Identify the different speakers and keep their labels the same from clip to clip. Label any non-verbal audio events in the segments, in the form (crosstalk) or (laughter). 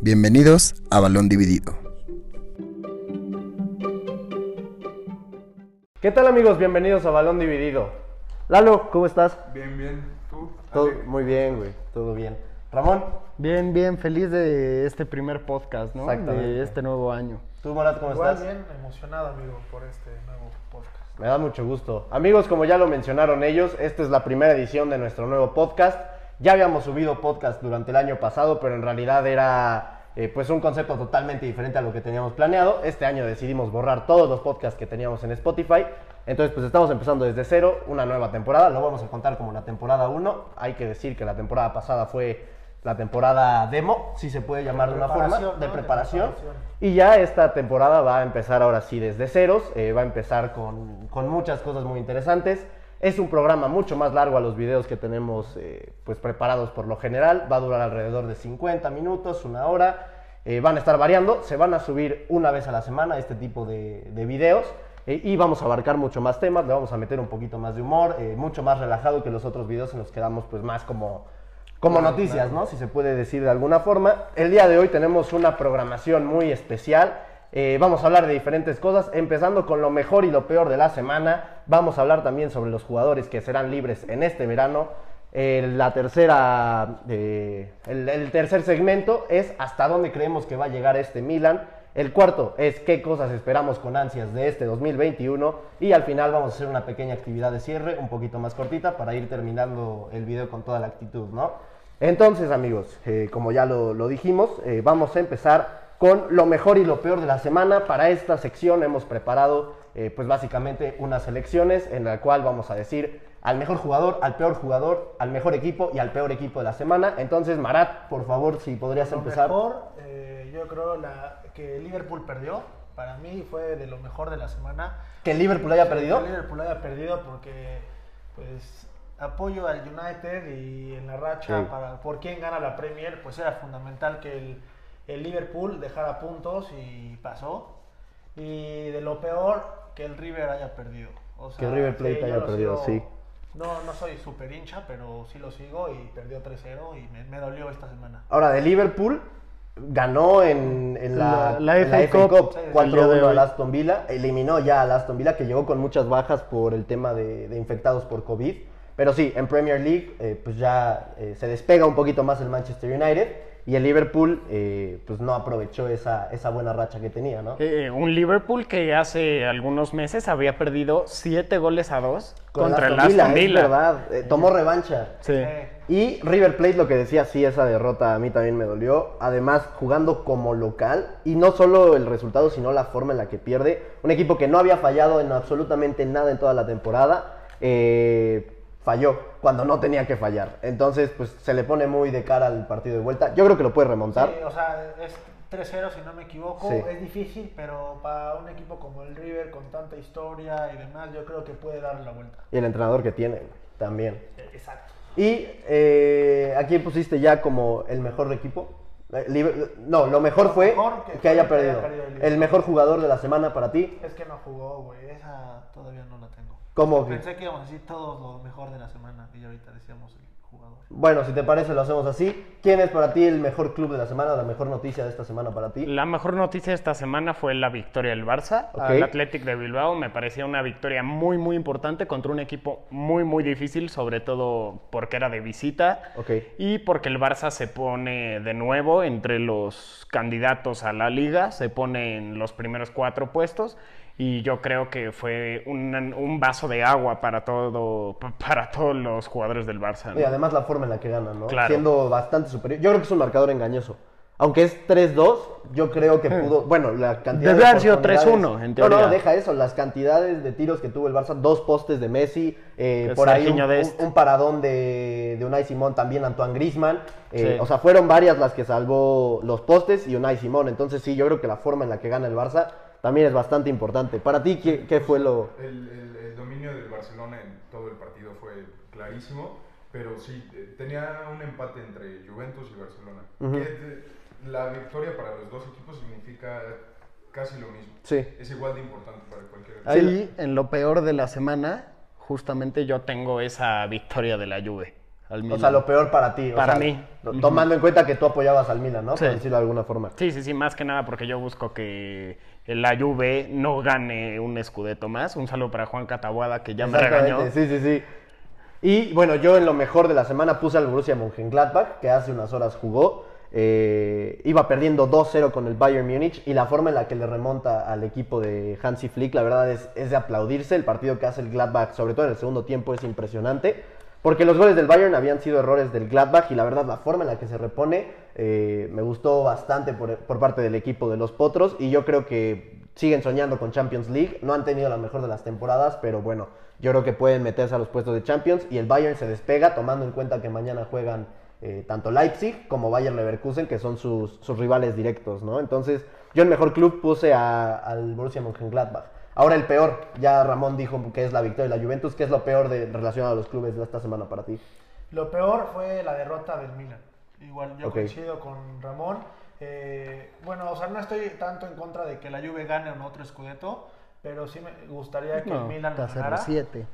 Speaker 1: Bienvenidos a Balón Dividido.
Speaker 2: ¿Qué tal amigos? Bienvenidos a Balón Dividido.
Speaker 3: Lalo, ¿cómo estás?
Speaker 4: Bien, bien. ¿Tú?
Speaker 2: Todo
Speaker 4: Ale?
Speaker 2: muy bien, güey. Todo bien. Ramón,
Speaker 3: Bien, bien, feliz de este primer podcast, ¿no?
Speaker 2: Exactamente.
Speaker 3: De este nuevo año.
Speaker 2: tú Morat, ¿cómo
Speaker 4: Igual
Speaker 2: estás?
Speaker 4: bien, emocionado, amigo, por este nuevo podcast.
Speaker 2: Me da mucho gusto. Amigos, como ya lo mencionaron ellos, esta es la primera edición de nuestro nuevo podcast. Ya habíamos subido podcast durante el año pasado, pero en realidad era eh, pues un concepto totalmente diferente a lo que teníamos planeado. Este año decidimos borrar todos los podcasts que teníamos en Spotify. Entonces, pues estamos empezando desde cero, una nueva temporada. Lo vamos a contar como una temporada 1. Hay que decir que la temporada pasada fue la temporada demo, si se puede llamar de, una forma,
Speaker 4: preparación,
Speaker 2: de
Speaker 4: ¿no? De
Speaker 2: preparación.
Speaker 4: preparación.
Speaker 2: Y ya esta temporada va a empezar ahora sí desde ceros, eh, va a empezar con, con muchas cosas muy interesantes. Es un programa mucho más largo a los videos que tenemos eh, pues preparados por lo general, va a durar alrededor de 50 minutos, una hora, Eh, van a estar variando, se van a subir una vez a la semana este tipo de, de videos eh, y vamos a abarcar mucho más temas, le vamos a meter un poquito más de humor, eh, mucho más relajado que los otros videos en los que damos pues más como, como noticias, ¿no? Si se puede decir de alguna forma. El día de hoy tenemos una programación muy especial. Eh, vamos a hablar de diferentes cosas, empezando con lo mejor y lo peor de la semana. Vamos a hablar también sobre los jugadores que serán libres en este verano. Eh, la tercera, eh, el, el tercer segmento es hasta dónde creemos que va a llegar este Milan. El cuarto es qué cosas esperamos con ansias de este 2021. Y al final vamos a hacer una pequeña actividad de cierre, un poquito más cortita, para ir terminando el video con toda la actitud, ¿no? Entonces, amigos, eh, como ya lo, lo dijimos, eh, vamos a empezar con lo mejor y lo peor de la semana. Para esta sección hemos preparado, eh, pues básicamente, unas selecciones en la cual vamos a decir al mejor jugador, al peor jugador, al mejor equipo y al peor equipo de la semana. Entonces, Marat, por favor, si podrías
Speaker 4: Lo
Speaker 2: empezar.
Speaker 4: mejor, eh, yo creo la, que Liverpool perdió. Para mí fue de lo mejor de la semana.
Speaker 2: Que el Liverpool haya perdido.
Speaker 4: Que Liverpool haya perdido porque, pues, apoyo al United y en la racha
Speaker 2: Sí.
Speaker 4: para por quién gana la Premier, pues era fundamental que el, el Liverpool dejara puntos y pasó. Y de lo peor, que el River haya perdido. O sea,
Speaker 2: Que el River Plate
Speaker 4: yo
Speaker 2: haya
Speaker 4: lo
Speaker 2: perdido,
Speaker 4: sigo-
Speaker 2: sí.
Speaker 4: No, no soy súper hincha, pero sí lo sigo y perdió 3-0 y me, me dolió esta semana.
Speaker 2: Ahora, de Liverpool, ganó en, en la,
Speaker 3: La- la
Speaker 2: en
Speaker 3: FA Cup,
Speaker 2: Cup
Speaker 4: sí, sí.
Speaker 3: El día de
Speaker 2: 4-1
Speaker 3: hoy.
Speaker 2: al Aston Villa. Eliminó ya al Aston Villa, que llegó con muchas bajas por el tema de, de infectados por COVID. Pero sí, en Premier League, eh, pues ya eh, se despega un poquito más el Manchester United. Y el Liverpool, eh, pues no aprovechó esa, esa buena racha que tenía, ¿no?
Speaker 5: Eh, un Liverpool que hace algunos meses había perdido 7 goles a 2
Speaker 2: Con
Speaker 5: contra el Aston
Speaker 2: es
Speaker 5: Villa.
Speaker 2: verdad. Eh, tomó revancha.
Speaker 5: Sí.
Speaker 4: Eh,
Speaker 2: Y River Plate, lo que decía, sí, esa derrota a mí también me dolió. Además, jugando como local, y no solo el resultado, sino la forma en la que pierde. Un equipo que no había fallado en absolutamente nada en toda la temporada, eh, falló cuando no tenía que fallar. Entonces, pues se le pone muy de cara al partido de vuelta. Yo creo que lo puede remontar.
Speaker 4: Sí, Eh, o sea, es 3-0 si no me equivoco.
Speaker 2: Sí.
Speaker 4: Es difícil, pero para un equipo como el River con tanta historia y demás, yo creo que puede darle la vuelta.
Speaker 2: Y el entrenador que tiene también.
Speaker 4: Exacto.
Speaker 2: Y eh, aquí pusiste ya como el mejor equipo. Eh, Liber- No, lo mejor
Speaker 4: Lo
Speaker 2: fue
Speaker 4: mejor
Speaker 2: que,
Speaker 4: que-
Speaker 2: haya
Speaker 4: que haya
Speaker 2: perdido.
Speaker 4: perdido el Liverpool.
Speaker 2: el mejor jugador de la semana para ti.
Speaker 4: Es que no jugó, güey. Esa todavía no la tengo.
Speaker 2: ¿Cómo que?
Speaker 4: Pensé que íbamos a decir todo lo mejor de la semana y ahorita decíamos el jugador.
Speaker 2: Bueno, si te parece, lo hacemos así. ¿Quién es para ti el mejor club de la semana, la mejor noticia de esta semana para ti?
Speaker 5: La mejor noticia esta semana fue la victoria del Barça
Speaker 2: Ok.
Speaker 5: al Athletic de Bilbao. Me parecía una victoria muy, muy importante contra un equipo muy, muy difícil, sobre todo porque era de visita
Speaker 2: Ok.
Speaker 5: y porque el Barça se pone de nuevo entre los candidatos a la liga, se pone en los primeros cuatro puestos y yo creo que fue un, un vaso de agua para, todo, (laughs) para todos los jugadores del Barça. ¿no?
Speaker 2: Y además la forma en la que ganan, ¿no?
Speaker 5: Claro.
Speaker 2: Siendo bastante superior. Yo creo que es un marcador engañoso. Aunque es 3-2, yo creo que pudo. Bueno, la cantidad
Speaker 5: Debió Hmm. haber sido
Speaker 2: oportunidades-
Speaker 5: 3-1 en
Speaker 2: No,
Speaker 5: teoría.
Speaker 2: no, deja eso. Las cantidades de tiros que tuvo el Barça, dos postes de Messi, eh,
Speaker 5: Que
Speaker 2: por ahí un,
Speaker 5: Serginho
Speaker 2: un-
Speaker 5: Dest.
Speaker 2: un paradón de, de Unai Simón, también Antoine Grisman.
Speaker 5: Sí.
Speaker 2: O sea, fueron varias las que salvó los postes y Unai Simón. Entonces, sí, yo creo que la forma en la que gana el Barça también es bastante importante. Para ti, ¿qué, qué fue lo.?
Speaker 6: El, el- el dominio del Barcelona en todo el partido fue clarísimo, pero sí, eh, tenía un empate entre Juventus y Barcelona. que de- la victoria para los dos equipos significa casi lo mismo.
Speaker 2: Sí.
Speaker 6: Es igual de importante para cualquier equipo.
Speaker 5: Ahí, en lo peor de la semana, justamente yo tengo esa victoria de la Juve al
Speaker 2: O
Speaker 5: Milan.
Speaker 2: sea, lo peor para ti. o
Speaker 5: Para
Speaker 2: sea,
Speaker 5: mí.
Speaker 2: lo- Tomando en cuenta que tú apoyabas al Milan, ¿no?
Speaker 5: Sí.
Speaker 2: Por decirlo de alguna forma.
Speaker 5: Sí, sí, sí, más que nada porque yo busco que la Juve no gane un escudeto más. Un saludo para Juan Cataboada que ya me
Speaker 2: Exactamente,
Speaker 5: regañó.
Speaker 2: Sí, sí, sí. Y bueno, yo en lo mejor de la semana puse al Borussia Mönchengladbach, que hace unas horas jugó. Eh, iba perdiendo 2-0 con el Bayern Múnich y la forma en la que le remonta al equipo de Hansi Flick, la verdad es, es de aplaudirse. El partido que hace el Gladbach, sobre todo en el segundo tiempo, es impresionante. Porque los goles del Bayern habían sido errores del Gladbach y la verdad la forma en la que se repone eh, me gustó bastante por, por parte del equipo de los Potros y yo creo que siguen soñando con Champions League. No han tenido la mejor de las temporadas, pero bueno, yo creo que pueden meterse a los puestos de Champions y el Bayern se despega tomando en cuenta que mañana juegan eh, tanto Leipzig como Bayern Leverkusen, que son sus, sus rivales directos, ¿no? Entonces yo el mejor club puse a- al Borussia Mönchengladbach. Ahora el peor, ya Ramón dijo que es la victoria de la Juventus, que es lo peor de, relacionado a los clubes de esta semana para ti.
Speaker 4: Lo peor fue la derrota del Milan. Igual yo
Speaker 2: Ok.
Speaker 4: coincido con Ramón. Eh, bueno, o sea, no estoy tanto en contra de que la Juve gane un otro Scudetto, pero sí me
Speaker 2: Pues
Speaker 4: gustaría que el Milan
Speaker 3: Hasta
Speaker 4: ganara.
Speaker 3: 07.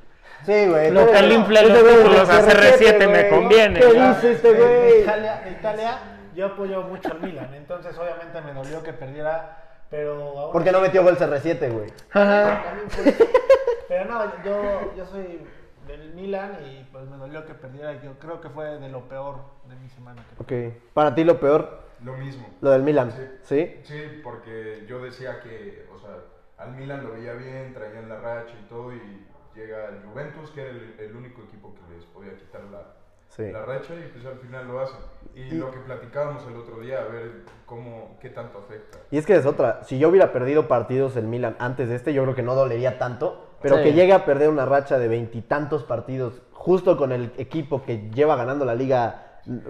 Speaker 2: Sí, güey.
Speaker 5: Lo que le infla los títulos a CR7 me conviene.
Speaker 2: ¿Qué
Speaker 4: Ya,
Speaker 2: dice este
Speaker 4: de- De
Speaker 2: güey?
Speaker 4: Italia, de Italia yo apoyo mucho al Milan, entonces obviamente me dolió que perdiera, pero aún
Speaker 2: Porque no metió gol CR7, güey.
Speaker 4: También por eso. Pero no, yo, yo soy del Milan y pues me dolió que perdiera. y Yo creo que fue de lo peor de mi semana. creo.
Speaker 2: Ok. Para ti lo peor,
Speaker 6: Lo mismo.
Speaker 2: lo del Milan.
Speaker 6: Sí.
Speaker 2: ¿Sí?
Speaker 6: Sí, porque yo decía que, o sea, al Milan lo veía bien, traían la racha y todo, y llega el Juventus, que era el, el único equipo que les podía quitar la,
Speaker 2: Sí.
Speaker 6: la racha, y pues al final lo hacen. Y, lo que platicábamos el otro día, a ver cómo, qué tanto afecta.
Speaker 2: Y es que es otra. Si yo hubiera perdido partidos el Milan antes de este, yo creo que no dolería tanto. Pero
Speaker 5: Sí.
Speaker 2: que llegue a perder una racha de veintitantos partidos justo con el equipo que lleva ganando la liga.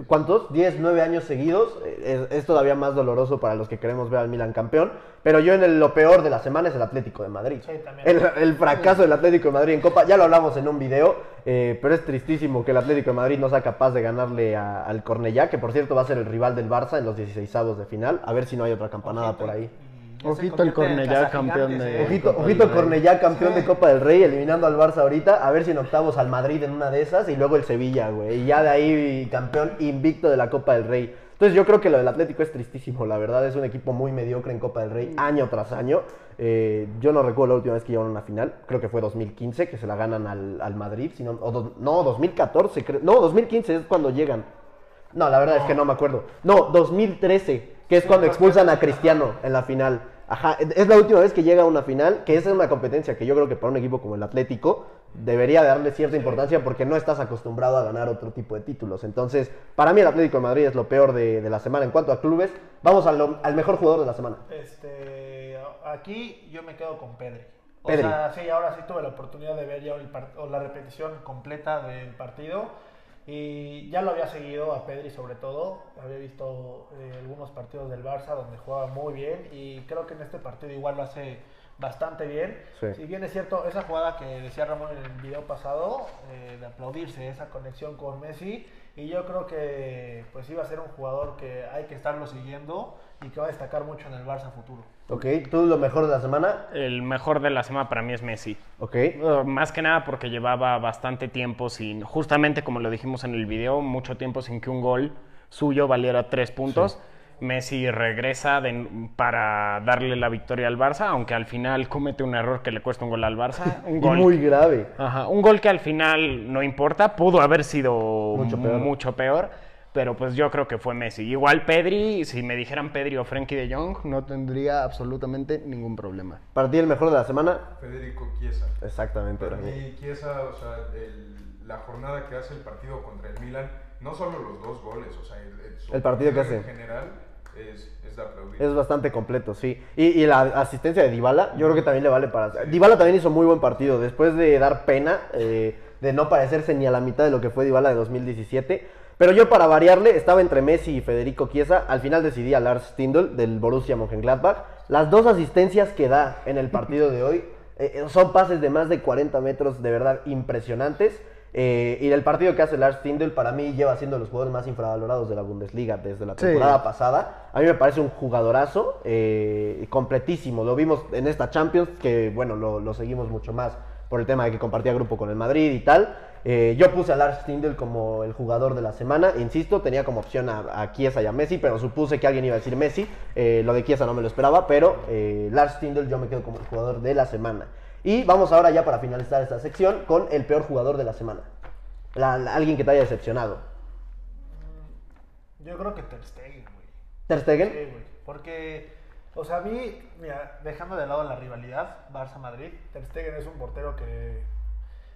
Speaker 2: ¿Cuántos? 10, 9 años seguidos. eh, Es, es todavía más doloroso para los que queremos ver al Milan campeón. Pero yo en el- lo peor de la semana es el Atlético de Madrid.
Speaker 4: Sí, también.
Speaker 2: el, el fracaso del Atlético de Madrid en Copa, ya lo hablamos en un video, eh, pero es tristísimo que el Atlético de Madrid no sea capaz de ganarle a- al Cornellá, que por cierto va a ser el rival del Barça en los 16avos de final. A ver si no hay otra campanada
Speaker 4: Ojito,
Speaker 2: por ahí.
Speaker 4: y ya se
Speaker 5: Ojito
Speaker 4: convierte
Speaker 5: el
Speaker 4: en
Speaker 5: Cornellá,
Speaker 4: cazagigantes,
Speaker 5: campeón de-
Speaker 4: ¿eh?
Speaker 2: Ojito,
Speaker 5: Copa
Speaker 2: ojito
Speaker 5: del Rey.
Speaker 2: Cornellá, campeón
Speaker 4: Sí.
Speaker 2: de Copa del Rey, eliminando al Barça ahorita. A ver si en octavos al Madrid en una de esas y luego el Sevilla, güey. Y ya de ahí campeón invicto de la Copa del Rey. Entonces yo creo que lo del Atlético es tristísimo, la verdad. Es un equipo muy mediocre en Copa del Rey, año tras año. Eh, yo no recuerdo la última vez que llegaron a una final. Creo que fue 2015, que se la ganan al, al Madrid. sino- o dos- no, 2014, creo. No, 2015 es cuando llegan. No, la verdad es que no me acuerdo. No, 2013, que es cuando expulsan a Cristiano en la final. Ajá, e, es la última vez que llega a una final, que esa es una competencia que yo creo que para un equipo como el Atlético debería darle cierta importancia porque no estás acostumbrado a ganar otro tipo de títulos. Entonces, para mí el Atlético de Madrid es lo peor de, de la semana en cuanto a clubes. Vamos al, lo- al mejor jugador de la semana.
Speaker 4: Este, aquí yo me quedo con Pedri. O
Speaker 2: Pedri.
Speaker 4: sea, Ah, sí, ahora sí tuve la oportunidad de ver ya el par- o la repetición completa del partido. Y ya lo había seguido a Pedri sobre todo. Había visto eh, algunos partidos del Barça donde jugaba muy bien. Y creo que en este partido igual lo hace bastante bien.
Speaker 2: Sí.
Speaker 4: Si bien es cierto, esa jugada que decía Ramón en el video pasado, eh, de aplaudirse, esa conexión con Messi. Y yo creo que pues iba a ser un jugador que hay que estarlo siguiendo y que va a destacar mucho en el Barça futuro.
Speaker 2: Ok, tú lo mejor de la semana.
Speaker 5: El mejor de la semana para mí es Messi.
Speaker 2: Ok,
Speaker 5: Eh, Más que nada porque llevaba bastante tiempo sin, justamente como lo dijimos en el video, mucho tiempo sin que un gol suyo valiera tres puntos. Messi regresa de- para darle la victoria al Barça, aunque al final comete un error que le cuesta un gol al Barça. Un
Speaker 2: Y
Speaker 5: gol
Speaker 2: muy grave.
Speaker 5: Ajá, un gol que al final no importa, pudo haber sido
Speaker 2: Mucho
Speaker 5: mucho
Speaker 2: peor.
Speaker 5: peor. pero pues yo creo que fue Messi. Igual Pedri, si me dijeran Pedri o Frenkie de Jong, no tendría absolutamente ningún problema.
Speaker 2: Para ti el mejor de la semana.
Speaker 6: Federico Chiesa.
Speaker 2: Exactamente, para mí.
Speaker 6: Y Chiesa, o sea, el- la jornada que hace el partido contra el Milan, no solo los dos goles, o sea, el, su
Speaker 2: El partido que
Speaker 6: en
Speaker 2: hace.
Speaker 6: general es, es de aplaudir.
Speaker 2: Es bastante completo, sí. Y, y la asistencia de Dybala, yo creo que también le vale para... Dybala también hizo muy buen partido. Después de dar pena, eh, de no parecerse ni a la mitad de lo que fue Dybala de 2017. Pero yo, para variarle, estaba entre Messi y Federico Chiesa. Al final decidí a Lars Stindl, del Borussia Mönchengladbach. Las dos asistencias que da en el partido de hoy eh, son pases de más de 40 metros, de verdad, impresionantes. Eh, y del partido que hace Lars Stindl, para mí lleva siendo de los jugadores más infravalorados de la Bundesliga desde la
Speaker 3: Sí.
Speaker 2: temporada pasada. A mí me parece un jugadorazo eh, completísimo. Lo vimos en esta Champions, que bueno, lo, lo seguimos mucho más por el tema de que compartía grupo con el Madrid y tal. Eh, yo puse a Lars Tindel como el jugador de la semana. Insisto, tenía como opción a, a Chiesa y a Messi, pero supuse que alguien iba a decir Messi. Eh, lo de Chiesa no me lo esperaba, pero eh, Lars Tindel yo me quedo como el jugador de la semana. Y vamos ahora ya para finalizar esta sección con el peor jugador de la semana. La- la- alguien que te haya decepcionado.
Speaker 4: Yo creo que Ter Stegen, güey.
Speaker 2: Ter Stegen.
Speaker 4: Sí, güey. Porque, o sea, a mí, mira, dejando de lado la rivalidad Barça-Madrid, Ter Stegen es un portero que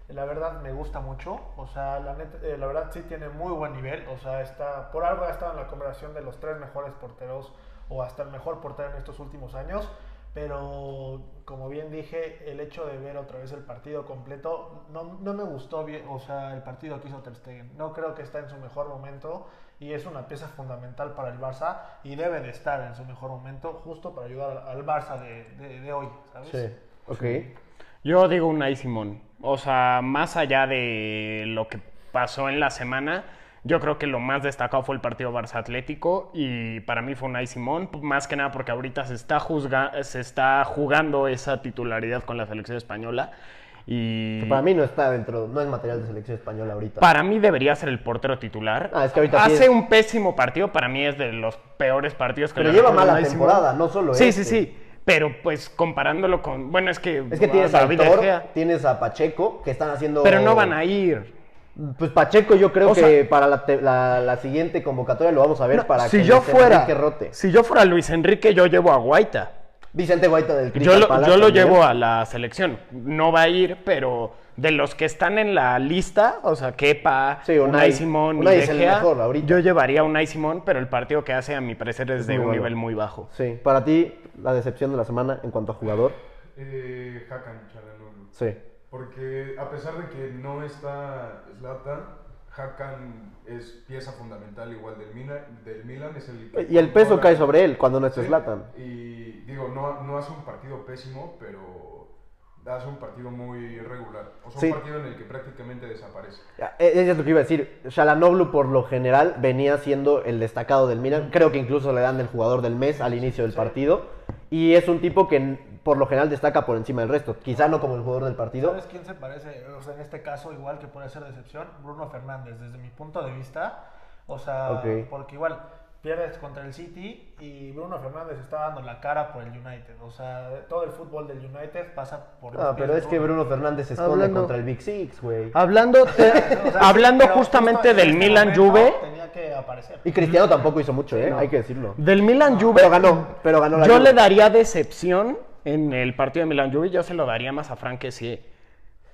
Speaker 4: la verdad me gusta mucho. O sea, la, neta- eh, la verdad sí tiene muy buen nivel. O sea, está, por algo ha estado en la conversación de los tres mejores porteros o hasta el mejor portero en estos últimos años. Pero, como bien dije, el hecho de ver otra vez el partido completo, no, no me gustó bien, o sea, el partido que hizo Ter Stegen. No creo que está en su mejor momento y es una pieza fundamental para el Barça y debe de estar en su mejor momento justo para ayudar al, al Barça de, de- de hoy, ¿sabes?
Speaker 2: Sí. Ok.
Speaker 5: Yo digo un Simón. O sea, más allá de lo que pasó en la semana, yo creo que lo más destacado fue el partido Barça Atlético y para mí fue un Simón, más que nada porque ahorita se está, juzga- se está jugando esa titularidad con la selección española. Y
Speaker 2: Que Para mí no está dentro, no es material de selección española ahorita.
Speaker 5: para mí debería ser el portero titular.
Speaker 2: Ah, es que ahorita sí
Speaker 5: Hace
Speaker 2: es-
Speaker 5: un pésimo partido, para mí es de los peores partidos que
Speaker 2: Pero
Speaker 5: le
Speaker 2: lleva
Speaker 5: recuerdo a
Speaker 2: mala
Speaker 5: Unai Simón.
Speaker 2: temporada, no solo
Speaker 5: Sí,
Speaker 2: este.
Speaker 5: sí, sí. Pero pues comparándolo con. Bueno, es que.
Speaker 2: Es que tienes a
Speaker 5: David De
Speaker 2: Aitor,
Speaker 5: Gea.
Speaker 2: tienes a Pacheco, que están haciendo...
Speaker 5: Pero no van a ir.
Speaker 2: Pues Pacheco yo creo
Speaker 5: O
Speaker 2: que
Speaker 5: sea-
Speaker 2: para la, te- la- la siguiente convocatoria lo vamos a ver
Speaker 5: No,
Speaker 2: para
Speaker 5: si
Speaker 2: que
Speaker 5: yo
Speaker 2: Luis
Speaker 5: fuera
Speaker 2: Enrique rote.
Speaker 5: si yo fuera Luis Enrique yo llevo a Guaita
Speaker 2: Vicente Guaita del
Speaker 5: yo
Speaker 2: Crystal
Speaker 5: lo,
Speaker 2: Palace
Speaker 5: yo lo
Speaker 2: también.
Speaker 5: llevo a la selección no va a ir pero de los que están en la lista o sea Kepa
Speaker 2: Sí, Unai.
Speaker 5: Unai Simón y
Speaker 2: Unai
Speaker 5: De
Speaker 2: es el
Speaker 5: Gea,
Speaker 2: mejor ahorita.
Speaker 5: yo llevaría a Unai Simón pero el partido que hace a mi parecer es, de
Speaker 2: muy
Speaker 5: un
Speaker 2: malo.
Speaker 5: nivel muy bajo
Speaker 2: Sí, para ti la decepción de la semana en cuanto a jugador.
Speaker 6: Eh, Hakan Çalhanoğlu.
Speaker 2: Sí.
Speaker 6: Porque a pesar de que no está Zlatan, Hakan es pieza fundamental igual del Milan, del Milan es el que
Speaker 2: Y el peso
Speaker 6: controla-
Speaker 2: cae sobre él cuando no
Speaker 6: Sí,
Speaker 2: estés Zlatan.
Speaker 6: Y digo, no, no hace un partido pésimo, pero hace un partido muy regular. O sea,
Speaker 2: Sí.
Speaker 6: un partido en el que prácticamente desaparece.
Speaker 2: Ya, e- Eso es lo que iba a decir. Shalanoglu, por lo general, venía siendo el destacado del Milan. Creo que incluso le dan el jugador del mes al inicio del partido. Y es un tipo que, n- por lo general, destaca por encima del resto. Quizá no como el jugador del partido.
Speaker 4: ¿Sabes quién se parece? O sea, en este caso, igual que puede ser decepción, Bruno Fernández, desde mi punto de vista. O sea,
Speaker 2: Ok.
Speaker 4: porque igual pierdes contra el City y Bruno Fernández está dando la cara por el United. O sea, todo el fútbol del United pasa por. los
Speaker 2: Ah,
Speaker 4: pies
Speaker 2: pero
Speaker 4: de
Speaker 2: es que Bruno Fernández se esconde
Speaker 3: Hablando-
Speaker 2: contra el Big Six, güey.
Speaker 5: Ah,
Speaker 3: Hablando,
Speaker 5: (laughs)
Speaker 3: te-
Speaker 4: O sea,
Speaker 5: Hablando
Speaker 4: pero
Speaker 5: justamente
Speaker 4: justo en
Speaker 5: del
Speaker 4: este
Speaker 5: Milan
Speaker 4: momento
Speaker 5: Juve.
Speaker 4: Tenía que aparecer.
Speaker 2: Y Cristiano tampoco hizo mucho, ¿eh? Hay que decirlo.
Speaker 5: del Milan Juve
Speaker 2: Pero ganó, pero ganó la
Speaker 5: yo
Speaker 2: Juve.
Speaker 5: le daría decepción en el partido de Milan Juve yo se lo daría más a Frank que sí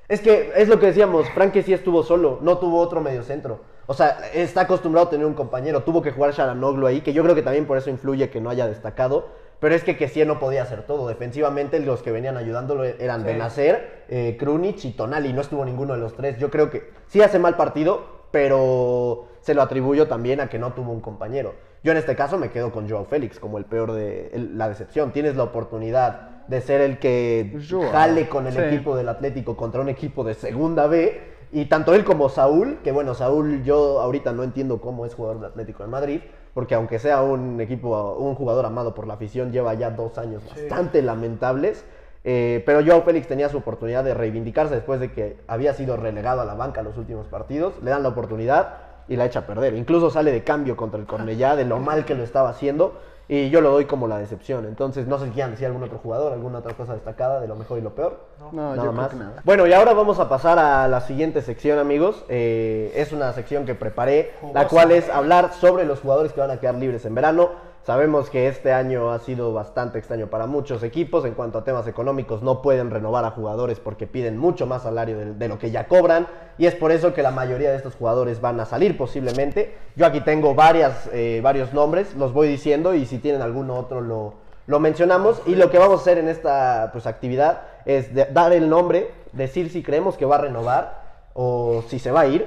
Speaker 2: Es que es lo que decíamos, Frankie sí estuvo solo, no tuvo otro mediocentro. O sea, está acostumbrado a tener un compañero, tuvo que jugar Sharanoglu ahí, que yo creo que también por eso influye que no haya destacado. Pero es que Kessie no podía hacer todo. Defensivamente los que venían ayudándolo eran Benacer, eh, Krunic y Tonali. No estuvo ninguno de los tres. Yo creo que sí hace mal partido, pero se lo atribuyo también a que no tuvo un compañero. Yo en este caso me quedo con Joao Félix como el peor de el- la decepción. Tienes la oportunidad de ser el que
Speaker 3: Pues Joao.
Speaker 2: jale con el
Speaker 3: Sí.
Speaker 2: equipo equipo del Atlético contra un equipo de segunda B. Y tanto él como Saúl, que bueno, Saúl yo ahorita no entiendo cómo es jugador del Atlético de Madrid, porque aunque sea un equipo, un jugador amado por la afición, lleva ya dos años bastante lamentables. Eh, pero Joao Félix tenía su oportunidad de reivindicarse después de que había sido relegado a la banca los últimos partidos. Le dan la oportunidad y la echa a perder. Incluso sale de cambio contra el Cornellá, de lo mal que lo estaba haciendo. Y yo lo doy como la decepción. Entonces, no sé si quieran decir algún otro jugador, alguna otra cosa destacada de lo mejor y lo peor.
Speaker 3: No, yo creo que nada.
Speaker 2: Bueno, y ahora vamos a pasar a la siguiente sección, amigos. Eh, es una sección que preparé, la
Speaker 4: Jugosa.
Speaker 2: cual es hablar sobre los jugadores que van a quedar libres en verano. Sabemos que este año ha sido bastante extraño para muchos equipos. En cuanto a temas económicos, no pueden renovar a jugadores porque piden mucho más salario de, de lo que ya cobran. Y es por eso que la mayoría de estos jugadores van a salir posiblemente. Yo aquí tengo varias, eh, varios nombres, los voy diciendo y si tienen alguno otro lo, lo mencionamos y lo que vamos a hacer en esta pues, actividad es de- dar el nombre, decir si creemos que va a renovar o si se va a ir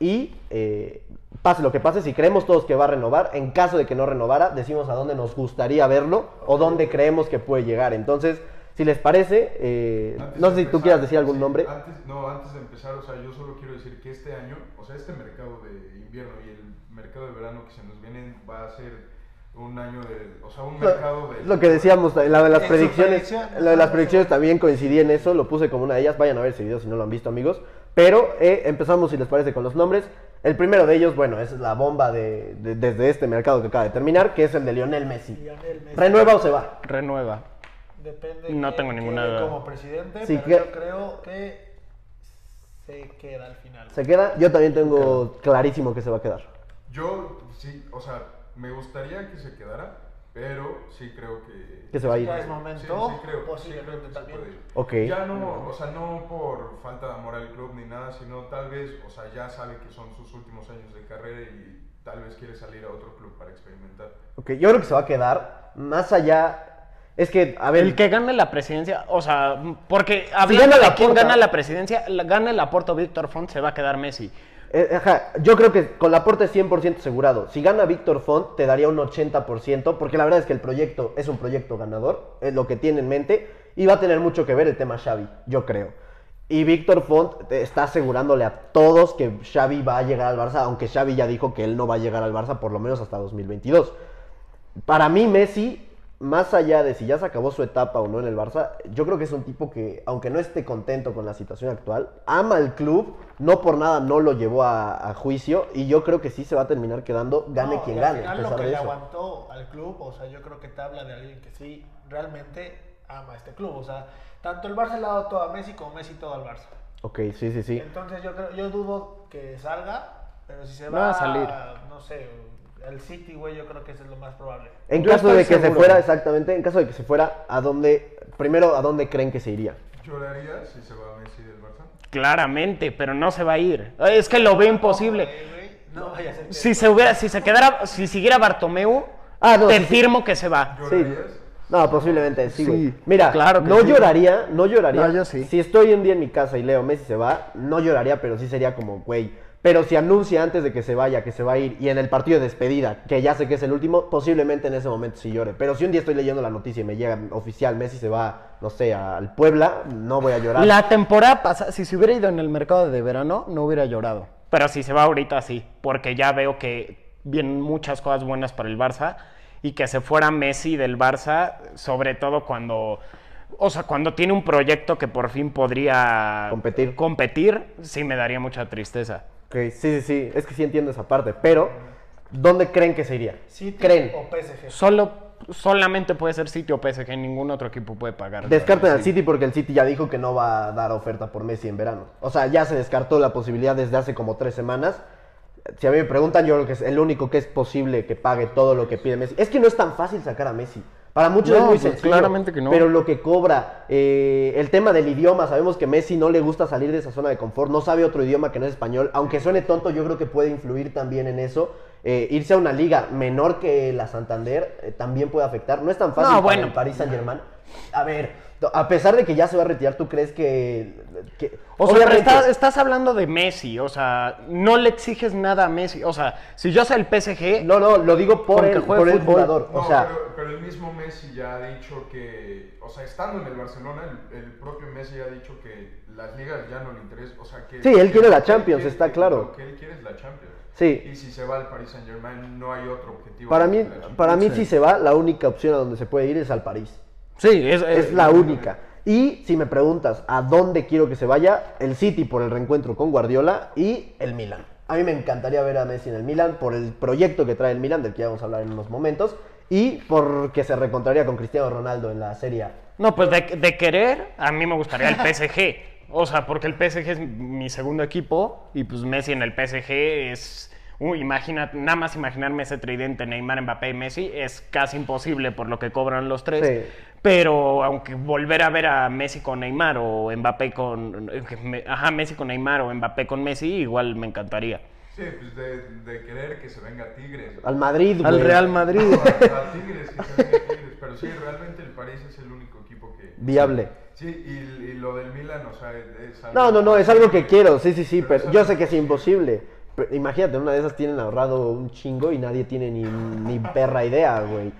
Speaker 2: y eh, pase lo que pase, si creemos todos que va a renovar, en caso de que no renovara, decimos a dónde nos gustaría verlo o dónde creemos que puede llegar. Entonces, si les parece, eh,
Speaker 6: Antes
Speaker 2: no
Speaker 6: de
Speaker 2: sé si tú
Speaker 6: empezar,
Speaker 2: quieras decir algún
Speaker 6: sí,
Speaker 2: nombre.
Speaker 6: Antes, no, antes de empezar, o sea, yo solo quiero decir que este año, o sea, este mercado de invierno y el mercado de verano que se nos viene va a ser un año de, o sea, un mercado de...
Speaker 2: Lo que decíamos, la de las
Speaker 4: En su
Speaker 2: predicciones,
Speaker 4: predicción.
Speaker 2: la de las predicciones también coincidí en eso, lo puse como una de ellas, vayan a ver ese video si no lo han visto amigos, Pero eh, empezamos, si les parece, con los nombres. El primero de ellos, bueno, es la bomba de, de- desde este mercado que acaba de terminar, que es el de Lionel Messi.
Speaker 4: Lionel Messi.
Speaker 2: ¿Renueva o se va?
Speaker 5: Renueva.
Speaker 4: Depende.
Speaker 5: No
Speaker 4: quién
Speaker 5: tengo ninguna
Speaker 4: quede
Speaker 5: duda.
Speaker 4: Como presidente,
Speaker 2: Sí,
Speaker 4: pero
Speaker 2: que-
Speaker 4: yo creo que se queda al final.
Speaker 2: ¿Se queda? Yo también tengo clarísimo que se va a quedar.
Speaker 6: Yo, sí, o sea, me gustaría que se quedara, pero sí creo que...
Speaker 2: Que se va a ir.
Speaker 4: Ya es
Speaker 6: Sí,
Speaker 4: momento,
Speaker 6: sí creo,
Speaker 4: posiblemente
Speaker 6: sí creo que se
Speaker 4: también.
Speaker 6: puede ir.
Speaker 2: Ok.
Speaker 6: Ya no, o sea, no por falta de amor al club ni nada, sino tal vez, o sea, ya sabe que son sus últimos años de carrera y tal vez quiere salir a otro club para experimentar.
Speaker 2: Ok, yo creo que se va a quedar. Más allá. Es que, a ver.
Speaker 5: El que gane la presidencia, o sea, porque
Speaker 2: gana
Speaker 5: hablando de
Speaker 2: la
Speaker 5: quién
Speaker 2: Porta-
Speaker 5: gana la presidencia, la- gana el aporto Víctor Font, se va a quedar Messi.
Speaker 2: eh, ajá, yo creo que con la aporte es 100% asegurado. Si gana Víctor Font, te daría un 80%, porque la verdad es que el proyecto es un proyecto ganador, es lo que tiene en mente, y va a tener mucho que ver el tema Xavi, yo creo. Y Víctor Font te está asegurándole a todos que Xavi va a llegar al Barça, aunque Xavi ya dijo que él no va a llegar al Barça por lo menos hasta 2022. Para mí, Messi, más allá de si ya se acabó su etapa o no en el Barça, yo creo que es un tipo que, aunque no esté contento con la situación actual, ama al club, no por nada no lo llevó a, a juicio, y yo creo que sí se va a terminar quedando, gane
Speaker 4: No,
Speaker 2: quien
Speaker 4: y al
Speaker 2: gane, a
Speaker 4: final lo
Speaker 2: pesar
Speaker 4: que
Speaker 2: de
Speaker 4: le
Speaker 2: eso.
Speaker 4: aguantó al club, o sea, yo creo que te habla de alguien que sí realmente ama este club. O sea, tanto el Barça le ha dado todo a Messi como Messi todo al Barça.
Speaker 2: Ok, sí, sí, sí.
Speaker 4: Entonces yo creo, yo dudo que salga, pero si se
Speaker 5: No
Speaker 4: va,
Speaker 5: va a salir.
Speaker 4: no sé, al City, güey, yo creo que eso es lo más probable.
Speaker 2: En
Speaker 5: Yo
Speaker 2: caso
Speaker 5: estoy
Speaker 2: de que se
Speaker 5: seguro.
Speaker 2: fuera, exactamente, en caso de que se fuera, ¿a dónde, primero, a dónde creen que se iría?
Speaker 6: ¿Lloraría si se va Messi del Barça?
Speaker 5: Claramente, pero no se va a ir. Es que lo veo imposible.
Speaker 4: Güey, güey, No vaya a ser que-
Speaker 5: Si se hubiera, si se quedara, si siguiera Bartomeu,
Speaker 2: Ah, no,
Speaker 5: te
Speaker 2: sí, sí.
Speaker 5: firmo que se va.
Speaker 2: Sí.
Speaker 6: ¿Llorarías?
Speaker 2: No, posiblemente sí.
Speaker 3: Sí,
Speaker 2: güey. Mira,
Speaker 5: claro que
Speaker 2: no
Speaker 5: sí.
Speaker 2: lloraría, no lloraría.
Speaker 3: No, yo sí.
Speaker 2: Si estoy un día en mi casa y Leo Messi se va, no lloraría, pero sí sería como, güey. Pero si anuncia antes de que se vaya, que se va a ir, y en el partido de despedida, que ya sé que es el último, posiblemente en ese momento sí llore. Pero si un día estoy leyendo la noticia y me llega oficial, Messi se va, no sé, al Puebla, no voy a llorar.
Speaker 3: La temporada pasada, si se hubiera ido en el mercado de verano, no hubiera llorado.
Speaker 5: Pero si se va ahorita, sí, porque ya veo que vienen muchas cosas buenas para el Barça y que se fuera Messi del Barça, sobre todo cuando, o sea, cuando tiene un proyecto que por fin podría
Speaker 2: Competir.
Speaker 5: competir, sí me daría mucha tristeza.
Speaker 2: Ok, sí, sí, sí, es que sí entiendo esa parte, pero ¿dónde creen que se iría?
Speaker 4: City
Speaker 2: ¿Creen?
Speaker 4: o PSG.
Speaker 5: Solo, solamente puede ser City o PSG, ningún otro equipo puede pagar.
Speaker 2: Descarten al City porque el City ya dijo que no va a dar oferta por Messi en verano. O sea, ya se descartó la posibilidad desde hace como tres semanas. Si a mí me preguntan, yo creo que es el único que es posible que pague todo lo que pide Messi. Es que no es tan fácil sacar a Messi. Para muchos
Speaker 5: No,
Speaker 2: es muy
Speaker 5: pues,
Speaker 2: sencillo.
Speaker 5: claramente que no.
Speaker 2: Pero lo que cobra, eh, el tema del idioma, sabemos que Messi no le gusta salir de esa zona de confort, no sabe otro idioma que no es español. Aunque suene tonto, yo creo que puede influir también en eso. Eh, irse a una liga menor que la Santander eh, también puede afectar. No es tan fácil
Speaker 5: No,
Speaker 2: para
Speaker 5: bueno.
Speaker 2: el Paris Saint Germain. A ver, to- a pesar de que ya se va a retirar, ¿tú crees que.? que-
Speaker 5: O sea, pero
Speaker 2: Obviamente-
Speaker 5: estás, estás hablando de Messi, o sea, no le exiges nada a Messi. O sea, si yo soy el PSG,
Speaker 2: No, no, lo digo por
Speaker 5: Con que
Speaker 2: el,
Speaker 5: juegue
Speaker 2: por el
Speaker 5: fútbol.
Speaker 2: jugador.
Speaker 6: No,
Speaker 2: o sea,
Speaker 6: pero, pero el mismo Messi ya ha dicho que, o sea, estando en el Barcelona, el, el propio Messi ya ha dicho que las ligas ya no le interesan, o sea, que...
Speaker 2: Sí, él quiere la
Speaker 6: lo que él
Speaker 2: Champions,
Speaker 6: quiere-
Speaker 2: está claro.
Speaker 6: Lo que él quiere es la Champions.
Speaker 2: Sí.
Speaker 6: Y si se va al Paris Saint Germain, no hay otro objetivo.
Speaker 2: para
Speaker 6: más que
Speaker 2: mí,
Speaker 6: la Champions.
Speaker 2: para mí si se va, la única opción a donde se puede ir es al París.
Speaker 5: sí, es, es-
Speaker 2: Es la única. Y si me preguntas a dónde quiero que se vaya, el City por el reencuentro con Guardiola y el Milan. A mí me encantaría ver a Messi en el Milan por el proyecto que trae el Milan, del que ya vamos a hablar en unos momentos, y porque se reencontraría con Cristiano Ronaldo en la Serie A.
Speaker 5: No, pues de, de querer, a mí me gustaría el PSG. (laughs) O sea, porque el PSG es mi segundo equipo y pues Messi en el PSG es... Uy, imagina, nada más imaginarme ese tridente Neymar, Mbappé y Messi es casi imposible por lo que cobran los tres.
Speaker 2: Sí.
Speaker 5: Pero aunque volver a ver a Messi con Neymar o Mbappé con... Ajá, Messi con Neymar o Mbappé con Messi, igual me encantaría.
Speaker 6: Sí, pues de, de querer que se venga Tigres.
Speaker 2: Al Madrid,
Speaker 3: Al
Speaker 2: güey.
Speaker 3: Real Madrid.
Speaker 6: A, a Tigres, que se venga Tigres. Pero sí, realmente el París es el único equipo que...
Speaker 2: Viable.
Speaker 6: Sí, y, y lo del Milan, o sea, es algo...
Speaker 2: No, no, no, es algo que quiero, sí, sí, sí,
Speaker 6: Pero
Speaker 2: pero
Speaker 6: es
Speaker 2: yo
Speaker 6: algo
Speaker 2: sé que es
Speaker 6: que-
Speaker 2: imposible. Pero imagínate, una de esas tienen ahorrado un chingo y nadie tiene ni, ni perra idea, güey.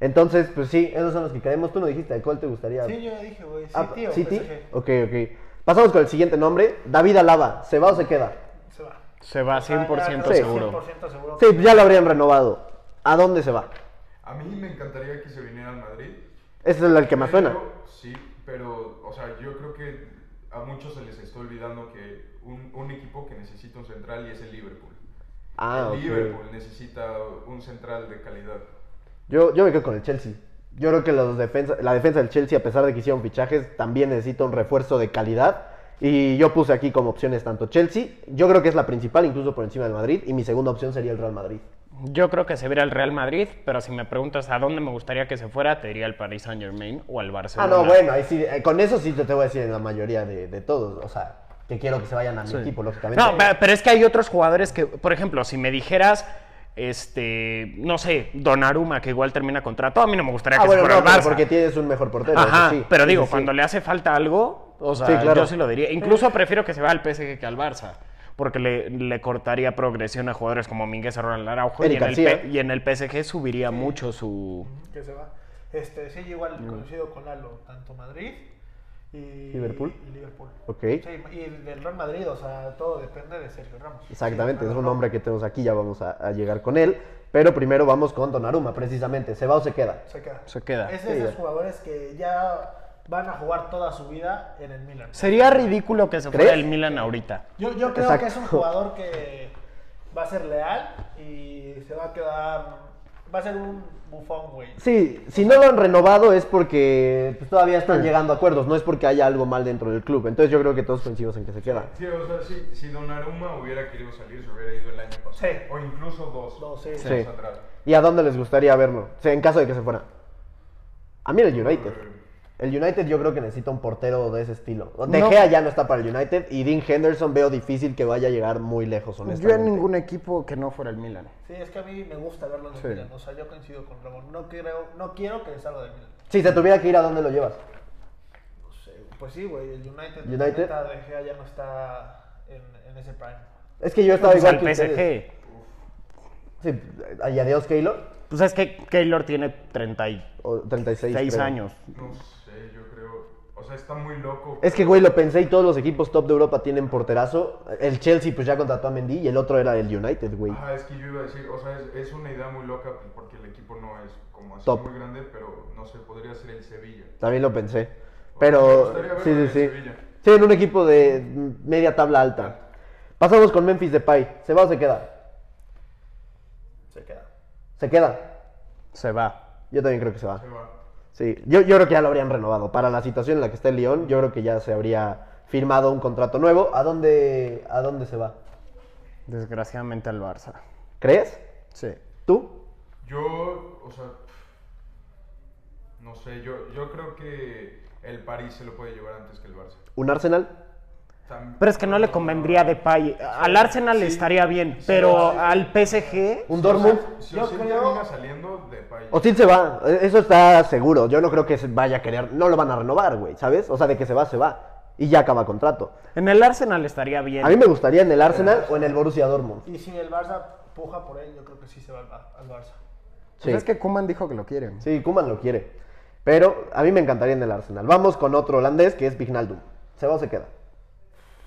Speaker 2: Entonces, pues sí, esos son los que queremos. Tú no dijiste, ¿de ¿cuál te gustaría?
Speaker 4: Sí, yo ya dije, güey, City
Speaker 2: Ah,
Speaker 4: o
Speaker 2: City.
Speaker 4: PSG.
Speaker 2: Ok, ok. Pasamos con el siguiente nombre. David Alaba, ¿se va o se queda?
Speaker 4: Se va.
Speaker 5: Se va
Speaker 4: O sea, ya
Speaker 5: 100%
Speaker 4: creo que
Speaker 5: seguro.
Speaker 4: 100% seguro.
Speaker 2: Sí, ya lo habrían renovado. ¿A dónde se va?
Speaker 6: A mí me encantaría que se viniera al Madrid.
Speaker 2: Ese es el que más
Speaker 6: Pero,
Speaker 2: suena.
Speaker 6: Sí, pero, o sea, yo creo que a muchos se les está olvidando que un, un equipo que necesita un central y es el Liverpool.
Speaker 2: Ah,
Speaker 6: el
Speaker 2: ok.
Speaker 6: Liverpool necesita un central de calidad.
Speaker 2: Yo, yo me quedo con el Chelsea. Yo creo que los defensa, la defensa del Chelsea, a pesar de que hicieron fichajes, también necesita un refuerzo de calidad. Y yo puse aquí como opciones tanto Chelsea, yo creo que es la principal, incluso por encima del Madrid, y mi segunda opción sería el Real Madrid.
Speaker 5: Yo creo que se verá el Real Madrid, pero si me preguntas a dónde me gustaría que se fuera, te diría al Paris Saint Germain o al
Speaker 2: Ah,
Speaker 5: Barcelona.
Speaker 2: no, bueno, ahí sí, eh, con eso sí te, te voy a decir en la mayoría de, de todos. O sea, que quiero que se vayan a mi equipo, lógicamente.
Speaker 5: No, pe- pero es que hay otros jugadores que, por ejemplo, si me dijeras, este, no sé, Donnarumma, que igual termina contrato, a mí no me gustaría
Speaker 2: ah,
Speaker 5: que
Speaker 2: bueno,
Speaker 5: se fuera
Speaker 2: no,
Speaker 5: al
Speaker 2: pero
Speaker 5: Barça.
Speaker 2: porque tienes un mejor portero. eso
Speaker 5: Ajá,
Speaker 2: sí.
Speaker 5: pero
Speaker 2: Sí,
Speaker 5: digo,
Speaker 2: sí, sí.
Speaker 5: cuando le hace falta algo, o sea,
Speaker 2: Sí, claro.
Speaker 5: yo sí lo diría. Incluso prefiero que se vaya al PSG que al Barça, porque le, le cortaría progresión a jugadores como Mínguez o Ronald Araujo, y
Speaker 2: Eric
Speaker 5: en, el
Speaker 2: García.
Speaker 5: P- y en el PSG subiría mucho su...
Speaker 4: que se va. Este, sí, yo igual coincido con Lalo, tanto Madrid y
Speaker 2: Liverpool.
Speaker 4: Y Liverpool.
Speaker 2: Ok.
Speaker 4: Sí, y del Real Madrid, o sea, todo depende de Sergio Ramos.
Speaker 2: Exactamente,
Speaker 4: Sí,
Speaker 2: es
Speaker 4: claro,
Speaker 2: un
Speaker 4: ¿no?
Speaker 2: nombre que tenemos aquí, ya vamos a, a llegar con él. Pero primero vamos con Donnarumma, precisamente. ¿Se va o se queda?
Speaker 4: Se queda.
Speaker 5: Se queda.
Speaker 4: Es
Speaker 2: Sí,
Speaker 4: de esos
Speaker 2: ya.
Speaker 4: jugadores que ya van a jugar toda su vida en el Milan.
Speaker 5: Sería ridículo que se fuera
Speaker 2: ¿Crees?
Speaker 5: el Milan ahorita.
Speaker 4: Yo, yo creo
Speaker 2: Exacto.
Speaker 4: que es un jugador que va a ser leal y se va a quedar. Va a ser un bufón, güey.
Speaker 2: Sí, si no lo han renovado es porque pues, todavía están llegando a acuerdos, no es porque haya algo mal dentro del club. Entonces yo creo que todos coincidimos en que se queda.
Speaker 6: Sí, o sea, sí, si Donnarumma hubiera querido salir, se hubiera ido el año pasado.
Speaker 4: Sí.
Speaker 6: O incluso dos.
Speaker 4: Dos, sí.
Speaker 6: años
Speaker 2: Sí.
Speaker 6: atrás.
Speaker 2: ¿Y a dónde les gustaría verlo? O sea, en caso de que se fuera. A mí el United.
Speaker 6: Eh,
Speaker 2: El United yo creo que necesita un portero de ese estilo. De
Speaker 3: No.
Speaker 2: Gea ya no está para el United y Dean Henderson veo difícil que vaya a llegar muy lejos,
Speaker 3: Yo
Speaker 2: honestamente.
Speaker 3: en ningún equipo que no fuera el Milan.
Speaker 4: Sí, es que a mí me gusta verlo en el
Speaker 3: Sí.
Speaker 4: Milan. O sea, yo coincido con Ramón. No, creo, no quiero que salga del Milan.
Speaker 2: Si se tuviera que ir, ¿a dónde lo llevas?
Speaker 4: No sé, Pues sí, güey. El United.
Speaker 2: United.
Speaker 4: la neta, De Gea ya no está en, en ese prime.
Speaker 2: Es que yo estaba
Speaker 5: Pues
Speaker 2: igual
Speaker 5: al
Speaker 2: que
Speaker 5: PSG.
Speaker 2: ustedes. Sí, y adiós Keylor.
Speaker 5: Pues es que Keylor tiene 36
Speaker 2: O 36 creo.
Speaker 5: años.
Speaker 6: No sé, yo creo. O sea, está muy loco.
Speaker 2: Es que, güey, lo pensé y todos los equipos top de Europa tienen porterazo. El Chelsea, pues ya contrató a Mendy y el otro era el United, güey.
Speaker 6: Ajá, es que yo iba a decir, o sea, es, es una idea muy loca porque el equipo no es como así
Speaker 2: Top.
Speaker 6: muy grande, pero no sé, podría ser el Sevilla.
Speaker 2: También lo pensé.
Speaker 6: Me
Speaker 2: Pero,
Speaker 6: gustaría verlo
Speaker 2: sí,
Speaker 6: en
Speaker 2: sí,
Speaker 6: el
Speaker 2: sí.
Speaker 6: Sevilla.
Speaker 2: Sí, en un equipo de mm, media tabla alta. Pasamos con Memphis Depay. ¿Se va o se queda?
Speaker 4: Se queda.
Speaker 2: Se queda.
Speaker 5: Se va.
Speaker 2: Yo también creo que se va.
Speaker 6: Se va.
Speaker 2: Sí, yo, yo creo que ya lo habrían renovado. Para la situación en la que está el León, yo creo que ya se habría firmado un contrato nuevo. ¿A dónde, a dónde se va?
Speaker 5: Desgraciadamente al Barça.
Speaker 2: ¿Crees?
Speaker 5: Sí.
Speaker 2: ¿Tú?
Speaker 6: Yo, o sea, pff, no sé, yo, yo creo que el París se lo puede llevar antes que el Barça.
Speaker 2: ¿Un Arsenal?
Speaker 6: Tam-
Speaker 5: Pero es que no le convendría a Depay. Al Arsenal estaría bien, pero al PSG...
Speaker 2: ¿Un
Speaker 6: O sea,
Speaker 2: Dortmund?
Speaker 6: Si
Speaker 4: Yo
Speaker 6: yo
Speaker 4: creo-
Speaker 6: termina saliendo de París.
Speaker 2: Ozil se va, eh, eso está seguro. Yo no creo que se vaya a querer, no lo van a renovar, güey, ¿sabes? O sea, de que se va, se va. Y ya acaba contrato.
Speaker 5: En el Arsenal estaría bien.
Speaker 2: A mí me gustaría en el Arsenal o en el Borussia Dortmund.
Speaker 4: Y si el Barça puja por él, yo creo que sí se va al, Bar- al Barça.
Speaker 2: Sí,
Speaker 3: Pues es que Kuman dijo que lo quieren.
Speaker 2: sí Koeman lo quiere. Pero a mí me encantaría en el Arsenal. Vamos con otro holandés que es Vignaldum. ¿Se va o se queda?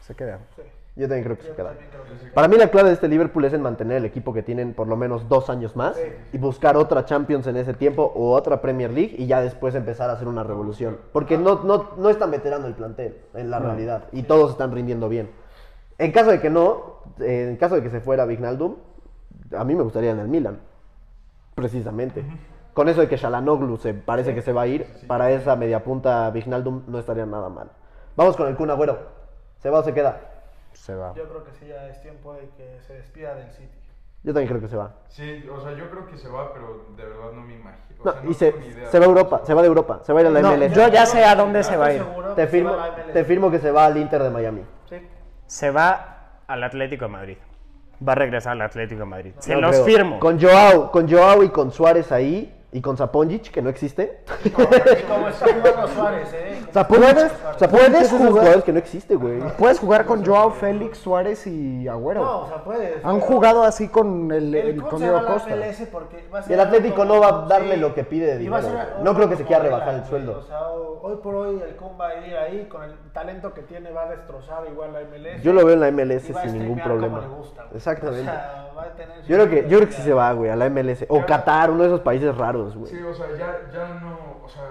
Speaker 3: Se queda.
Speaker 4: Sí.
Speaker 2: Yo también creo que se
Speaker 4: Yo
Speaker 2: queda.
Speaker 4: también creo que sí.
Speaker 2: Para mí la clave de este Liverpool es en mantener el equipo que tienen por lo menos dos años más y buscar otra Champions en ese tiempo o otra Premier League y ya después empezar a hacer una revolución. Porque no, no, no es tan veterano el plantel, en la realidad, y todos están rindiendo bien. En caso de que no, eh, en caso de que se fuera Vignaldum, a mí me gustaría en el Milan, precisamente. Con eso de que Shalanoglu se parece que se va a ir, para esa media punta Vignaldum no estaría nada mal. Vamos con el Kun Agüero. ¿Se va o se queda?
Speaker 3: Se va.
Speaker 4: Yo creo que sí, ya es tiempo de que se despida del City.
Speaker 2: Yo también creo que se va.
Speaker 6: Sí, o sea, yo creo que se va, pero de verdad no me imagino. O
Speaker 2: No,
Speaker 6: sea,
Speaker 2: y se,
Speaker 6: tengo ni idea.
Speaker 2: se va a Europa, se va de Europa, se va a ir a la
Speaker 5: No,
Speaker 2: MLS.
Speaker 5: yo ya sé a dónde
Speaker 4: No
Speaker 5: se va a
Speaker 4: estoy
Speaker 5: ir.
Speaker 4: seguro
Speaker 2: te,
Speaker 4: que se
Speaker 2: firmo,
Speaker 4: va a la MLS.
Speaker 2: te firmo que se va al Inter de Miami.
Speaker 4: Sí.
Speaker 5: Se va al Atlético de Madrid. Va a regresar al Atlético de Madrid. Se
Speaker 2: No
Speaker 5: los
Speaker 2: creo.
Speaker 5: firmo.
Speaker 2: Con Joao, con Joao y con Suárez ahí, y con Zaponjic, que no existe.
Speaker 4: Y como
Speaker 2: (laughs)
Speaker 4: está jugando Suárez, ¿eh?
Speaker 2: O sea, puedes, o sea, puedes
Speaker 3: ¿Puedes
Speaker 2: esos
Speaker 3: jugar?
Speaker 2: jugadores que no existe, güey.
Speaker 3: Puedes jugar con Joao Félix, Suárez y Agüero.
Speaker 4: No, o sea, puedes.
Speaker 3: Han
Speaker 4: pero
Speaker 3: jugado así con el,
Speaker 4: El,
Speaker 3: el-
Speaker 4: Kun
Speaker 3: con
Speaker 4: se
Speaker 3: Diego
Speaker 4: va a la
Speaker 3: Costa.
Speaker 4: MLS porque va a
Speaker 2: Y el
Speaker 4: ser
Speaker 2: Atlético
Speaker 4: algo-
Speaker 2: no va a darle
Speaker 4: sí.
Speaker 2: lo que pide de
Speaker 4: Y va
Speaker 2: dinero,
Speaker 4: a ser
Speaker 2: güey.
Speaker 4: algo
Speaker 2: No creo que se quiera
Speaker 4: como
Speaker 2: rebajar el
Speaker 4: Vela,
Speaker 2: sueldo.
Speaker 4: güey. O sea, ho- hoy por hoy el Kun va a ir ahí con el talento que tiene, va a destrozar igual la MLS.
Speaker 2: Yo lo veo en la MLS
Speaker 4: y va a
Speaker 2: sin ningún
Speaker 4: streamear como
Speaker 2: problema.
Speaker 4: le gusta, güey.
Speaker 2: Exactamente.
Speaker 4: O sea, va a tener su
Speaker 2: yo creo que, yo creo que sí
Speaker 4: oportunidad.
Speaker 2: se va, güey, a la MLS. O Qatar, uno de esos países raros, güey.
Speaker 6: Sí, o sea, ya, ya no, o sea,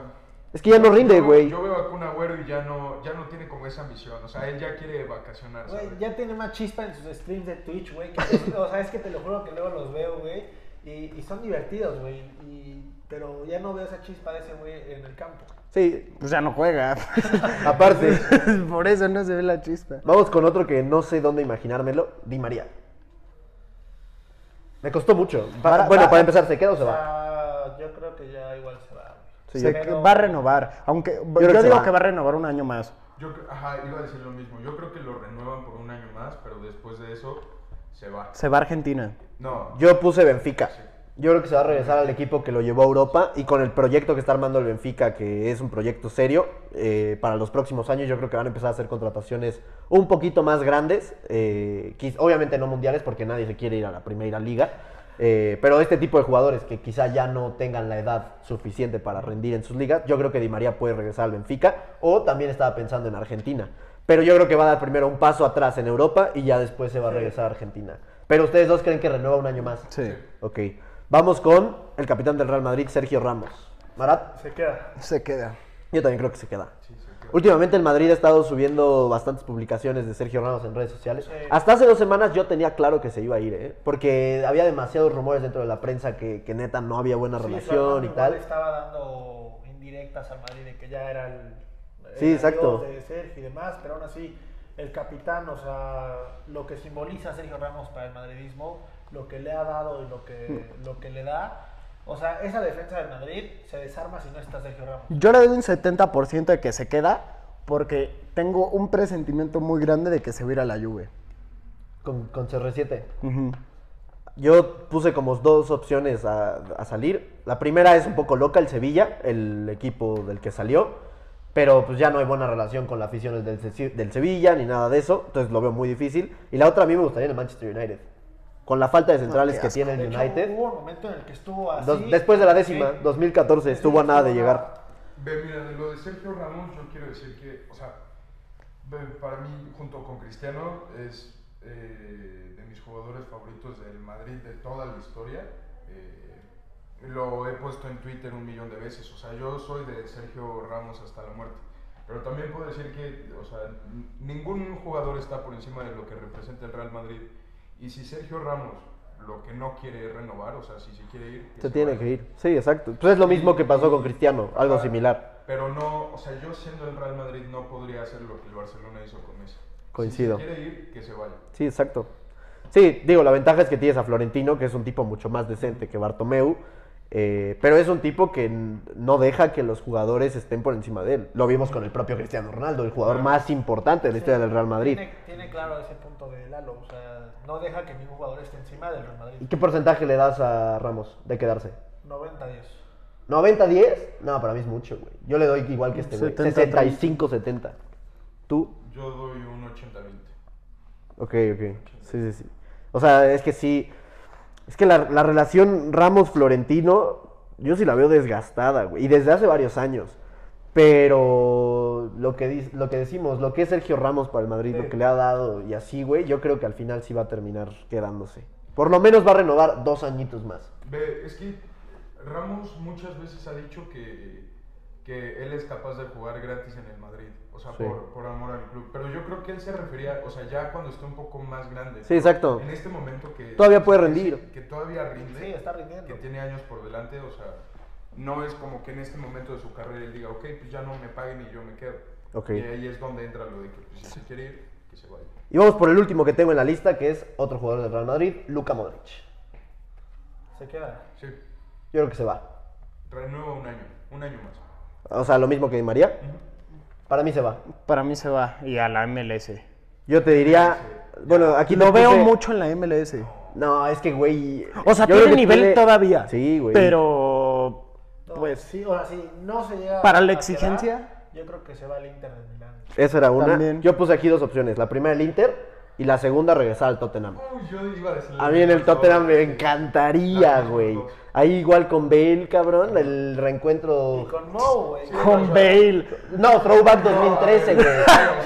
Speaker 2: Es que ya no rinde,
Speaker 6: Yo-
Speaker 2: güey.
Speaker 6: Yo veo a Kun Agüero y ya no, ya no tiene como esa ambición. O sea, él ya quiere vacacionar.
Speaker 4: Güey,
Speaker 6: ¿sabes?
Speaker 4: ya tiene más chispa en sus streams de Twitch, güey. que- O sea, es que te lo juro que luego los veo, güey. Y, y son divertidos, güey. y- Pero ya no veo esa chispa de ese güey en el campo.
Speaker 2: Sí,
Speaker 3: Pues ya no juega.
Speaker 2: aparte.
Speaker 3: (laughs) Por eso no se ve la chispa.
Speaker 2: Vamos con otro que no sé dónde imaginármelo. Di María. Me costó mucho. Pa-
Speaker 3: Para-
Speaker 2: bueno,
Speaker 3: para-
Speaker 2: para empezar, ¿se queda o se
Speaker 4: O
Speaker 2: va?
Speaker 4: sea, yo creo que ya igual se va, güey.
Speaker 3: O sea, que va a renovar. Aunque yo,
Speaker 2: creo que
Speaker 3: digo
Speaker 2: va.
Speaker 3: que va a renovar un año más.
Speaker 6: Yo, cre- ajá, iba a decir lo mismo. Yo creo que lo renuevan por un año más, pero después de eso se va.
Speaker 3: Se va a Argentina.
Speaker 6: No,
Speaker 2: Yo puse Benfica. Yo creo que se va a regresar al equipo que lo llevó a Europa y con el proyecto que está armando el Benfica, que es un proyecto serio, eh, para los próximos años yo creo que van a empezar a hacer contrataciones un poquito más grandes, eh, quiz- obviamente no mundiales porque nadie se quiere ir a la primera liga, eh, pero este tipo de jugadores que quizá ya no tengan la edad suficiente para rendir en sus ligas, yo creo que Di María puede regresar al Benfica o también estaba pensando en Argentina, pero yo creo que va a dar primero un paso atrás en Europa y ya después se va a regresar a Argentina. Pero ustedes dos creen que renueva un año más.
Speaker 3: Sí.
Speaker 2: Ok. Vamos con el capitán del Real Madrid, Sergio Ramos. Marat,
Speaker 4: Se queda.
Speaker 3: Se queda.
Speaker 2: yo también creo que se queda.
Speaker 6: sí, se queda.
Speaker 2: Últimamente el Madrid ha estado subiendo bastantes publicaciones de Sergio Ramos en redes sociales. Hasta hace dos semanas yo tenía claro que se iba a ir, ¿eh? porque había demasiados rumores dentro de la prensa que, que neta no había buena
Speaker 4: Sí,
Speaker 2: relación
Speaker 4: Fernando
Speaker 2: y
Speaker 4: igual
Speaker 2: tal.
Speaker 4: Estaba dando indirectas al Madrid de que ya era el. el
Speaker 2: Sí, exacto.
Speaker 4: adiós De Sergio y demás, pero aún así, el capitán, o sea, lo que simboliza Sergio Ramos para el madridismo, lo que le ha dado y lo que,
Speaker 2: Hmm.
Speaker 4: lo que le da. O sea, esa defensa del Madrid se desarma si no está Sergio Ramos.
Speaker 3: Yo le doy un 70% de que se queda porque tengo un presentimiento muy grande de que se va a ir a la Juve.
Speaker 2: Con, con CR7.
Speaker 3: Ujú.
Speaker 2: Yo puse como dos opciones a, a salir. La primera es un poco loca, el Sevilla, el equipo del que salió. Pero pues ya no hay buena relación con la afición del, Ce- del Sevilla ni nada de eso. Entonces lo veo muy difícil. Y la otra a mí me gustaría en el Manchester United. Con la falta de centrales
Speaker 3: qué
Speaker 2: que
Speaker 3: asco.
Speaker 2: tiene el
Speaker 4: De hecho,
Speaker 2: United.
Speaker 4: hubo un momento en el que estuvo así.
Speaker 2: dos- después de la décima,
Speaker 4: Sí.
Speaker 2: 2014, estuvo a nada de llegar.
Speaker 6: Ve, mira, de lo de Sergio Ramos, yo quiero decir que, o sea, ve, para mí, junto con Cristiano, es eh, de mis jugadores favoritos del Madrid de toda la historia. Eh, lo he puesto en Twitter un millón de veces, o sea, yo soy de Sergio Ramos hasta la muerte. Pero también puedo decir que, o sea, n- ningún jugador está por encima de lo que representa el Real Madrid. Y si Sergio Ramos lo que no quiere es renovar, o sea, si se quiere ir,
Speaker 2: Se tiene
Speaker 6: vaya.
Speaker 2: que ir. Sí, exacto. Pues es lo mismo que pasó con Cristiano, algo
Speaker 6: Ajá.
Speaker 2: similar.
Speaker 6: Pero no, o sea, yo siendo el Real Madrid no podría hacer lo que el Barcelona hizo con Messi.
Speaker 2: Coincido.
Speaker 6: Si se quiere ir, que se vaya.
Speaker 2: Sí, exacto. Sí, digo, la ventaja es que tienes a Florentino, que es un tipo mucho más decente que Bartomeu, eh, pero es un tipo que n- no deja que los jugadores estén por encima de él. Lo vimos con el propio Cristiano Ronaldo, el jugador más importante de la historia del Real Madrid.
Speaker 4: Tiene, tiene claro ese punto de Lalo, o sea, no deja que ningún jugador esté encima del Real
Speaker 2: ¿Y
Speaker 4: Madrid.
Speaker 2: qué porcentaje le das a Ramos de quedarse?
Speaker 4: 90-10.
Speaker 2: ¿90-10? No, para mí es mucho, güey. Yo le doy igual que este, güey.
Speaker 3: 70-30.
Speaker 2: 65-70. ¿Tú?
Speaker 6: Yo doy un 80-20.
Speaker 2: Ok, ok. Sí, sí, sí. O sea, es que sí. Es que la, la relación Ramos-Florentino, yo sí la veo desgastada, güey. Y desde hace varios años. Pero lo que, dis- lo que decimos, lo que es Sergio Ramos para el Madrid, lo que le ha dado y así, güey, yo creo que al final sí va a terminar quedándose. Por lo menos va a renovar dos añitos más.
Speaker 6: Ve, es que Ramos muchas veces ha dicho que, que él es capaz de jugar gratis en el Madrid. O sea,
Speaker 2: Sí.
Speaker 6: por, por amor al club. Pero yo creo que él se refería, o sea, ya cuando esté un poco más grande.
Speaker 2: Sí, exacto.
Speaker 6: En este momento que...
Speaker 2: Todavía puede
Speaker 6: que-
Speaker 2: rendir.
Speaker 6: Que todavía rinde.
Speaker 4: Sí, está rindiendo.
Speaker 6: que tiene años por delante, o sea, no es como que en este momento de su carrera él diga, ok, pues ya no me paguen y yo me quedo.
Speaker 2: Ok.
Speaker 6: Y ahí es donde entra lo de que pues, si se quiere ir, que se vaya.
Speaker 2: Y vamos por el último que tengo en la lista, que es otro jugador del Real Madrid, Luka Modric.
Speaker 4: Se queda.
Speaker 6: Sí,
Speaker 2: Yo creo que se va.
Speaker 6: renueva un año, un año más.
Speaker 2: O sea, lo mismo que Di María. Para mí se va.
Speaker 3: Para mí se va.
Speaker 5: Y a la MLS.
Speaker 2: Yo te diría, bueno, aquí
Speaker 3: Lo
Speaker 2: te
Speaker 3: veo
Speaker 2: puse-
Speaker 3: mucho en la MLS.
Speaker 2: No, es que güey.
Speaker 3: O sea,
Speaker 2: yo creo
Speaker 3: tiene
Speaker 2: que
Speaker 3: nivel todavía.
Speaker 2: Sí, güey.
Speaker 5: Pero.
Speaker 4: No,
Speaker 5: Pues-
Speaker 4: sí, ahora sí, no se llega.
Speaker 3: Para la
Speaker 4: a quedar,
Speaker 3: exigencia.
Speaker 4: yo creo que se va al Inter de Milán.
Speaker 2: Esa era una.
Speaker 3: También.
Speaker 2: Yo puse aquí dos opciones. La primera el Inter y la segunda regresar al Tottenham.
Speaker 6: Uy, yo iba a decir...
Speaker 2: A mí en el Tottenham me encantaría,
Speaker 6: Las dos.
Speaker 2: güey. Ahí igual con Bale, cabrón, el reencuentro.
Speaker 4: Y con Mo, güey.
Speaker 5: Con Bale.
Speaker 2: No, Throwback 2013, güey.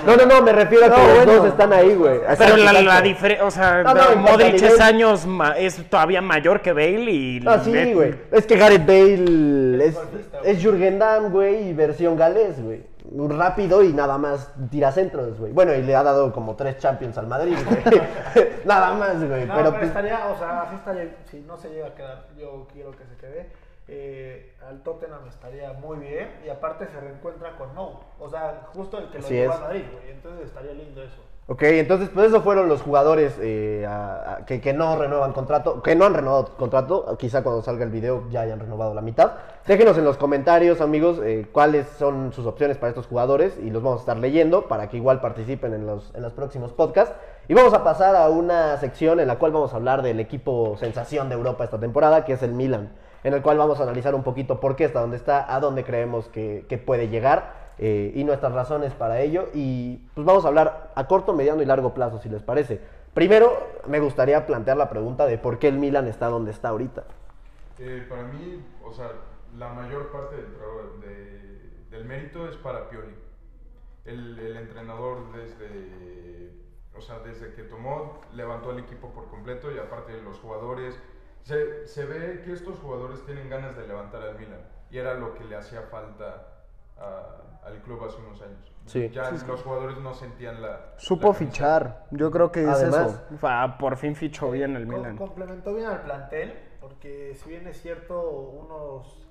Speaker 2: No, no, no, me refiero a que los dos están ahí, güey.
Speaker 5: Pero
Speaker 2: Exacto,
Speaker 5: la, la
Speaker 2: exacto.
Speaker 5: diferencia, o sea,
Speaker 2: No, no, en
Speaker 5: Modric
Speaker 2: cuanto a
Speaker 5: es
Speaker 2: nivel-
Speaker 5: años ma- es todavía mayor que Bale y
Speaker 2: No, Ah, sí,
Speaker 5: le-
Speaker 2: güey. Es que Gareth Bale es,
Speaker 4: golfista, güey.
Speaker 2: es Jürgen Damm, güey, y versión galés, güey. Rápido y nada más tira centros, güey. Bueno, y le ha dado como tres champions al Madrid,
Speaker 4: (laughs)
Speaker 2: güey. (laughs) nada más, güey.
Speaker 4: No,
Speaker 2: pero
Speaker 4: pero,
Speaker 2: pues,
Speaker 4: estaría, o sea, así estaría, si no se llega a quedar, yo quiero que se quede, eh, al Tottenham estaría muy bien y aparte se reencuentra con Mou, o sea, justo el que lo
Speaker 2: Así
Speaker 4: llevó
Speaker 2: es.
Speaker 4: a Madrid, güey, entonces estaría lindo eso.
Speaker 2: Ok, entonces, pues esos fueron los jugadores eh, a- a- que, que no renuevan contrato, que no han renovado contrato. Quizá cuando salga el video ya hayan renovado la mitad. Déjenos en los comentarios, amigos, eh, cuáles son sus opciones para estos jugadores y los vamos a estar leyendo para que igual participen en los, en los próximos podcasts. Y vamos a pasar a una sección en la cual vamos a hablar del equipo sensación de Europa esta temporada, que es el Milan, en el cual vamos a analizar un poquito por qué está donde está, a dónde creemos que, que puede llegar eh, y nuestras razones para ello. Y pues vamos a hablar a corto, mediano y largo plazo, si les parece. Primero, me gustaría plantear la pregunta de por qué el Milan está donde está ahorita.
Speaker 6: Eh, para mí, o sea, la mayor parte del, trabajo- de- del mérito es para Pioli. El, el entrenador desde, o sea, desde que tomó, levantó al equipo por completo y aparte los jugadores, se, se ve que estos jugadores tienen ganas de levantar al Milan y era lo que le hacía falta a- al club hace unos años.
Speaker 2: Sí.
Speaker 6: Ya los jugadores no sentían la...
Speaker 3: Supo
Speaker 6: la camiseta.
Speaker 3: fichar. Yo creo que es
Speaker 2: Además,
Speaker 3: eso.
Speaker 5: Fa, por fin fichó bien el
Speaker 4: Com-
Speaker 5: Milan.
Speaker 4: complementó bien al plantel, porque si bien es cierto, unos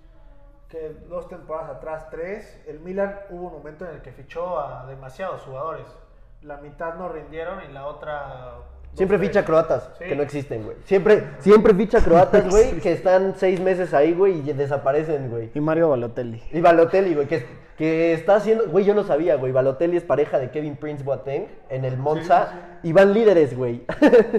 Speaker 4: que dos temporadas atrás, tres, el Milan hubo un momento en el que fichó a demasiados jugadores. La mitad no rindieron y la otra. dos,
Speaker 2: Siempre
Speaker 4: tres.
Speaker 2: ficha croatas,
Speaker 4: Sí.
Speaker 2: que no existen, güey. Siempre, siempre
Speaker 3: (laughs)
Speaker 2: ficha croatas, güey, que están seis meses ahí, güey, y desaparecen, güey.
Speaker 3: Y Mario
Speaker 2: (laughs)
Speaker 3: Balotelli.
Speaker 2: Y Balotelli, güey, que, que está haciendo. Güey, yo no sabía, güey. Balotelli es pareja de Kevin Prince Boateng en el Monza. Y van líderes, güey. (laughs)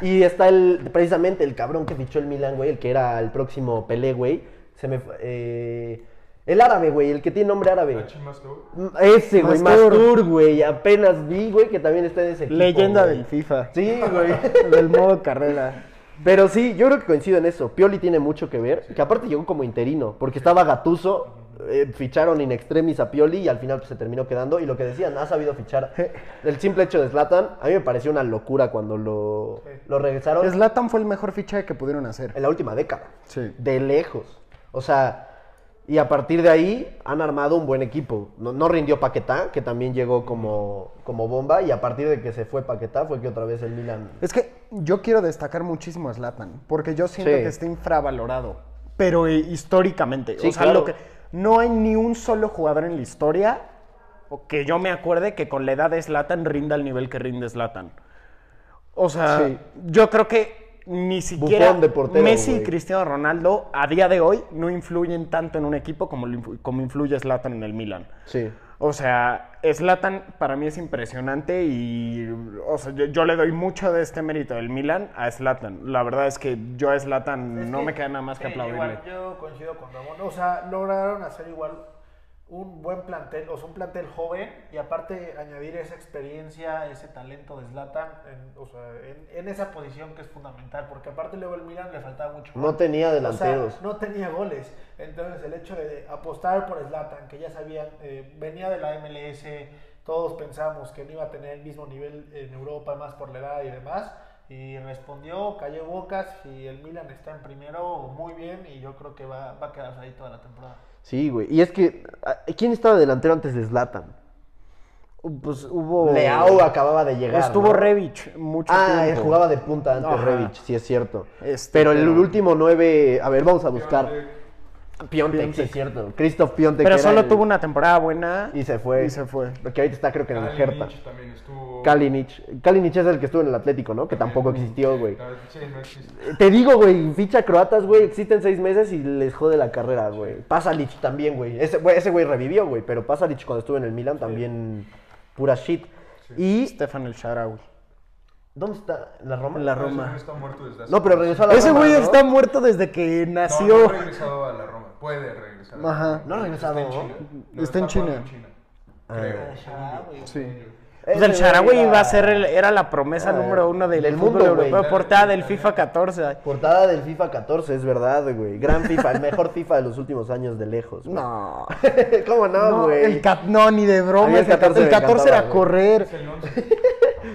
Speaker 2: y está el, precisamente el cabrón que fichó el Milan, güey, el que era el próximo Pelé, güey. Se me. fue- eh, el árabe, güey, el que tiene nombre árabe.
Speaker 6: Hachi Maslow,
Speaker 2: M- Ese, güey,
Speaker 3: Mastur.
Speaker 2: Mastur, güey. Apenas vi, güey, que también está en ese equipo.
Speaker 3: Leyenda
Speaker 2: güey.
Speaker 3: del FIFA.
Speaker 2: Sí, güey.
Speaker 3: Del modo carrera.
Speaker 2: Pero sí, yo creo que coincido en eso. Pioli tiene mucho que ver. Que aparte llegó como interino, porque estaba Gatuso, eh, ficharon in extremis a Pioli y al final pues, se terminó quedando. Y lo que decían, ha sabido fichar. El simple hecho de Zlatan, a mí me pareció una locura cuando lo, lo regresaron
Speaker 3: Slatan fue el mejor fichaje que pudieron hacer.
Speaker 2: en la última década.
Speaker 3: Sí.
Speaker 2: De lejos. O sea, y a partir de ahí han armado un buen equipo. No, no rindió Paquetá, que también llegó como, como bomba. Y a partir de que se fue Paquetá fue que otra vez el Milan...
Speaker 3: Es que yo quiero destacar muchísimo a Zlatan, porque yo siento
Speaker 2: Sí.
Speaker 3: que está infravalorado, pero eh, históricamente.
Speaker 2: Sí,
Speaker 3: o sea,
Speaker 2: claro.
Speaker 3: lo que, no hay ni un solo jugador en la historia.
Speaker 5: O que yo me acuerde que con la edad de Zlatan rinda al nivel que rinde Zlatan. O sea,
Speaker 2: Sí.
Speaker 5: yo creo que ni siquiera
Speaker 2: de portero,
Speaker 5: Messi y
Speaker 2: güey.
Speaker 5: Cristiano Ronaldo a día de hoy no influyen tanto en un equipo como, lo influ- como influye Zlatan en el Milan.
Speaker 2: Sí.
Speaker 5: O sea, Zlatan para mí es impresionante y o sea, yo, yo le doy mucho de este mérito del Milan a Zlatan. La verdad es que yo a Zlatan
Speaker 4: Es
Speaker 5: no
Speaker 4: que-
Speaker 5: me queda nada más que
Speaker 4: sí,
Speaker 5: aplaudirle.
Speaker 4: igual, yo coincido con Ramón. O sea, lograron hacer igual un buen plantel, o sea, un plantel joven y aparte añadir esa experiencia, ese talento de Zlatan en, o sea, en, en esa posición que es fundamental, porque aparte luego el Milan le faltaba mucho.
Speaker 2: No
Speaker 4: gol.
Speaker 2: tenía
Speaker 4: O sea,
Speaker 2: delanteros.
Speaker 4: no tenía goles. Entonces el hecho de apostar por Zlatan, que ya sabían, eh, venía de la MLS, todos pensábamos que no iba a tener el mismo nivel en Europa, más por la edad y demás. Y respondió, cayó bocas y el Milan está en primero muy bien y yo creo que va, va a quedarse ahí toda la temporada.
Speaker 2: Sí, güey. Y es que, ¿a- ¿quién estaba delantero antes de Zlatan?
Speaker 3: Pues hubo.
Speaker 2: Leao acababa de llegar.
Speaker 3: Estuvo
Speaker 2: ¿no?
Speaker 3: Revich mucho
Speaker 2: Ah,
Speaker 3: tiempo.
Speaker 2: jugaba de punta antes
Speaker 3: Ajá.
Speaker 2: Revich, sí es cierto.
Speaker 3: Este,
Speaker 2: pero el
Speaker 3: pero-
Speaker 2: último 9, a ver, vamos a buscar.
Speaker 6: Piontek,
Speaker 2: Piontek, sí es cierto. Christoph Piontek.
Speaker 5: Pero
Speaker 2: era
Speaker 5: solo
Speaker 2: el-
Speaker 5: tuvo una temporada buena.
Speaker 2: Y se fue.
Speaker 3: Y se fue.
Speaker 2: Porque ahorita está creo que en el Hertha.
Speaker 6: Kalinic también estuvo...
Speaker 2: Kalinic. Kalinic es el que estuvo en el Atlético, ¿no? Que tampoco existió, güey.
Speaker 6: Sí, no existe.
Speaker 2: Te digo, güey, ficha croatas, güey, existen seis meses y les jode la carrera, güey. Pasalic también, güey. Ese güey, ese güey revivió, güey, pero Pasalic cuando estuvo en el Milan también pura shit. Y
Speaker 5: Stefan El Sharawi.
Speaker 2: ¿dónde está la Roma?
Speaker 3: La
Speaker 6: Ese güey
Speaker 3: Roma.
Speaker 6: está muerto desde hace
Speaker 2: No, pero regresó a la
Speaker 3: Ese
Speaker 2: Roma,
Speaker 3: güey
Speaker 2: ¿no?
Speaker 3: está muerto desde que
Speaker 6: No,
Speaker 3: nació.
Speaker 2: oh.
Speaker 6: no ha regresado a la Roma. Puede regresar. a la
Speaker 3: Ajá.
Speaker 6: Roma.
Speaker 2: No ha regresado,
Speaker 6: Está en
Speaker 2: ¿no?
Speaker 6: China.
Speaker 3: Está en
Speaker 6: jugando
Speaker 3: China.
Speaker 6: Creo.
Speaker 4: Ah, güey.
Speaker 3: Sí.
Speaker 2: Es
Speaker 5: Pues el Sharawi iba a ser, el- era la promesa número uno del,
Speaker 2: Ah, del
Speaker 5: fútbol
Speaker 2: mundo, güey.
Speaker 5: europeo, portada del FIFA 14.
Speaker 2: Portada del FIFA 14, es verdad, güey. Gran FIFA, el mejor FIFA de los últimos años de lejos. güey.
Speaker 3: No.
Speaker 2: (laughs) ¿Cómo no,
Speaker 3: No,
Speaker 2: güey?
Speaker 3: el cat, no, ni de
Speaker 2: A
Speaker 3: broma.
Speaker 2: mí el
Speaker 3: El 14,
Speaker 2: 14 me
Speaker 3: era
Speaker 2: encantaba, güey.
Speaker 3: correr.
Speaker 6: Es el once.
Speaker 3: (laughs)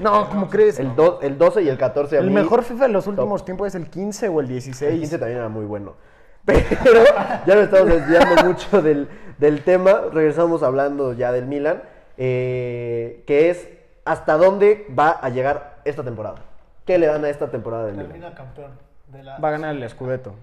Speaker 3: No, ¿cómo crees?
Speaker 2: El do- el 12 y el 14 a
Speaker 3: El
Speaker 2: mí-
Speaker 3: mejor FIFA de los últimos tiempos es el 15 o el 16.
Speaker 2: El 15 también era muy bueno. (laughs) Pero ya nos estamos desviando
Speaker 3: (laughs)
Speaker 2: mucho del, del tema. Regresamos hablando ya del Milan. eh, que es hasta dónde va a llegar esta temporada. ¿Qué le dan a esta temporada del Milan?
Speaker 4: Termina campeón de la...
Speaker 5: Va a ganar el Scudetto.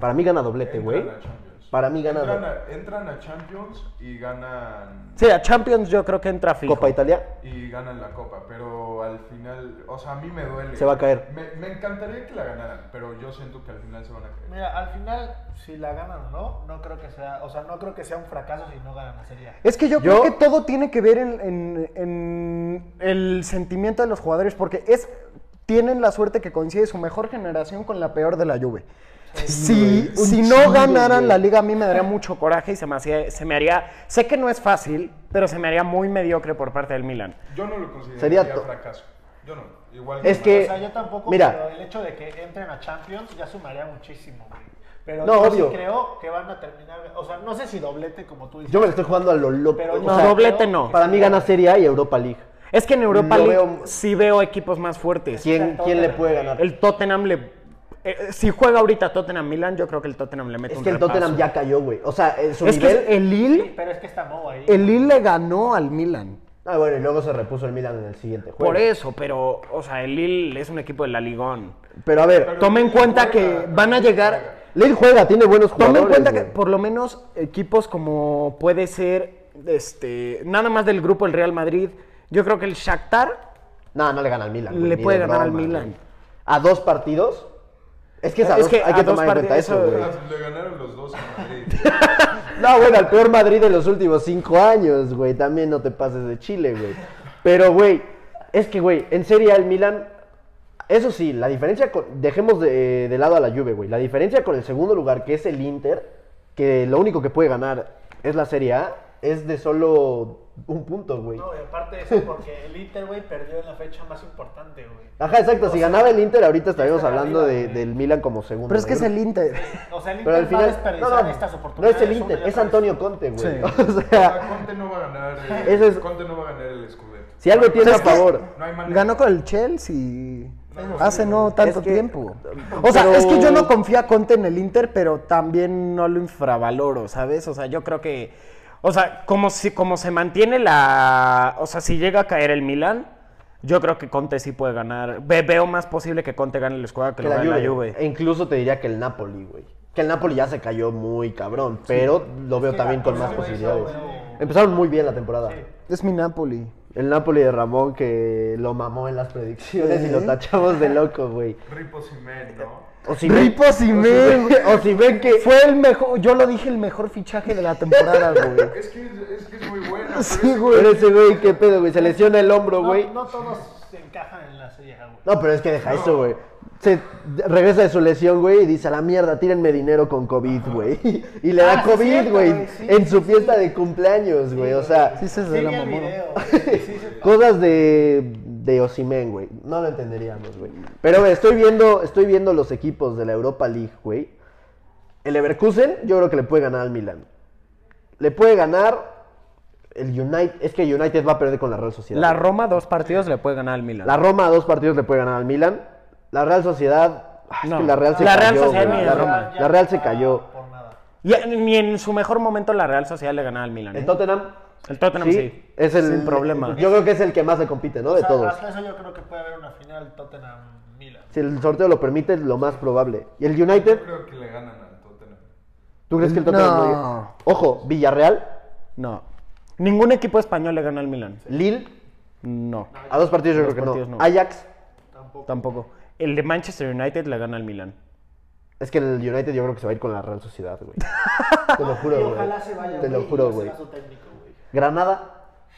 Speaker 2: Para mí gana doblete,
Speaker 6: Entran
Speaker 2: güey.
Speaker 6: a Champions.
Speaker 2: Para mí gana
Speaker 6: Entran
Speaker 2: do-
Speaker 6: a, entran a Champions y ganan
Speaker 5: Sí, a Champions yo creo que entra fijo.
Speaker 2: Copa Italia.
Speaker 6: y ganan la copa, pero al final, o sea, a mí me duele.
Speaker 2: Se va a caer.
Speaker 6: Me, me encantaría que la ganaran, pero yo siento que al final se van a caer.
Speaker 4: Mira, al final, si la ganan o no, no creo que sea, o sea, no creo que sea un fracaso si no ganan la serie. A.
Speaker 3: Es que yo, creo
Speaker 2: Yo-
Speaker 3: que todo tiene que ver en, en- en el sentimiento de los jugadores, porque es tienen la suerte que coincide su mejor generación con la peor de la Juve. Si,
Speaker 2: güey, un
Speaker 3: si
Speaker 2: chingo,
Speaker 3: no ganaran
Speaker 2: güey.
Speaker 3: la liga, a mí me daría mucho coraje y se me, hacía- se me haría, sé que no es fácil, pero se me haría muy mediocre por parte del Milan.
Speaker 6: Yo no lo consideraría
Speaker 2: Sería to-
Speaker 6: fracaso. Yo no. Igual
Speaker 2: Es
Speaker 4: O
Speaker 2: que-
Speaker 4: sea, yo tampoco,
Speaker 2: Mira.
Speaker 4: pero el hecho de que entren a Champions ya sumaría muchísimo, güey. Pero
Speaker 2: No,
Speaker 4: yo
Speaker 2: obvio.
Speaker 4: sí creo que van a terminar, o sea, no sé si doblete como tú dices.
Speaker 2: Yo me lo estoy jugando a lo loco.
Speaker 4: Pero
Speaker 2: o
Speaker 4: no,
Speaker 2: sea,
Speaker 5: doblete
Speaker 4: creo
Speaker 5: no.
Speaker 4: que
Speaker 2: Para
Speaker 4: sí
Speaker 2: mí
Speaker 4: ganan.
Speaker 2: gana Serie A y Europa League.
Speaker 5: Es que en Europa
Speaker 2: Lo
Speaker 5: League
Speaker 2: veo-
Speaker 5: sí veo equipos más fuertes.
Speaker 2: ¿Quién, ¿quién le puede ganar?
Speaker 5: El Tottenham le... eh, si juega ahorita Tottenham Milan, yo creo que el Tottenham le mete
Speaker 2: Es
Speaker 5: un
Speaker 2: que el
Speaker 5: repaso.
Speaker 2: Tottenham ya cayó, güey. O sea, eh, su
Speaker 3: Es
Speaker 2: nivel.
Speaker 3: que el
Speaker 4: Sí,
Speaker 3: Lille,
Speaker 4: pero es que está Mo ahí.
Speaker 3: el Lille le ganó al Milan.
Speaker 2: Ah, bueno, y luego se repuso el Milan en el siguiente juego.
Speaker 5: Por eso, pero, o sea, el Lille es un equipo de la Ligón.
Speaker 2: Pero a ver,
Speaker 6: Pero-
Speaker 3: Tome en cuenta que van a llegar...
Speaker 2: Lille juega, tiene buenos jugadores.
Speaker 3: Toma en cuenta que
Speaker 2: güey.
Speaker 3: por lo menos equipos como puede ser este nada más del grupo el Real Madrid, yo creo que el Shakhtar
Speaker 2: No, no le gana al Milan. güey,
Speaker 3: Le
Speaker 2: ni
Speaker 3: puede
Speaker 2: de
Speaker 3: ganar al
Speaker 2: broma,
Speaker 3: Milan.
Speaker 2: güey. ¿A dos partidos? Es que, es a
Speaker 3: Es
Speaker 2: dos-
Speaker 3: que
Speaker 2: hay
Speaker 3: a
Speaker 2: que
Speaker 3: dos
Speaker 2: tomar en cuenta
Speaker 3: partidos,
Speaker 2: eso,
Speaker 3: eso-
Speaker 2: güey.
Speaker 6: Ah, le ganaron los dos a Madrid.
Speaker 2: (laughs) No, bueno, al peor Madrid de los últimos cinco años, güey. También no te pases de Chile, güey. Pero, güey, es que, güey, en Serie A el Milan... Eso sí, la diferencia con... Dejemos de, de lado a la Juve, güey. La diferencia con el segundo lugar, que es el Inter, que lo único que puede ganar es la Serie A, es de solo un punto, güey.
Speaker 4: No, y aparte de eso, porque el Inter, güey, perdió en la fecha más importante, güey.
Speaker 2: Ajá, exacto. Si ganaba el Inter, ahorita estaríamos
Speaker 4: Está
Speaker 2: hablando
Speaker 4: arriba,
Speaker 2: de-
Speaker 4: güey.
Speaker 2: del Milan como segundo.
Speaker 3: pero es que es
Speaker 2: güey.
Speaker 3: el Inter.
Speaker 4: O sea, el
Speaker 2: Pero
Speaker 4: Inter
Speaker 2: al
Speaker 4: va a
Speaker 2: final.
Speaker 4: desperdiciar estas
Speaker 2: no
Speaker 4: oportunidades.
Speaker 2: es el
Speaker 4: una
Speaker 2: Inter, es
Speaker 4: y otra vez.
Speaker 2: Antonio Conte, güey.
Speaker 3: Sí.
Speaker 2: (laughs) O
Speaker 6: O
Speaker 2: sea,
Speaker 6: sea, Conte no va a ganar. eh,
Speaker 2: Eso es-
Speaker 6: Conte no va a ganar el escudero.
Speaker 2: si algo tiene a
Speaker 3: es que-
Speaker 2: favor.
Speaker 6: No hay manera.
Speaker 3: Ganó con el Chelsea hace no tanto
Speaker 2: Es que-
Speaker 3: tiempo. O sea,
Speaker 2: pero-
Speaker 3: es que yo no confía a Conte en el Inter, pero también no lo infravaloro, ¿sabes?
Speaker 5: O sea, yo creo que. O sea, como, si, como se mantiene la. O sea, si llega a caer el Milan, yo creo que Conte sí puede ganar. Ve- veo más posible que Conte gane el escuadra que,
Speaker 2: Que
Speaker 5: lo
Speaker 2: la
Speaker 5: gane
Speaker 2: Juve.
Speaker 5: la Juve.
Speaker 2: E incluso te diría que el Napoli, güey. Que el Napoli ya se cayó muy cabrón, pero lo veo
Speaker 4: que
Speaker 2: también con
Speaker 4: Napoli
Speaker 2: más
Speaker 4: no hizo,
Speaker 2: posibilidades.
Speaker 4: pero-
Speaker 2: Empezaron muy bien la temporada.
Speaker 3: Es mi Napoli.
Speaker 2: El Napoli de Ramón que lo mamó en las predicciones
Speaker 3: ¿Eh?
Speaker 2: y lo tachamos de loco, güey.
Speaker 6: Ripo Simen, ¿no?
Speaker 2: O si
Speaker 3: Ripo Osimhen, güey.
Speaker 5: (laughs)
Speaker 2: O si ven que
Speaker 3: Fue el mejor, yo lo dije, el mejor fichaje de la
Speaker 5: (laughs)
Speaker 3: temporada, güey.
Speaker 6: Es que es, es que es muy
Speaker 2: (laughs)
Speaker 6: bueno.
Speaker 3: Sí, güey.
Speaker 2: Pero ese güey, qué pedo, güey. Se lesiona el hombro,
Speaker 4: No,
Speaker 2: güey.
Speaker 4: no todos se encajan en la serie, A, güey.
Speaker 2: No, pero es que deja eso, güey. Se de- regresa de su lesión, güey, y dice a la mierda, tírenme dinero con COVID, güey. (laughs) Y le da
Speaker 4: Ah, sí,
Speaker 2: COVID,
Speaker 4: cierto,
Speaker 2: güey,
Speaker 4: güey, sí,
Speaker 2: en su
Speaker 4: sí,
Speaker 2: fiesta de cumpleaños, güey. O sea,
Speaker 3: Sí, se
Speaker 4: Sí,
Speaker 3: de la
Speaker 4: vi el
Speaker 3: mamona.
Speaker 2: (laughs)
Speaker 4: video, güey. Sí, sí.
Speaker 2: cosas de, de Osimén, güey. No lo entenderíamos, güey. Pero, güey, estoy viendo, estoy viendo los equipos de la Europa League, güey. El Leverkusen, yo creo que le puede ganar al Milan. Le puede ganar el United. Es que United va a perder con la Real Sociedad.
Speaker 5: La
Speaker 2: güey.
Speaker 5: Roma, dos partidos le puede ganar al Milan.
Speaker 2: La Roma a dos partidos le puede ganar al Milan. La Real Sociedad. ah, es
Speaker 5: No.
Speaker 2: que la Real se
Speaker 5: La Real
Speaker 2: cayó.
Speaker 5: Sociedad
Speaker 2: güey.
Speaker 5: ni
Speaker 2: la,
Speaker 5: de broma.
Speaker 2: Roma- la Real se cayó.
Speaker 4: Por nada.
Speaker 5: Y ni en su mejor momento la Real Sociedad le ganaba al Milan. ¿eh?
Speaker 2: El Tottenham.
Speaker 5: El Tottenham, sí.
Speaker 2: Es el
Speaker 5: Sin problema.
Speaker 2: Yo creo que es el que más se compite, ¿no? De
Speaker 4: O sea,
Speaker 2: todos.
Speaker 4: Hasta eso yo creo que puede haber una final Tottenham-Milan.
Speaker 2: Si el sorteo lo permite, es lo más probable. ¿Y el United?
Speaker 6: Yo creo que le ganan al Tottenham.
Speaker 2: ¿Tú crees que el Tottenham?
Speaker 3: No.
Speaker 2: llega? Ojo, Villarreal,
Speaker 5: No. Ningún equipo español le gana al Milan.
Speaker 2: Lille,
Speaker 5: No,
Speaker 2: a dos partidos yo
Speaker 5: Dos
Speaker 2: creo que
Speaker 5: partidos
Speaker 2: no.
Speaker 5: no.
Speaker 2: Ajax,
Speaker 5: tampoco. El de Manchester United le gana al Milan.
Speaker 2: es que el United yo creo que se va a ir con la Real Sociedad,
Speaker 4: (laughs)
Speaker 2: güey. Te lo juro,
Speaker 4: Y
Speaker 2: güey.
Speaker 4: ojalá se vaya,
Speaker 2: Te lo
Speaker 4: güey, y
Speaker 2: juro,
Speaker 4: no
Speaker 2: güey.
Speaker 4: sea su técnico, güey.
Speaker 2: Granada,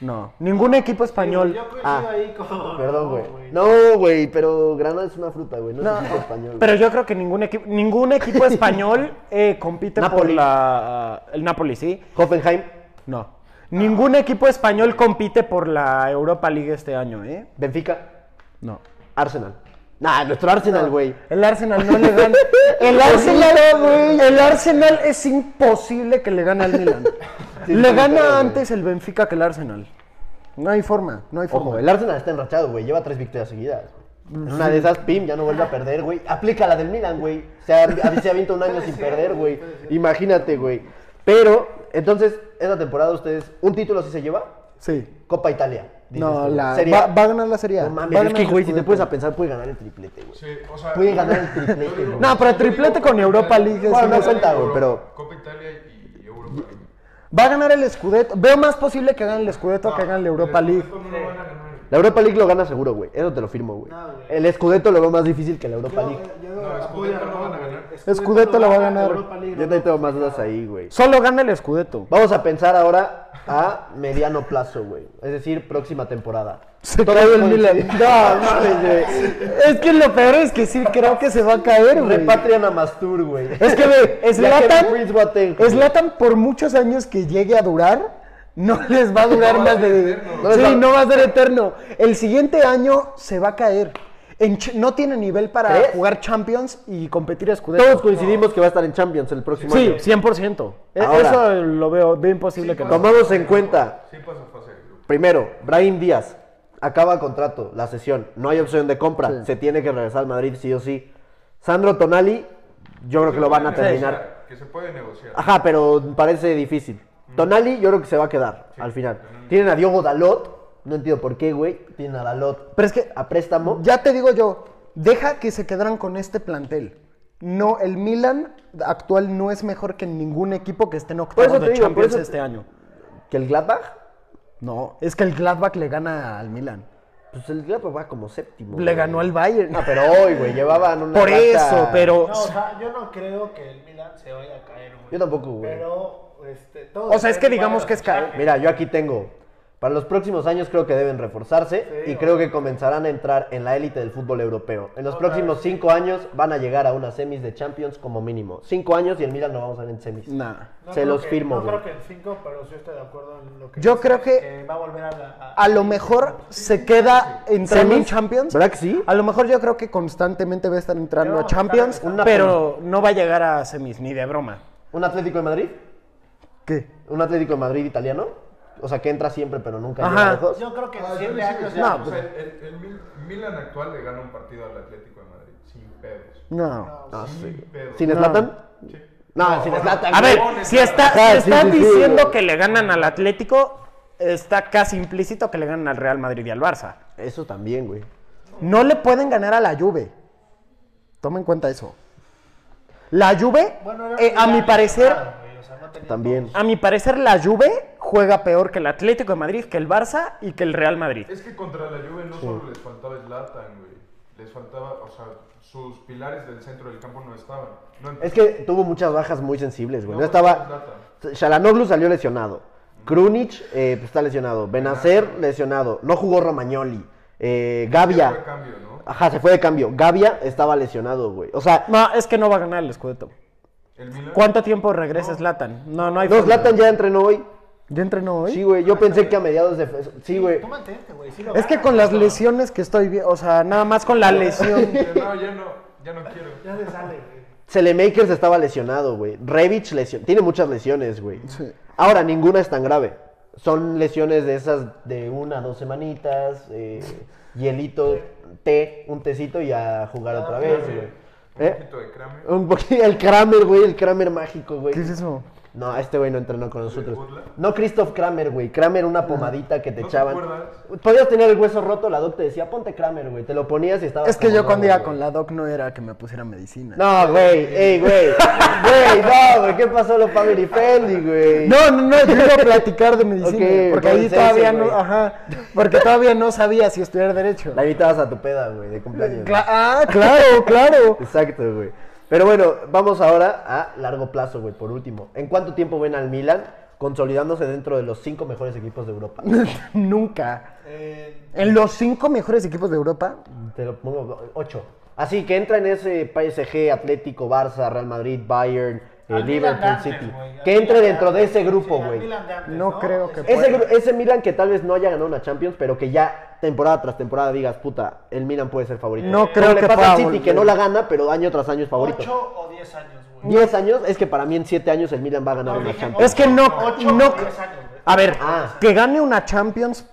Speaker 5: No. Ningún equipo español.
Speaker 4: Yo coincido
Speaker 2: Ah,
Speaker 4: ahí con...
Speaker 2: perdón, güey. No, güey, pero Granada es una fruta, güey. No, es un equipo español.
Speaker 5: Pero yo creo que ningún equipo, ningún
Speaker 3: (laughs)
Speaker 5: equipo español eh, compite por
Speaker 2: Napoli.
Speaker 5: la. El Napoli, sí.
Speaker 2: Hoffenheim.
Speaker 5: No.
Speaker 7: Ningún equipo español compite por la Europa League este año, ¿eh?
Speaker 2: Benfica,
Speaker 7: No.
Speaker 2: Arsenal. Nah, nuestro Arsenal, güey.
Speaker 5: El Arsenal no le gana. El Arsenal, el Arsenal es imposible que le gane al Milan.
Speaker 2: Sí,
Speaker 5: le
Speaker 2: sí,
Speaker 5: gana
Speaker 2: claro, güey.
Speaker 5: antes el Benfica que el Arsenal. No hay forma, no hay forma.
Speaker 2: Ojo, el Arsenal está enrachado, güey. Lleva tres victorias seguidas. güey. Una de esas, pim, ya no vuelve a perder, güey. Aplica la del Milan, güey. Se,
Speaker 5: (laughs)
Speaker 2: ha- se avienta un año sin perder, güey. Imagínate, güey. Pero, entonces, esta temporada ustedes, ¿un título sí se lleva?
Speaker 5: Sí.
Speaker 2: Copa Italia. dices
Speaker 5: No,
Speaker 2: tú.
Speaker 5: la,
Speaker 2: Serie
Speaker 5: va,
Speaker 2: A.
Speaker 5: va a ganar la Serie A.
Speaker 2: No mames,
Speaker 5: Va a
Speaker 2: es
Speaker 5: ganar
Speaker 2: que,
Speaker 5: el
Speaker 2: güey, si te
Speaker 5: Scudetto.
Speaker 2: pones a pensar, puede ganar el triplete, güey.
Speaker 6: Sí, o sea,
Speaker 2: Puede ganar el triplete,
Speaker 6: (laughs) yo digo-
Speaker 2: güey.
Speaker 5: No, pero
Speaker 6: yo digo
Speaker 5: triplete con
Speaker 6: Copa
Speaker 5: Europa
Speaker 6: Italia.
Speaker 5: League es Bueno, no
Speaker 2: una- cuenta, güey, pero-
Speaker 6: Copa Italia y Europa League.
Speaker 5: Va a ganar el Scudetto. Veo más posible que gane el Scudetto que gane la Europa
Speaker 6: El
Speaker 5: League.
Speaker 6: Scudetto no lo van a ganar.
Speaker 2: La Europa League lo gana seguro, güey. Eso te lo firmo, güey.
Speaker 4: No, güey.
Speaker 2: el Scudetto lo veo más difícil que la Europa League.
Speaker 6: No, Scudetto no van a ganar.
Speaker 5: Scudetto lo va a ganar.
Speaker 2: Yo también tengo más dudas ahí, güey.
Speaker 5: Solo gana el Scudetto.
Speaker 2: Vamos a pensar ahora a mediano plazo, güey. Es decir, próxima temporada.
Speaker 5: Se
Speaker 2: Todo
Speaker 5: cae el
Speaker 2: coincide.
Speaker 5: Milan.
Speaker 2: No, mames, güey.
Speaker 5: Es que lo peor es que sí creo que se va a caer, güey.
Speaker 2: Repatrian a Mastur, güey.
Speaker 5: (laughs) Es que ve,
Speaker 2: Ya que
Speaker 5: Zlatan,
Speaker 2: Prince Boateng, güey.
Speaker 5: Zlatan por muchos años que llegue a durar, no (laughs) les va a durar
Speaker 6: va a
Speaker 5: más
Speaker 6: ser
Speaker 5: de...
Speaker 6: eterno.
Speaker 5: sí,
Speaker 2: No, no.
Speaker 5: no va a ser eterno. El siguiente año se va a caer. En ch- no tiene nivel para
Speaker 2: ¿Crees?
Speaker 5: jugar Champions y competir a Scudetto.
Speaker 2: Todos coincidimos que va a estar en Champions el próximo
Speaker 7: Sí,
Speaker 2: año.
Speaker 7: 100%. E-
Speaker 2: Ahora.
Speaker 7: Eso lo veo bien posible que no.
Speaker 2: Tomamos en cuenta,
Speaker 6: Sí pasa fase de grupo.
Speaker 2: primero, Brahim Díaz. Acaba contrato, la sesión. No hay opción de compra. Se tiene que regresar al Madrid, sí o sí. Sandro Tonali, yo creo que lo van a
Speaker 6: Se puede
Speaker 2: terminar. Ah,
Speaker 6: negociar, Que se puede negociar.
Speaker 2: Ajá, pero parece difícil. Tonali yo creo que se va a quedar al final. Tienen a Diogo Dalot, no entiendo por qué, güey. Tienen a Dalot
Speaker 5: Pero es que
Speaker 2: a préstamo.
Speaker 5: Ya te digo yo, deja que se quedaran con este plantel. No, el Milan actual no es mejor que ningún equipo que esté en octavos
Speaker 2: eso te
Speaker 5: de
Speaker 2: digo, por
Speaker 5: Champions
Speaker 2: eso-
Speaker 5: este año.
Speaker 2: Que el Gladbach,
Speaker 5: No, es que el Gladbach le gana al Milan.
Speaker 2: pues el Gladbach va como séptimo.
Speaker 5: Le
Speaker 2: güey.
Speaker 5: ganó al Bayern.
Speaker 2: No, pero hoy, güey, llevaban una
Speaker 5: Por
Speaker 2: racha-
Speaker 5: eso, pero...
Speaker 4: No, o sea, yo no creo que el Milan se vaya a caer, güey.
Speaker 2: Yo tampoco, güey.
Speaker 4: Pero, este, todo
Speaker 5: O sea, es
Speaker 4: depende
Speaker 5: que digamos
Speaker 4: cuál
Speaker 5: que es caer.
Speaker 4: fichaje.
Speaker 2: Mira, yo aquí tengo. Para los próximos años creo que deben reforzarse
Speaker 4: Sí,
Speaker 2: y
Speaker 4: o-
Speaker 2: creo que comenzarán a entrar en la élite del fútbol europeo. En los
Speaker 4: Otra
Speaker 2: próximos cinco años van a llegar a unas semis de Champions como mínimo. Cinco años y el Milan no vamos a ver en semis.
Speaker 5: Nah.
Speaker 4: No
Speaker 2: Se
Speaker 4: creo
Speaker 2: los
Speaker 4: que-
Speaker 2: firmo,
Speaker 4: No
Speaker 2: güey.
Speaker 4: creo que el 5, pero sí estoy de acuerdo en lo que.
Speaker 5: Yo
Speaker 4: dices,
Speaker 5: creo que-
Speaker 4: Va a volver a la. a-
Speaker 5: A lo mejor se queda entrando en
Speaker 2: ¿Semis?
Speaker 5: Champions.
Speaker 2: ¿Verdad que sí?
Speaker 5: A lo mejor yo creo que constantemente va a estar entrando
Speaker 4: Pero
Speaker 5: a Champions,
Speaker 4: está-
Speaker 2: Una
Speaker 7: Pero no va a llegar a semis, ni de broma.
Speaker 2: ¿Un Atlético de Madrid?
Speaker 5: ¿Qué?
Speaker 2: ¿Un Atlético de Madrid italiano? O sea, que entra siempre, pero nunca
Speaker 5: Ajá.
Speaker 2: llega lejos.
Speaker 4: Yo creo que
Speaker 6: Ah, yo
Speaker 4: siete
Speaker 6: pensé que
Speaker 4: años
Speaker 6: sí,
Speaker 4: ya.
Speaker 6: o
Speaker 5: pues,
Speaker 6: sea,
Speaker 2: pues.
Speaker 6: el, el- el Mil- Milan actual le gana un partido al Atlético de Madrid. Sin pedos.
Speaker 5: No.
Speaker 2: Ah, sí.
Speaker 6: Sin pedos.
Speaker 2: ¿Sin Slatan? No, sin Slatan.
Speaker 7: A ver,
Speaker 6: Leones,
Speaker 7: si, está,
Speaker 2: claro.
Speaker 7: si
Speaker 2: Ah, sí,
Speaker 7: están
Speaker 2: sí, sí,
Speaker 7: diciendo
Speaker 2: güey.
Speaker 7: que le ganan al Atlético, está casi implícito que le ganan al Real Madrid y al Barça.
Speaker 2: Eso también, güey.
Speaker 5: No le pueden ganar a la Juve. Tomen en cuenta eso. La Juve,
Speaker 4: Bueno, era
Speaker 5: eh,
Speaker 4: un
Speaker 5: a
Speaker 4: Milan
Speaker 5: mi parecer,
Speaker 2: Ah.
Speaker 4: limitado, güey, o sea, no tenía-
Speaker 2: También.
Speaker 7: A mi parecer, la Juve juega peor que el Atlético de Madrid, que el Barça y que el Real Madrid.
Speaker 6: Es que contra la Juve no solo les faltaba Zlatan, güey. Les faltaba, o sea, sus pilares del centro del campo no estaban. No
Speaker 2: Es que tuvo muchas bajas muy sensibles, güey. No
Speaker 6: No,
Speaker 2: estaba... Shalanoglu salió lesionado. Krunic eh, pues, está lesionado. Benacer lesionado. No jugó Romagnoli. Eh,
Speaker 6: Fue
Speaker 2: Gavia.
Speaker 6: cambio, ¿no?
Speaker 2: Ajá, se fue de cambio. Gavia estaba lesionado, güey. O sea,
Speaker 7: No, es que no va a ganar el Scudetto.
Speaker 6: El Milan.
Speaker 7: ¿Cuánto tiempo regresa Zlatan? No, no hay
Speaker 2: no,
Speaker 7: forma.
Speaker 2: Zlatan ya entrenó hoy.
Speaker 5: yo entrenó hoy.
Speaker 2: Sí, Ah, güey. Yo pensé que a mediados de... fe- Sí, güey.
Speaker 4: Tú mantente, güey. sí lo
Speaker 5: es que
Speaker 4: ganas,
Speaker 5: con las
Speaker 4: ¿no?
Speaker 5: lesiones que estoy viendo, o sea, nada más con la lesión.
Speaker 6: No, ya no, ya no
Speaker 2: (laughs)
Speaker 6: quiero.
Speaker 4: Ya se sale, güey.
Speaker 2: Selemakers estaba lesionado, güey. Revich lesion... tiene muchas lesiones, güey.
Speaker 5: Sí.
Speaker 2: Ahora, ninguna es tan grave. Son lesiones de esas de una, dos semanitas,
Speaker 5: (laughs)
Speaker 2: eh, hielito, té, un tecito y a jugar otra vez, güey.
Speaker 6: Ah, Un
Speaker 2: ¿Eh?
Speaker 6: poquito de crame.
Speaker 2: Un poquito, el Kramer, güey, el Kramer mágico, güey.
Speaker 5: ¿Qué es eso?
Speaker 2: No, este güey no entrenó con nosotros.
Speaker 6: burla?
Speaker 2: No Christoph Kramer, güey. Kramer
Speaker 5: Ah.
Speaker 2: una pomadita que te
Speaker 6: ¿No te
Speaker 2: echaban.
Speaker 6: acuerdas?
Speaker 2: Podías tener el hueso roto, la doc te decía, ponte Kramer, güey. Te lo ponías y estabas
Speaker 5: Es que
Speaker 2: como
Speaker 5: yo cuando
Speaker 2: nuevo, güey.
Speaker 5: iba con la doc no era que me pusiera medicina.
Speaker 2: No, güey, ey, güey. Güey, no, güey, ¿qué pasó lo Family Friendly, güey?
Speaker 5: No, no, no, yo iba a platicar de medicina,
Speaker 2: Ok,
Speaker 5: porque
Speaker 2: bueno,
Speaker 5: ahí
Speaker 2: es
Speaker 5: todavía
Speaker 2: eso,
Speaker 5: no,
Speaker 2: güey.
Speaker 5: ajá, porque todavía no sabía si estudiar derecho.
Speaker 2: La invitabas a tu peda, güey, de cumpleaños.
Speaker 5: Cla- ah, claro, claro.
Speaker 2: Exacto, güey. Pero bueno, vamos ahora a largo plazo, güey, por último. ¿En cuánto tiempo ven al Milan consolidándose dentro de los cinco mejores equipos de Europa?
Speaker 5: Nunca.
Speaker 4: Eh,
Speaker 5: En los cinco mejores equipos de Europa,
Speaker 2: Te lo pongo ocho. Así que entra en ese PSG, Atlético, Barça, Real Madrid, Bayern, eh,
Speaker 4: Al
Speaker 2: Liverpool
Speaker 4: Milan de
Speaker 2: City.
Speaker 4: antes, güey, al
Speaker 2: que entre
Speaker 4: Milan de
Speaker 2: dentro de
Speaker 4: antes.
Speaker 2: ese grupo,
Speaker 4: Sí, al
Speaker 2: güey.
Speaker 4: Milan de antes,
Speaker 3: No creo que
Speaker 4: Este-
Speaker 2: ese,
Speaker 3: pueda.
Speaker 2: gru- ese Milan que tal vez no haya ganado una Champions, pero que ya temporada tras temporada digas, puta, el Milan puede ser favorito.
Speaker 3: No
Speaker 2: Como
Speaker 3: creo
Speaker 2: le
Speaker 3: que
Speaker 2: pasa
Speaker 3: pueda
Speaker 2: al City
Speaker 3: volver.
Speaker 2: que no la gana, pero año tras año es favorito.
Speaker 4: Ocho o 10 años, güey.
Speaker 2: 10 años, es que para mí en 7 años el Milan va a ganar
Speaker 4: No,
Speaker 2: una
Speaker 4: dije
Speaker 2: Champions.
Speaker 3: Es que no,
Speaker 4: Ocho
Speaker 3: no.
Speaker 4: o diez años, güey.
Speaker 3: A ver,
Speaker 2: Ah.
Speaker 3: que gane una Champions,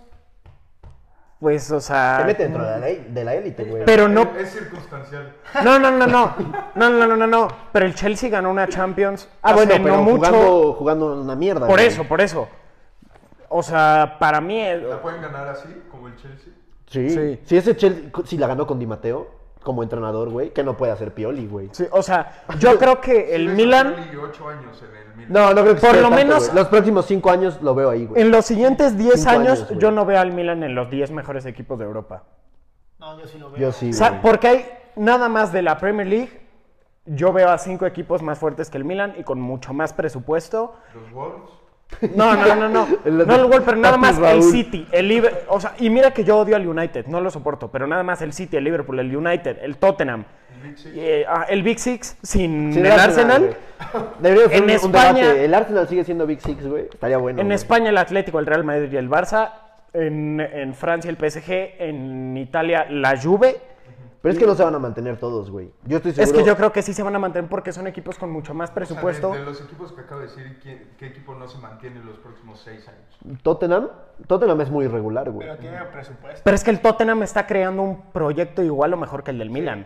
Speaker 3: pues, o sea.
Speaker 2: Te mete dentro de la, de la élite, güey.
Speaker 3: Pero no.
Speaker 6: Es circunstancial.
Speaker 3: No, no, no, no. No, no, no, no, no. Pero el Chelsea ganó una Champions.
Speaker 2: Ah, bueno,
Speaker 3: hace
Speaker 2: pero
Speaker 3: no mucho.
Speaker 2: jugando, jugando una mierda.
Speaker 3: Por
Speaker 2: güey.
Speaker 3: eso, por eso. O sea, para mí. es-
Speaker 6: ¿La pueden ganar así, como el Chelsea?
Speaker 2: Sí.
Speaker 3: Sí.
Speaker 2: Si ese Chelsea, si la ganó con Di Mateo como entrenador, güey, que no puede hacer Pioli, güey.
Speaker 3: sí, o sea, yo creo que el Milan.
Speaker 6: Y ocho años en el Milan.
Speaker 2: No, no creo que
Speaker 3: Por
Speaker 2: sea
Speaker 3: lo
Speaker 2: tanto,
Speaker 3: menos-
Speaker 2: güey. los próximos 5 años lo veo ahí, güey.
Speaker 3: En los siguientes 10
Speaker 2: Cinco
Speaker 3: años,
Speaker 2: años, güey.
Speaker 3: yo no veo al Milan en los 10 mejores equipos de Europa.
Speaker 4: No, yo sí lo veo.
Speaker 2: Yo sí.
Speaker 3: O sea,
Speaker 2: güey.
Speaker 3: porque hay nada más de la Premier League. Yo veo a cinco equipos más fuertes que el Milan y con mucho más presupuesto.
Speaker 6: Los Wolves.
Speaker 3: No, no, no, no. No,
Speaker 2: (laughs) El-
Speaker 3: no el gol, pero nada
Speaker 2: Papi
Speaker 3: más el
Speaker 2: Raúl.
Speaker 3: City, el Liverpool. O sea, y mira que yo odio al United, no lo soporto, pero nada más el City, el Liverpool, el United, el Tottenham, y, eh, ah, el Big Six sin
Speaker 2: Sin
Speaker 3: el Arsenal.
Speaker 2: güey. Debería ser
Speaker 3: En
Speaker 2: un, un
Speaker 3: España-
Speaker 2: debate. El Arsenal sigue siendo Big Six, güey. Estaría bueno.
Speaker 3: En
Speaker 2: güey.
Speaker 3: España el Atlético, el Real Madrid y el Barça. En, en Francia el PSG. En Italia la Juve.
Speaker 2: Pero es que no se van a mantener todos, güey. Yo estoy seguro.
Speaker 3: Es que yo creo que sí se van a mantener porque son equipos con mucho más
Speaker 6: O sea, de-
Speaker 3: presupuesto.
Speaker 6: de, los equipos que acabo de decir, ¿qué, qué equipo no se mantiene los próximos seis años?
Speaker 2: Tottenham. Tottenham es muy irregular, güey.
Speaker 4: Pero tiene presupuesto.
Speaker 3: Pero es que el Tottenham está creando un proyecto igual o mejor que el del Milan.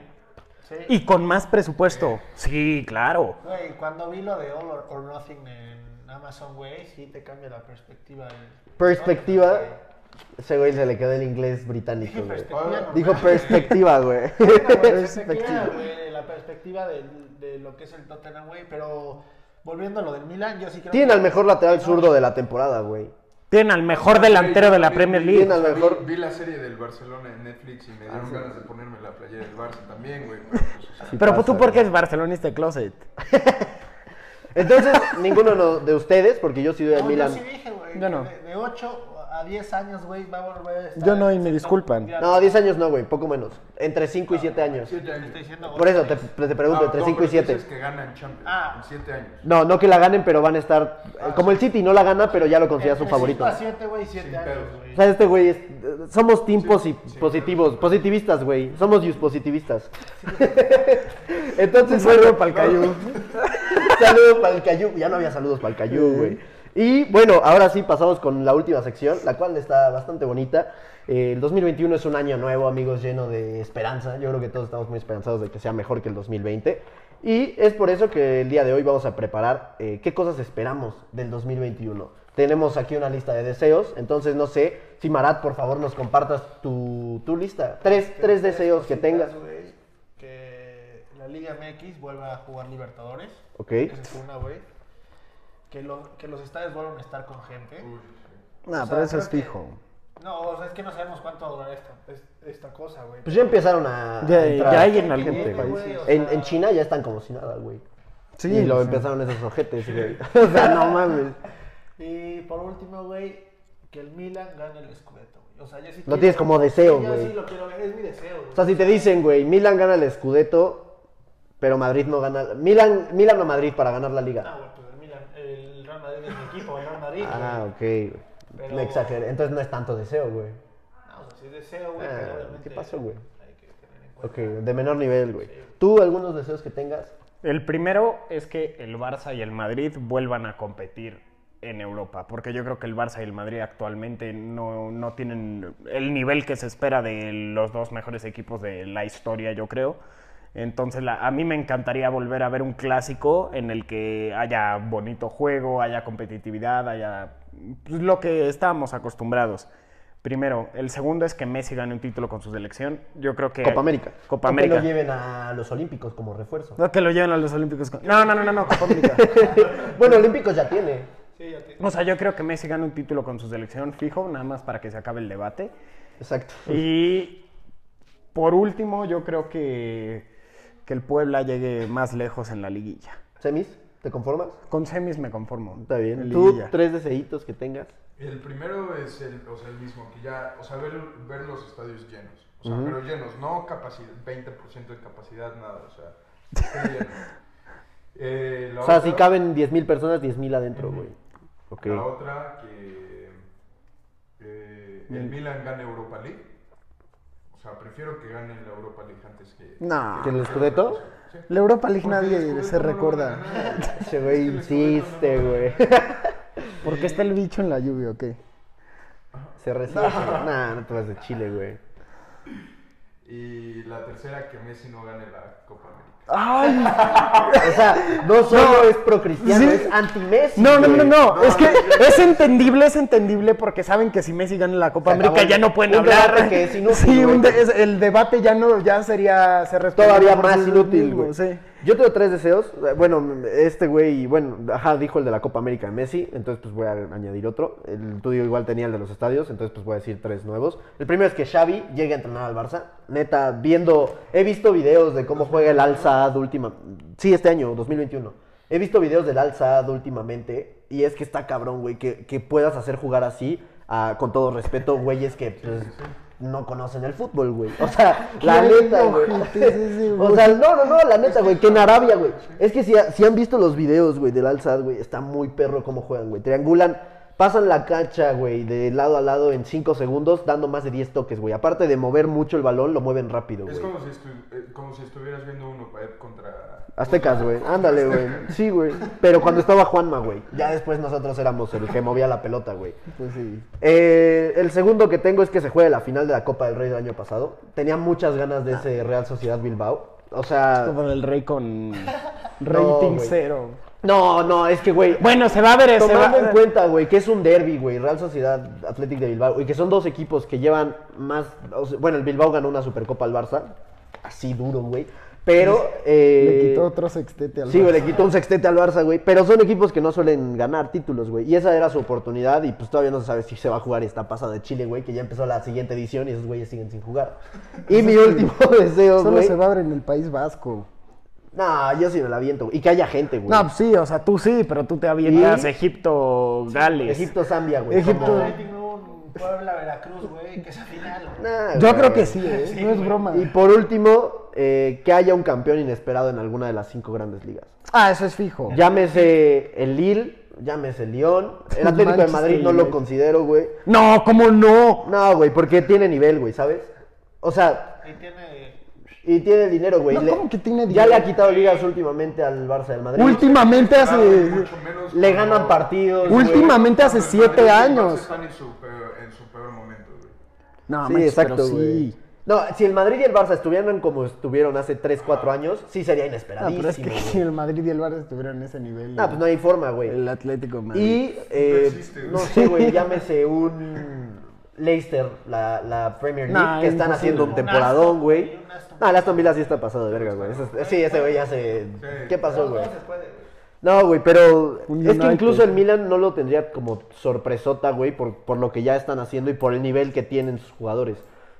Speaker 4: Sí.
Speaker 3: Y con más presupuesto. Sí, claro.
Speaker 4: Güey, cuando vi lo de All or, or Nothing en Amazon, güey, sí te cambia la perspectiva. del-
Speaker 2: Perspectiva.
Speaker 4: Güey.
Speaker 2: Ese güey se le quedó el inglés británico, güey.
Speaker 4: Perspectiva no, (laughs)
Speaker 2: Dijo
Speaker 4: güey.
Speaker 2: perspectiva, güey.
Speaker 4: Bueno, güey, se te queda,
Speaker 2: Perspectiva.
Speaker 4: güey, la perspectiva del- de, lo que es el Tottenham, güey, pero volviendo a lo del Milan, yo sí creo
Speaker 2: Tienen
Speaker 4: que-
Speaker 2: al mejor lateral zurdo de la temporada, güey.
Speaker 3: Tienen al mejor delantero de la Premier League.
Speaker 2: Tienen al
Speaker 6: O sea, vi-
Speaker 2: mejor- Ah,
Speaker 6: Vi, la serie del Barcelona en Netflix y me dieron ganas de ponerme la playera del Barça
Speaker 2: (laughs)
Speaker 6: también, güey. pero, pues, o sea,
Speaker 3: Pero pues,
Speaker 2: pasa,
Speaker 3: tú porque
Speaker 2: güey.
Speaker 3: eres barcelonista de closet.
Speaker 2: Entonces, ninguno no- de ustedes, porque yo sí doy
Speaker 4: No,
Speaker 2: al Milan.
Speaker 4: Yo sí dije, güey,
Speaker 3: Yo no.
Speaker 4: que de, de 8 a 10 años, güey, va a volver a estar
Speaker 3: Yo no,
Speaker 4: en
Speaker 3: y me
Speaker 4: ese top
Speaker 3: disculpan.
Speaker 4: mundial.
Speaker 2: No, 10 años no, güey, poco menos. Entre 5 y 7 años.
Speaker 6: siete
Speaker 4: Te
Speaker 6: años.
Speaker 4: estoy diciendo,
Speaker 2: Por eso
Speaker 4: güey,
Speaker 2: te, te
Speaker 6: Ah,
Speaker 2: pregunto, entre
Speaker 6: no,
Speaker 2: 5
Speaker 6: pero
Speaker 2: y 7.
Speaker 6: dices que ganan Champions
Speaker 4: Ah.
Speaker 6: en siete años.
Speaker 2: No, no que la ganen, pero van a estar.
Speaker 6: Ah,
Speaker 2: eh, Como el City no la gana, pero ya lo considera su
Speaker 6: Eh,
Speaker 4: entre
Speaker 2: favorito.
Speaker 4: cinco a 7, güey, 7
Speaker 6: Sin
Speaker 4: años,
Speaker 6: pedos.
Speaker 2: O
Speaker 4: güey.
Speaker 2: sea, este güey es. eh, Somos team posi-
Speaker 6: sí,
Speaker 2: positivos,
Speaker 6: claro.
Speaker 2: positivistas, güey. Somos yus positivistas. Entonces,
Speaker 3: saludo pa'l Cayú.
Speaker 2: (laughs) saludo para el Cayú. Ya no había saludos para el Cayú, güey. Y bueno, ahora sí pasamos con la última sección, la cual está bastante bonita. Eh, el 2021 es un año nuevo, amigos, lleno de esperanza. Yo creo que todos estamos muy esperanzados de que sea mejor que el 2020. Y es por eso que el día de hoy vamos a preparar eh, qué cosas esperamos del 2021. Tenemos aquí una lista de deseos, entonces no sé si Marat, por favor, nos compartas tu, tu lista. Tres, tres deseos que tengas.
Speaker 4: güey, que la Liga MX vuelva a jugar Libertadores.
Speaker 2: Ok.
Speaker 4: Esa es una, güey. Que, lo- que los estadios vuelvan a estar con gente.
Speaker 6: Uy,
Speaker 3: No,
Speaker 4: O sea,
Speaker 3: pero eso es
Speaker 4: creo que-
Speaker 3: fijo.
Speaker 4: No, o sea, es que no sabemos cuánto va a durar esta, es- esta cosa, güey.
Speaker 2: Pues ya empezaron a.
Speaker 3: Ya-
Speaker 2: a entrar.
Speaker 3: ya hay en
Speaker 4: Gente
Speaker 3: algún
Speaker 4: viene,
Speaker 3: país.
Speaker 4: güey, o
Speaker 2: En,
Speaker 4: sea,
Speaker 2: en China ya están como si nada, güey.
Speaker 3: Sí,
Speaker 2: Y lo
Speaker 3: sí.
Speaker 2: empezaron esos ojetes,
Speaker 3: (laughs)
Speaker 2: güey. O sea, no mames.
Speaker 4: Y por último, güey, que el Milan gane el Scudetto, güey. O sea, yo sí
Speaker 2: Lo tienes como deseo,
Speaker 4: Sí,
Speaker 2: güey.
Speaker 4: Yo sí lo quiero, es mi deseo, güey.
Speaker 2: O sea, si te dicen, güey, Milan gana el Scudetto, pero Madrid no gana. Milan, Milan o Madrid para ganar la liga.
Speaker 4: Ah, güey, pues el Milan, el Real Madrid es mi equipo, el Real Madrid.
Speaker 2: Ah,
Speaker 4: güey.
Speaker 2: ok. güey.
Speaker 4: Pero-
Speaker 2: Me exageré. Entonces no es tanto deseo, güey.
Speaker 4: No, o sea, sí es deseo, güey,
Speaker 2: Ah,
Speaker 4: pero obviamente...
Speaker 2: ¿qué pasó, güey?
Speaker 4: Hay que tener en cuenta.
Speaker 2: Ok, de menor nivel, güey. ¿Tú algunos deseos que tengas?
Speaker 5: El primero es que el Barça y el Madrid vuelvan a competir en Europa, porque yo creo que el Barça y el Madrid actualmente no, no tienen el nivel que se espera de los dos mejores equipos de la historia, yo creo. Entonces, la- a mí me encantaría volver a ver un clásico en el que haya bonito juego, haya competitividad, haya pues, lo que estábamos acostumbrados. Primero, el segundo es que Messi gane un título con su selección. Yo creo que
Speaker 2: Copa América.
Speaker 5: Copa
Speaker 2: O que
Speaker 5: América.
Speaker 2: lo lleven a los Olímpicos como
Speaker 3: (laughs)
Speaker 2: refuerzo.
Speaker 3: No que lo lleven a los Olímpicos. con- No, no, no, no, no, Copa (laughs) América.
Speaker 2: Bueno, Olímpicos ya tiene.
Speaker 4: Sí, ya te...
Speaker 5: O sea, yo creo que Messi gana un título con su selección fijo, nada más para que se acabe el debate.
Speaker 2: Exacto.
Speaker 5: Y por último, yo creo que, que el Puebla llegue más lejos en la liguilla.
Speaker 2: ¿Semis? ¿Te conformas?
Speaker 5: Con semis me conformo.
Speaker 2: Está bien.
Speaker 5: En
Speaker 2: ¿Tú
Speaker 5: liguilla.
Speaker 2: tres deseitos que tengas?
Speaker 6: El primero es el, o sea, el mismo, que ya, o sea, ver, ver los estadios llenos. O sea, pero llenos,
Speaker 2: (laughs)
Speaker 6: no capacidad, 20% de capacidad, nada, o sea, que llenos. Eh, la La
Speaker 2: O sea,
Speaker 6: otra-
Speaker 2: si caben 10.000 personas, 10.000 adentro, güey. Ok.
Speaker 6: La otra que eh,
Speaker 2: Mm.
Speaker 6: el Milan gane Europa League. O sea, prefiero que gane la Europa League antes que.
Speaker 3: No.
Speaker 2: ¿Que el Scudetto?
Speaker 6: (laughs) Sí.
Speaker 3: La Europa League
Speaker 6: Porque el
Speaker 3: nadie
Speaker 6: Scudetto
Speaker 3: se
Speaker 6: no lo
Speaker 3: recuerda.
Speaker 6: va a
Speaker 2: (laughs)
Speaker 6: ganar nadie.
Speaker 2: Che, güey,
Speaker 6: Es que el Scudetto
Speaker 2: insiste,
Speaker 6: no lo va a
Speaker 2: güey.
Speaker 6: ganar
Speaker 3: ¿Por qué está el bicho en la lluvia o qué?
Speaker 2: Se resiste. Nah, no te vas de Chile, güey.
Speaker 6: Y la tercera, que Messi no gane la Copa América.
Speaker 3: ¡Ay!
Speaker 2: O sea, no solo es pro
Speaker 3: Sí.
Speaker 2: cristiano, es anti-Messi.
Speaker 3: No, no, no,
Speaker 2: güey.
Speaker 3: no, es que es entendible, es entendible porque saben que si Messi gana la Copa
Speaker 2: Se acabó
Speaker 3: América ya
Speaker 2: el-
Speaker 3: no pueden
Speaker 2: un
Speaker 3: hablar.
Speaker 2: debate que es inútil,
Speaker 3: sí, un
Speaker 2: güey.
Speaker 3: de- es- el debate ya no, ya sería se responde
Speaker 2: Todavía
Speaker 3: por
Speaker 2: más
Speaker 3: sí
Speaker 2: inútil,
Speaker 3: mismo,
Speaker 2: güey.
Speaker 3: sí.
Speaker 2: Yo tengo tres deseos. Bueno, este güey, bueno, ajá, dijo el de la Copa América de Messi, entonces pues voy a añadir otro. El tuyo igual tenía el de los estadios, entonces pues voy a decir tres nuevos. El primero es que Xavi llegue a entrenar al Barça. Neta, viendo, he visto videos de cómo juega el Alza de última, sí, este año, 2021. He visto videos del Alza de últimamente y es que está cabrón, güey, que, que puedas hacer jugar así, a- con todo respeto, güeyes que pues no conocen el fútbol, güey. O sea, la
Speaker 3: Qué
Speaker 2: neta, güey.
Speaker 3: ojete es ese,
Speaker 2: (laughs) O sea, no, no, no, la neta, güey, que en Arabia, güey. Es que si, ha- si han visto los videos, güey, del Al-Sad, güey, está muy perro cómo juegan, güey. Triangulan, pasan la cancha, güey, de lado a lado en 5 segundos, dando más de 10 toques, güey. Aparte de mover mucho el balón, lo mueven rápido, güey.
Speaker 6: Es como si, estu- eh, como si estuvieras viendo un Opaep contra.
Speaker 2: Aztecas,
Speaker 6: (laughs)
Speaker 2: güey. Ándale, güey. Sí, güey. Pero cuando estaba Juanma, güey. Ya después nosotros éramos el que movía la pelota, güey.
Speaker 3: Pues sí.
Speaker 2: Eh, el segundo que tengo es que se juegue la final de la Copa del Rey del año pasado. Tenía muchas ganas de ese Real Sociedad Bilbao. O sea,
Speaker 5: Como el
Speaker 2: (laughs)
Speaker 5: rey con...
Speaker 2: No,
Speaker 3: Rating
Speaker 2: güey.
Speaker 3: cero.
Speaker 2: no, no, es que, güey.
Speaker 5: Bueno, se va a ver, se va
Speaker 2: Tomando en cuenta, güey, que es un derby, güey, Real Sociedad Athletic de Bilbao, y que son dos equipos que llevan más. o sea, bueno, el Bilbao ganó una Supercopa al Barça, así duro, güey. Pero.
Speaker 3: Le
Speaker 2: eh,
Speaker 3: quitó otro sextete al
Speaker 2: Sí, güey,
Speaker 3: Barça.
Speaker 2: le quitó un sextete al Barça, güey. Pero son equipos que no suelen ganar títulos, güey. Y esa era su oportunidad. Y pues todavía no se sabe si se va a jugar esta pasada de Chile, güey. Que ya empezó la siguiente edición y esos güeyes siguen sin jugar.
Speaker 3: (laughs)
Speaker 2: Y mi último deseo,
Speaker 3: Solo
Speaker 2: güey.
Speaker 3: se va a ver en el País Vasco.
Speaker 2: No, yo sí me la aviento. güey. Y que haya gente, güey.
Speaker 3: No, pues sí, o sea, tú sí, pero tú te
Speaker 5: Mientras
Speaker 3: avientas. eh.
Speaker 5: Egipto, Gales.
Speaker 2: Egipto, Zambia, güey.
Speaker 3: Egipto.
Speaker 2: como-
Speaker 4: Ahí tiene un Puebla, Veracruz, güey, que es final. güey.
Speaker 2: Nah,
Speaker 3: Yo
Speaker 2: güey.
Speaker 3: creo que sí, ¿eh? no es
Speaker 4: güey.
Speaker 3: broma.
Speaker 2: Y por último, eh, que haya un campeón inesperado en alguna de las cinco grandes ligas.
Speaker 3: Ah, eso es fijo.
Speaker 2: Llámese el Lille, llámese el Lyon.
Speaker 3: (laughs)
Speaker 2: El
Speaker 3: El
Speaker 2: Atlético de
Speaker 3: Manchester
Speaker 2: Madrid no lo
Speaker 3: United.
Speaker 2: considero, güey.
Speaker 3: No, ¿cómo no?
Speaker 2: No, güey, porque tiene nivel, güey, ¿sabes? O sea,
Speaker 4: Ahí tiene.
Speaker 2: y tiene dinero, güey.
Speaker 3: No,
Speaker 2: Le-
Speaker 3: ¿cómo que tiene
Speaker 2: Ya
Speaker 3: dinero?
Speaker 2: le ha quitado ligas últimamente al Barça del Madrid.
Speaker 3: Últimamente hace.
Speaker 6: Mucho menos
Speaker 2: Ah, Le
Speaker 6: cuando-
Speaker 2: ganan partidos. güey.
Speaker 3: Últimamente hace
Speaker 6: cuando el Madrid y
Speaker 3: siete
Speaker 6: el Barça
Speaker 3: años.
Speaker 6: Están en su peor, en su peor momento, güey.
Speaker 3: No,
Speaker 2: Sí,
Speaker 3: manches, pero
Speaker 2: exacto, güey. No, si el Madrid y el Barça estuvieran como estuvieron hace 3, 4 años, sí sería
Speaker 3: Ah,
Speaker 2: inesperadísimo.
Speaker 3: pero es que
Speaker 2: güey.
Speaker 3: si el Madrid y el Barça estuvieran en ese nivel.
Speaker 2: Ah, pues no hay forma, güey.
Speaker 3: El Atlético de Madrid.
Speaker 2: Y, eh,
Speaker 6: existe, güey.
Speaker 2: no sé, güey, llámese un Leicester, la, la Premier League,
Speaker 3: Nah,
Speaker 2: que están
Speaker 3: imposible.
Speaker 2: haciendo un
Speaker 4: Un Aston,
Speaker 2: temporadón, güey.
Speaker 4: un Aston.
Speaker 2: No, el Aston Villa sí está pasado de verga, güey. Ese- sí, ese güey ya se... ¿Qué pasó,
Speaker 4: No
Speaker 2: güey?
Speaker 4: se puede, güey.
Speaker 2: No, güey, pero
Speaker 3: Un
Speaker 2: es que
Speaker 3: United.
Speaker 2: incluso el Milan no lo tendría como sorpresota, güey, por, por lo que ya están haciendo y por el nivel que tienen sus jugadores.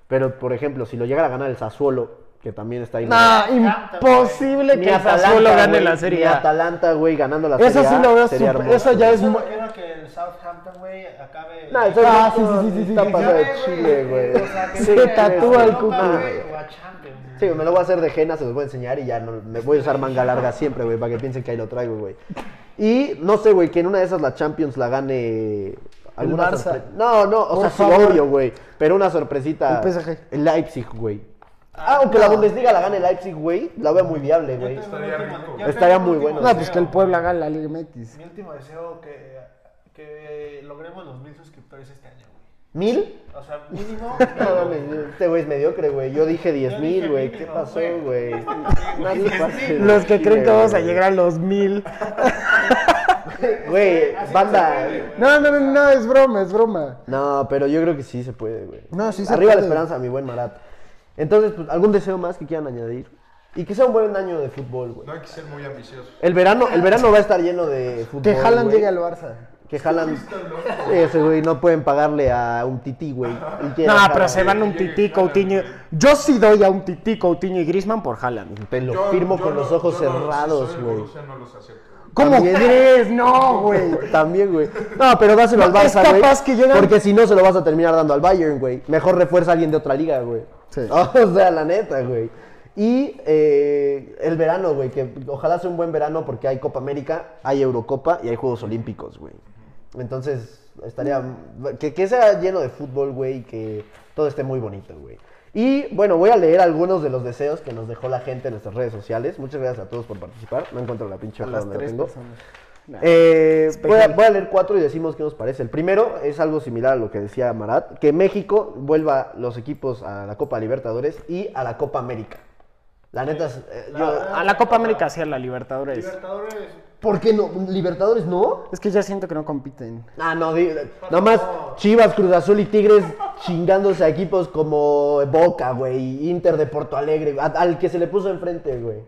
Speaker 2: Pero, por ejemplo, si lo llegara a ganar el Sassuolo, que también está ahí...
Speaker 3: No,
Speaker 4: Atalanta,
Speaker 3: imposible
Speaker 2: Ni
Speaker 3: que el
Speaker 2: Atalanta,
Speaker 3: Sassuolo gane
Speaker 2: güey,
Speaker 5: la
Speaker 2: ni
Speaker 5: Serie A.
Speaker 2: Atalanta, güey, ganando la
Speaker 3: Eso
Speaker 2: Serie
Speaker 3: sí
Speaker 2: A,
Speaker 3: lo veo
Speaker 2: sería
Speaker 3: súper-
Speaker 2: hermoso,
Speaker 3: eso ya
Speaker 2: güey.
Speaker 3: es
Speaker 4: Solo
Speaker 3: mu-
Speaker 4: quiero que el Southampton, güey, acabe.
Speaker 2: No, eso
Speaker 3: Ah,
Speaker 2: no,
Speaker 3: sí,
Speaker 2: no,
Speaker 3: sí, sí, sí,
Speaker 2: está
Speaker 3: sí,
Speaker 2: pasado
Speaker 3: sí.
Speaker 2: de Chile, güey.
Speaker 4: O sea, que
Speaker 3: Se
Speaker 4: llegue a
Speaker 3: tatúa el
Speaker 4: Europa,
Speaker 3: Kun Agüero.
Speaker 4: güey, o a Champions, güey.
Speaker 2: Sí, me lo voy a hacer de jena, se los voy a enseñar y ya no, me voy a usar manga larga siempre, güey, para que piensen que ahí lo traigo, güey. Y no sé, güey, que en una de esas la Champions la gane alguna
Speaker 3: Barça.
Speaker 2: sorpresa. No, no, o
Speaker 3: Por
Speaker 2: sea, sí,
Speaker 3: favor.
Speaker 2: obvio, güey, pero una sorpresita.
Speaker 3: El PSG.
Speaker 2: El Leipzig, güey. Ah, aunque la Bundesliga la gane el Leipzig, güey, la veo muy viable, güey.
Speaker 4: Yo tengo
Speaker 6: Estaría
Speaker 4: un último-
Speaker 6: rico.
Speaker 4: yo tengo
Speaker 2: Estaría
Speaker 4: un
Speaker 2: muy
Speaker 4: último
Speaker 2: bueno.
Speaker 3: No, pues
Speaker 4: deseo.
Speaker 3: que el Puebla gane la Liga MX.
Speaker 4: Mi último deseo que, que logremos los mil suscriptores este año, güey.
Speaker 2: ¿Mil?
Speaker 4: O sea, mínimo.
Speaker 2: (laughs) No, mames, este güey es mediocre, güey. Yo dije diez
Speaker 4: Yo
Speaker 2: mil,
Speaker 4: dije
Speaker 2: güey.
Speaker 4: mil,
Speaker 2: ¿Qué
Speaker 4: no,
Speaker 2: pasó,
Speaker 4: güey.
Speaker 2: güey? Nadie
Speaker 4: Diez
Speaker 2: pasa de
Speaker 4: mil.
Speaker 3: Los que
Speaker 2: Chile,
Speaker 3: creen que vamos a
Speaker 2: güey.
Speaker 3: llegar a los mil.
Speaker 2: Güey,
Speaker 4: Así no se
Speaker 2: banda.
Speaker 4: puede, güey.
Speaker 3: No, no, no, no, es broma, es broma.
Speaker 2: No, pero yo creo que sí se puede, güey.
Speaker 3: No, sí se
Speaker 2: Arriba la
Speaker 3: puede.
Speaker 2: esperanza, mi buen Marat. Entonces, pues, ¿algún deseo más que quieran añadir? Y que sea un buen año de fútbol, güey.
Speaker 6: No hay que ser muy ambicioso.
Speaker 2: El verano, el verano va a estar lleno de fútbol.
Speaker 3: Que Haaland
Speaker 2: güey.
Speaker 3: llegue al Barça.
Speaker 2: Que Haaland. Sí, ese güey no pueden pagarle a un tití, güey. Y quiere
Speaker 5: No,
Speaker 2: a
Speaker 5: pero
Speaker 2: Haaland.
Speaker 5: se van un tití, Coutinho. Yo sí doy a un tití, Coutinho y Griezmann por Haaland.
Speaker 2: Te lo
Speaker 6: Yo-
Speaker 2: firmo
Speaker 6: yo
Speaker 2: con
Speaker 6: no-
Speaker 2: los ojos
Speaker 6: yo no-
Speaker 2: cerrados,
Speaker 6: si soy el
Speaker 2: güey.
Speaker 6: Borussia, no los acepto. güey.
Speaker 3: ¿Cómo
Speaker 2: También-
Speaker 3: crees? No,
Speaker 2: (laughs)
Speaker 3: güey.
Speaker 2: También, güey. No, pero dáselo al
Speaker 3: No, es
Speaker 2: Barça, güey.
Speaker 3: capaz que llegan-
Speaker 2: Porque si no, se lo (laughs) vas a terminar dando al Bayern, güey. Mejor refuerza a alguien de otra liga, güey.
Speaker 3: Sí.
Speaker 2: O sea, la neta, güey. Y eh, el verano, güey, que ojalá sea un buen verano porque hay Copa América, hay Eurocopa y hay Juegos Olímpicos, güey. Entonces, estaría. Que, que sea lleno de fútbol, güey, que todo esté muy bonito, güey. Y bueno, voy a leer algunos de los deseos que nos dejó la gente en nuestras redes sociales. Muchas gracias a todos por participar. No encuentro la pinche
Speaker 5: A
Speaker 2: hoja
Speaker 5: las
Speaker 2: donde la
Speaker 5: tres
Speaker 2: tengo.
Speaker 5: personas.
Speaker 2: Eh, voy, a,
Speaker 5: Especial.
Speaker 2: voy a leer cuatro y decimos qué nos parece. El primero es algo similar a lo que decía Marat, que México vuelva los equipos a la Copa Libertadores y a la Copa América. La neta, es, eh,
Speaker 4: La
Speaker 2: yo-
Speaker 4: verdad-
Speaker 8: A la Copa América, sí, a la Libertadores.
Speaker 4: Libertadores,
Speaker 2: ¿por qué no? ¿Libertadores no?
Speaker 5: Es que ya siento que no compiten.
Speaker 2: Ah, no, di- nomás Chivas, Cruz Azul y Tigres chingándose a equipos como Boca, güey, Inter de Porto Alegre, a- al que se le puso enfrente, güey.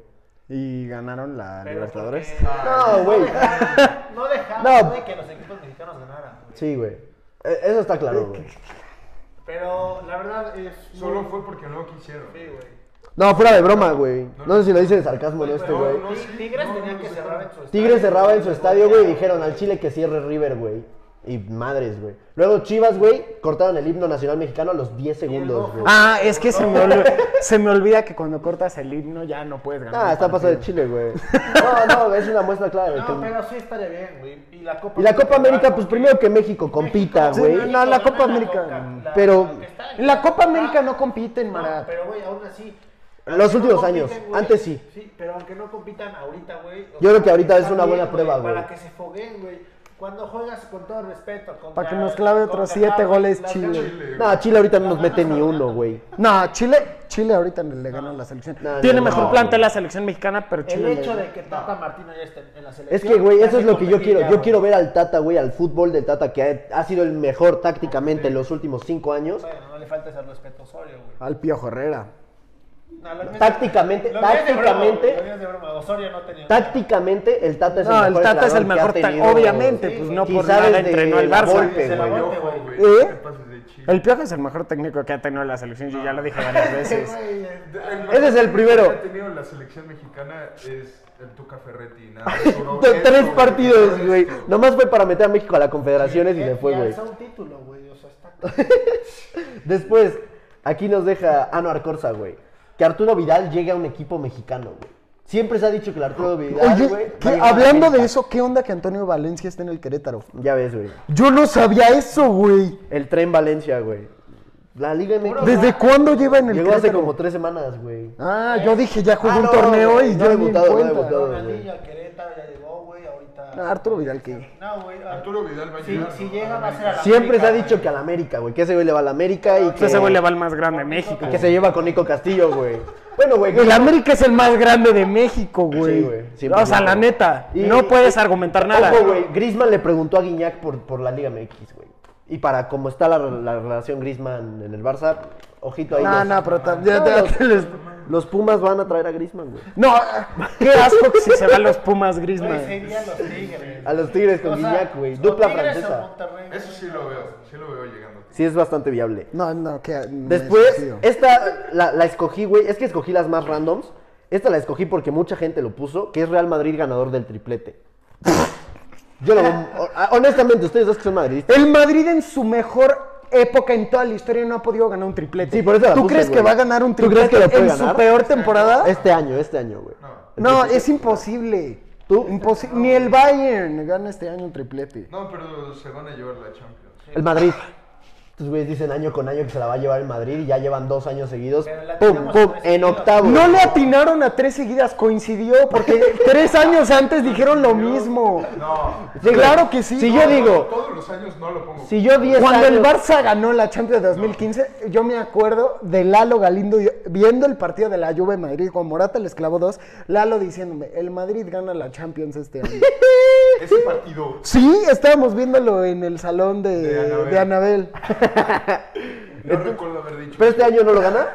Speaker 5: Y ganaron la
Speaker 4: pero
Speaker 5: Libertadores.
Speaker 4: porque-
Speaker 2: No, güey. (laughs)
Speaker 4: dejaron- No dejaron
Speaker 2: No.
Speaker 4: de que los equipos mexicanos ganaran. güey.
Speaker 2: Sí, güey. E- Eso está claro, güey.
Speaker 4: Pero la verdad es.
Speaker 6: Solo
Speaker 4: muy-
Speaker 6: fue porque no quisieron.
Speaker 4: Sí, güey.
Speaker 2: No, fuera de broma, güey. No sé si lo dice de sarcasmo en este,
Speaker 6: no,
Speaker 2: güey.
Speaker 6: no,
Speaker 4: Ti-
Speaker 6: sí,
Speaker 4: Tigres
Speaker 6: no,
Speaker 4: tenía
Speaker 6: no,
Speaker 4: que
Speaker 6: no,
Speaker 4: cerrar
Speaker 6: no.
Speaker 4: en su estadio.
Speaker 2: Tigres cerraba en su estadio, güey, y dijeron al Chile que cierre River, güey. Y madres, güey. Luego Chivas, güey, cortaron el himno nacional mexicano a los 10 segundos, güey.
Speaker 5: Ah, es que se me, ol- se me olvida que cuando cortas el himno ya no puedes ganar.
Speaker 2: Ah,
Speaker 5: el
Speaker 2: está
Speaker 5: partido.
Speaker 2: pasado de Chile, güey.
Speaker 5: (laughs)
Speaker 2: No, no, es una muestra clara de
Speaker 4: No,
Speaker 2: que-
Speaker 4: pero sí estaría bien, güey. Y la Copa
Speaker 2: Y la Copa América,
Speaker 4: claro,
Speaker 2: pues
Speaker 4: güey.
Speaker 2: primero que México compita,
Speaker 5: Sí,
Speaker 2: güey.
Speaker 5: no, no, la Copa
Speaker 4: Gana
Speaker 5: América,
Speaker 4: Coca, la-
Speaker 2: mm, pero-
Speaker 4: la que está Ah,
Speaker 5: En la Copa América no
Speaker 4: No,
Speaker 5: compiten, Marat.
Speaker 4: pero güey, aún así.
Speaker 2: Los
Speaker 4: aunque no
Speaker 2: últimos
Speaker 4: compiten,
Speaker 2: años,
Speaker 4: güey,
Speaker 2: antes sí.
Speaker 4: Sí, pero aunque no compitan ahorita, güey. o
Speaker 2: Yo creo que ahorita es
Speaker 4: está
Speaker 2: una buena
Speaker 4: bien,
Speaker 2: prueba, güey.
Speaker 4: Para que se foguen, güey. Cuando juegas con todo respeto. contra-
Speaker 5: Para que nos clave
Speaker 4: contra
Speaker 5: otros siete
Speaker 4: Japón,
Speaker 5: goles
Speaker 4: las
Speaker 5: Chile.
Speaker 4: ganas-
Speaker 6: Chile,
Speaker 2: No,
Speaker 6: güey.
Speaker 2: Chile ahorita no nos mete ni uno, güey.
Speaker 5: No, Chile, Chile ahorita le gana la selección.
Speaker 2: No, no,
Speaker 5: Tiene
Speaker 2: no,
Speaker 5: mejor
Speaker 2: no.
Speaker 5: plantel la selección mexicana, pero
Speaker 4: El
Speaker 5: Chile. le-
Speaker 4: hecho de que Tata Martino ya esté en la selección.
Speaker 2: Es que, güey,
Speaker 4: te
Speaker 2: eso es
Speaker 4: hace
Speaker 2: lo que yo
Speaker 4: competir
Speaker 2: quiero.
Speaker 4: ya,
Speaker 2: Yo
Speaker 4: güey.
Speaker 2: quiero ver al Tata, güey, al fútbol del Tata, que ha, ha sido el mejor tácticamente en los últimos cinco años.
Speaker 4: Bueno, no le falta ese respeto a Osorio, güey.
Speaker 5: Al Piojo Herrera.
Speaker 4: No, lo mío es-
Speaker 2: Tácticamente-
Speaker 4: lo mío es de broma,
Speaker 2: tácticamente-
Speaker 4: güey, lo mío es de broma. Osorio no tenía.
Speaker 2: Tácticamente, el Tata es el
Speaker 5: No,
Speaker 2: mejor.
Speaker 5: el Tata es el
Speaker 2: entrenador
Speaker 5: mejor.
Speaker 2: que ha
Speaker 5: ta-
Speaker 2: tenido.
Speaker 5: Obviamente, pues no
Speaker 2: Quizá
Speaker 5: por nada
Speaker 2: desde
Speaker 5: entrenó al
Speaker 2: la
Speaker 5: Barça.
Speaker 2: Volpe,
Speaker 4: Se la
Speaker 6: Ay,
Speaker 2: güey.
Speaker 6: ojo,
Speaker 4: güey.
Speaker 6: güey,
Speaker 5: ¿Eh?
Speaker 6: no te pases de Chile.
Speaker 5: El Piojo es el mejor técnico que ha tenido la selección. Yo ya lo dije varias
Speaker 2: (laughs)
Speaker 5: veces.
Speaker 4: Güey,
Speaker 2: Ese es el primero.
Speaker 6: que ha tenido la selección mexicana es el Tuca Ferretti.
Speaker 2: (laughs)
Speaker 6: Nada, más, puro
Speaker 2: T- Tres
Speaker 6: esto,
Speaker 2: partidos,
Speaker 6: esto,
Speaker 2: güey.
Speaker 6: esto.
Speaker 2: Nomás fue para meter a México a la Confederaciones y
Speaker 4: eh,
Speaker 2: se fue,
Speaker 4: y
Speaker 2: güey.
Speaker 4: alza un título, güey. O sea, está.
Speaker 2: Después, aquí nos deja Anuar Corsa, güey. Que Arturo Vidal llegue a un equipo mexicano, güey. Siempre se ha dicho que el Arturo Vidal,
Speaker 5: Oye,
Speaker 2: güey. va a
Speaker 5: ¿qué-
Speaker 2: llegar a
Speaker 5: hablando de
Speaker 2: América.
Speaker 5: eso, ¿qué onda que Antonio Valencia está en el Querétaro?
Speaker 2: Ya ves, güey.
Speaker 5: Yo no sabía eso, güey.
Speaker 2: El tren Valencia, güey. La Liga MX.
Speaker 5: ¿Desde cuándo lleva en el
Speaker 2: Llegó hace
Speaker 5: Querétaro?
Speaker 2: como tres semanas, güey.
Speaker 5: Ah, yo dije, ya jugó
Speaker 2: Ah,
Speaker 5: un
Speaker 2: no,
Speaker 5: torneo
Speaker 2: güey,
Speaker 5: y
Speaker 2: no
Speaker 5: ya
Speaker 2: he
Speaker 5: ni en
Speaker 2: votado, no he
Speaker 5: cuenta.
Speaker 2: votado.
Speaker 4: Ronaldinho, a Querétaro ya llegó, güey. Ahorita.
Speaker 5: Ah, Arturo Vidal, ¿qué?
Speaker 4: No, güey. a-
Speaker 6: Arturo Vidal va a
Speaker 4: Si-
Speaker 6: llegar,
Speaker 4: Si
Speaker 6: ¿no?
Speaker 4: llega,
Speaker 6: A
Speaker 4: va a ser a la.
Speaker 2: Siempre se ha
Speaker 4: América,
Speaker 2: dicho que a la América, güey. Que ese güey le va a la América y que,
Speaker 8: Entonces ese güey le va al más grande, México.
Speaker 2: y Ah, que se lleva con Nico Castillo, güey. Bueno, güey.
Speaker 5: El América es el más grande de México,
Speaker 2: Sí,
Speaker 5: güey.
Speaker 2: güey,
Speaker 5: o sea,
Speaker 2: 100%.
Speaker 5: la neta,
Speaker 2: Y-
Speaker 5: no puedes argumentar nada.
Speaker 2: Ojo, güey. Grisman le preguntó a Guiñac por, por la Liga MX, güey. Y para cómo está la, la relación Grisman en el Barça, ojito ahí.
Speaker 5: no,
Speaker 2: los-
Speaker 5: no, pero tam- ya-
Speaker 2: No,
Speaker 5: ya-
Speaker 2: los-
Speaker 5: ya les-
Speaker 2: Los Pumas van a traer a Grisman, güey.
Speaker 5: (laughs) No, qué asco que si se van los Pumas
Speaker 4: Güey,
Speaker 5: Griezmann.
Speaker 4: serían los
Speaker 2: (laughs) A
Speaker 4: Tigres.
Speaker 2: los Tigres con
Speaker 4: O sea,
Speaker 2: Guiñac, güey.
Speaker 4: o
Speaker 2: Dupla
Speaker 4: Tigres o
Speaker 2: francesa.
Speaker 4: Monterrey,
Speaker 6: Eso
Speaker 4: güey.
Speaker 6: sí lo veo, sí lo veo llegando.
Speaker 2: Sí, es bastante viable.
Speaker 5: No, no, que
Speaker 2: Después, esta la, la escogí, güey. Es que escogí las más randoms. Esta la escogí porque mucha gente lo puso, que es Real Madrid ganador del triplete. Yo lo veo- (laughs) Honestamente, ustedes dos que son madridistas.
Speaker 5: El Madrid en su mejor época en toda la historia no ha podido ganar un triplete.
Speaker 2: Sí, por eso la
Speaker 5: ¿Tú
Speaker 2: puse,
Speaker 5: crees que
Speaker 2: güey.
Speaker 5: va a ganar un
Speaker 2: ¿Tú crees
Speaker 5: triplete
Speaker 2: que lo puede
Speaker 5: en
Speaker 2: ganar?
Speaker 5: su peor temporada?
Speaker 2: Este año, este año, güey.
Speaker 5: No, es imposible.
Speaker 2: ¿Tú?
Speaker 5: Imposi- Ni el Bayern gana este año un triplete.
Speaker 6: No, pero se van a llevar la Champions.
Speaker 2: El Madrid. Estos güeyes dicen año con año que se la va a llevar el Madrid y ya llevan dos años seguidos.
Speaker 4: Pero la
Speaker 2: ¡Pum,
Speaker 4: tenemos
Speaker 2: pum!
Speaker 4: tres
Speaker 2: En
Speaker 4: seguidos.
Speaker 2: octavo.
Speaker 5: No le atinaron a tres seguidas, coincidió, (laughs) porque tres años antes dijeron lo mismo.
Speaker 6: No.
Speaker 2: Sí, güey.
Speaker 5: Claro que sí.
Speaker 2: Si
Speaker 5: No,
Speaker 2: yo
Speaker 6: No,
Speaker 2: digo,
Speaker 6: Todos los años no lo pongo.
Speaker 2: si yo 10
Speaker 5: Cuando el
Speaker 2: años-
Speaker 5: Barça ganó la Champions de 2015, yo me acuerdo de Lalo Galindo y- viendo el partido de la Juve en Madrid con Morata el esclavo 2, Lalo diciéndome, el Madrid gana la Champions este (laughs) año.
Speaker 6: Ese partido.
Speaker 5: sí, estábamos viéndolo en el salón de,
Speaker 6: De Anabel.
Speaker 5: de Anabel.
Speaker 6: No recuerdo haber dicho.
Speaker 3: pues,
Speaker 2: ¿Pero este año no lo gana?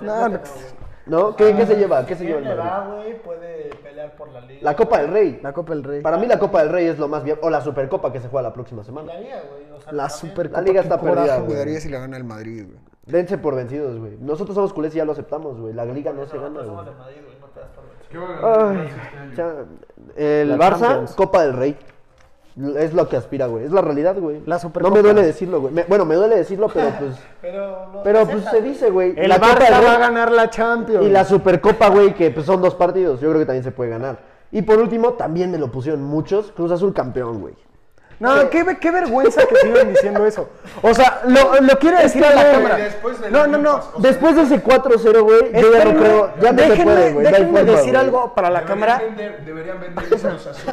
Speaker 4: No, triplete no, Ah,
Speaker 5: No, no,
Speaker 4: pues, güey.
Speaker 2: ¿No? ¿Qué, qué se lleva? ¿Qué se lleva el
Speaker 4: ¿Quién le va,
Speaker 2: Madrid?
Speaker 4: güey? Puede pelear por la liga.
Speaker 2: La Copa del Rey.
Speaker 5: La Copa del Rey.
Speaker 2: Para mí la Copa del Rey es lo más viable. O la Supercopa que se juega la próxima semana.
Speaker 4: La liga, güey. O sea,
Speaker 5: la
Speaker 4: también.
Speaker 5: Supercopa.
Speaker 2: La liga
Speaker 5: qué
Speaker 2: está
Speaker 5: coraje
Speaker 2: perdida, güey.
Speaker 5: me daría si la gana el Madrid, güey.
Speaker 2: Dense por vencidos, güey. Nosotros somos culés y ya lo aceptamos, güey. La liga no se gana,
Speaker 4: Nosotros somos
Speaker 2: güey.
Speaker 4: de Madrid, güey. No te das por vencido.
Speaker 6: ¿Qué va a ganar el
Speaker 2: Ay,
Speaker 6: Barça este año?
Speaker 2: cha- el
Speaker 5: La
Speaker 2: Barça,
Speaker 5: Champions.
Speaker 2: Copa del Rey. Es lo que aspira, güey. Es la realidad, güey.
Speaker 3: La
Speaker 2: no
Speaker 3: Supercopa.
Speaker 2: me duele decirlo, güey. Me- bueno, me duele decirlo,
Speaker 4: (laughs)
Speaker 2: pero pues.
Speaker 4: Pero, no-
Speaker 2: pero pues
Speaker 4: acepta,
Speaker 2: se dice, güey.
Speaker 5: El
Speaker 2: La Copa
Speaker 5: Barça
Speaker 2: del Rey-
Speaker 3: va a ganar la Champions.
Speaker 2: y la Supercopa, güey, que pues, son dos partidos. Yo creo que también se puede ganar. Y por último, también me lo pusieron muchos. Cruz Azul campeón, güey.
Speaker 3: No, qué, ve- qué vergüenza que sigan diciendo eso. O sea, lo, lo quiere decir a la
Speaker 2: güey,
Speaker 3: cámara.
Speaker 6: después del
Speaker 3: no, no, no.
Speaker 6: Olimpias,
Speaker 2: Después de ese 4-0, güey, yo ya no
Speaker 3: Espérenme,
Speaker 2: creo. Ya no se
Speaker 3: déjenme,
Speaker 2: puede, güey. no hay
Speaker 3: déjenme
Speaker 2: forma,
Speaker 3: decir
Speaker 2: güey.
Speaker 3: algo para la
Speaker 6: Deberían
Speaker 3: cámara.
Speaker 6: vender- deberían vender el Cruz Azul,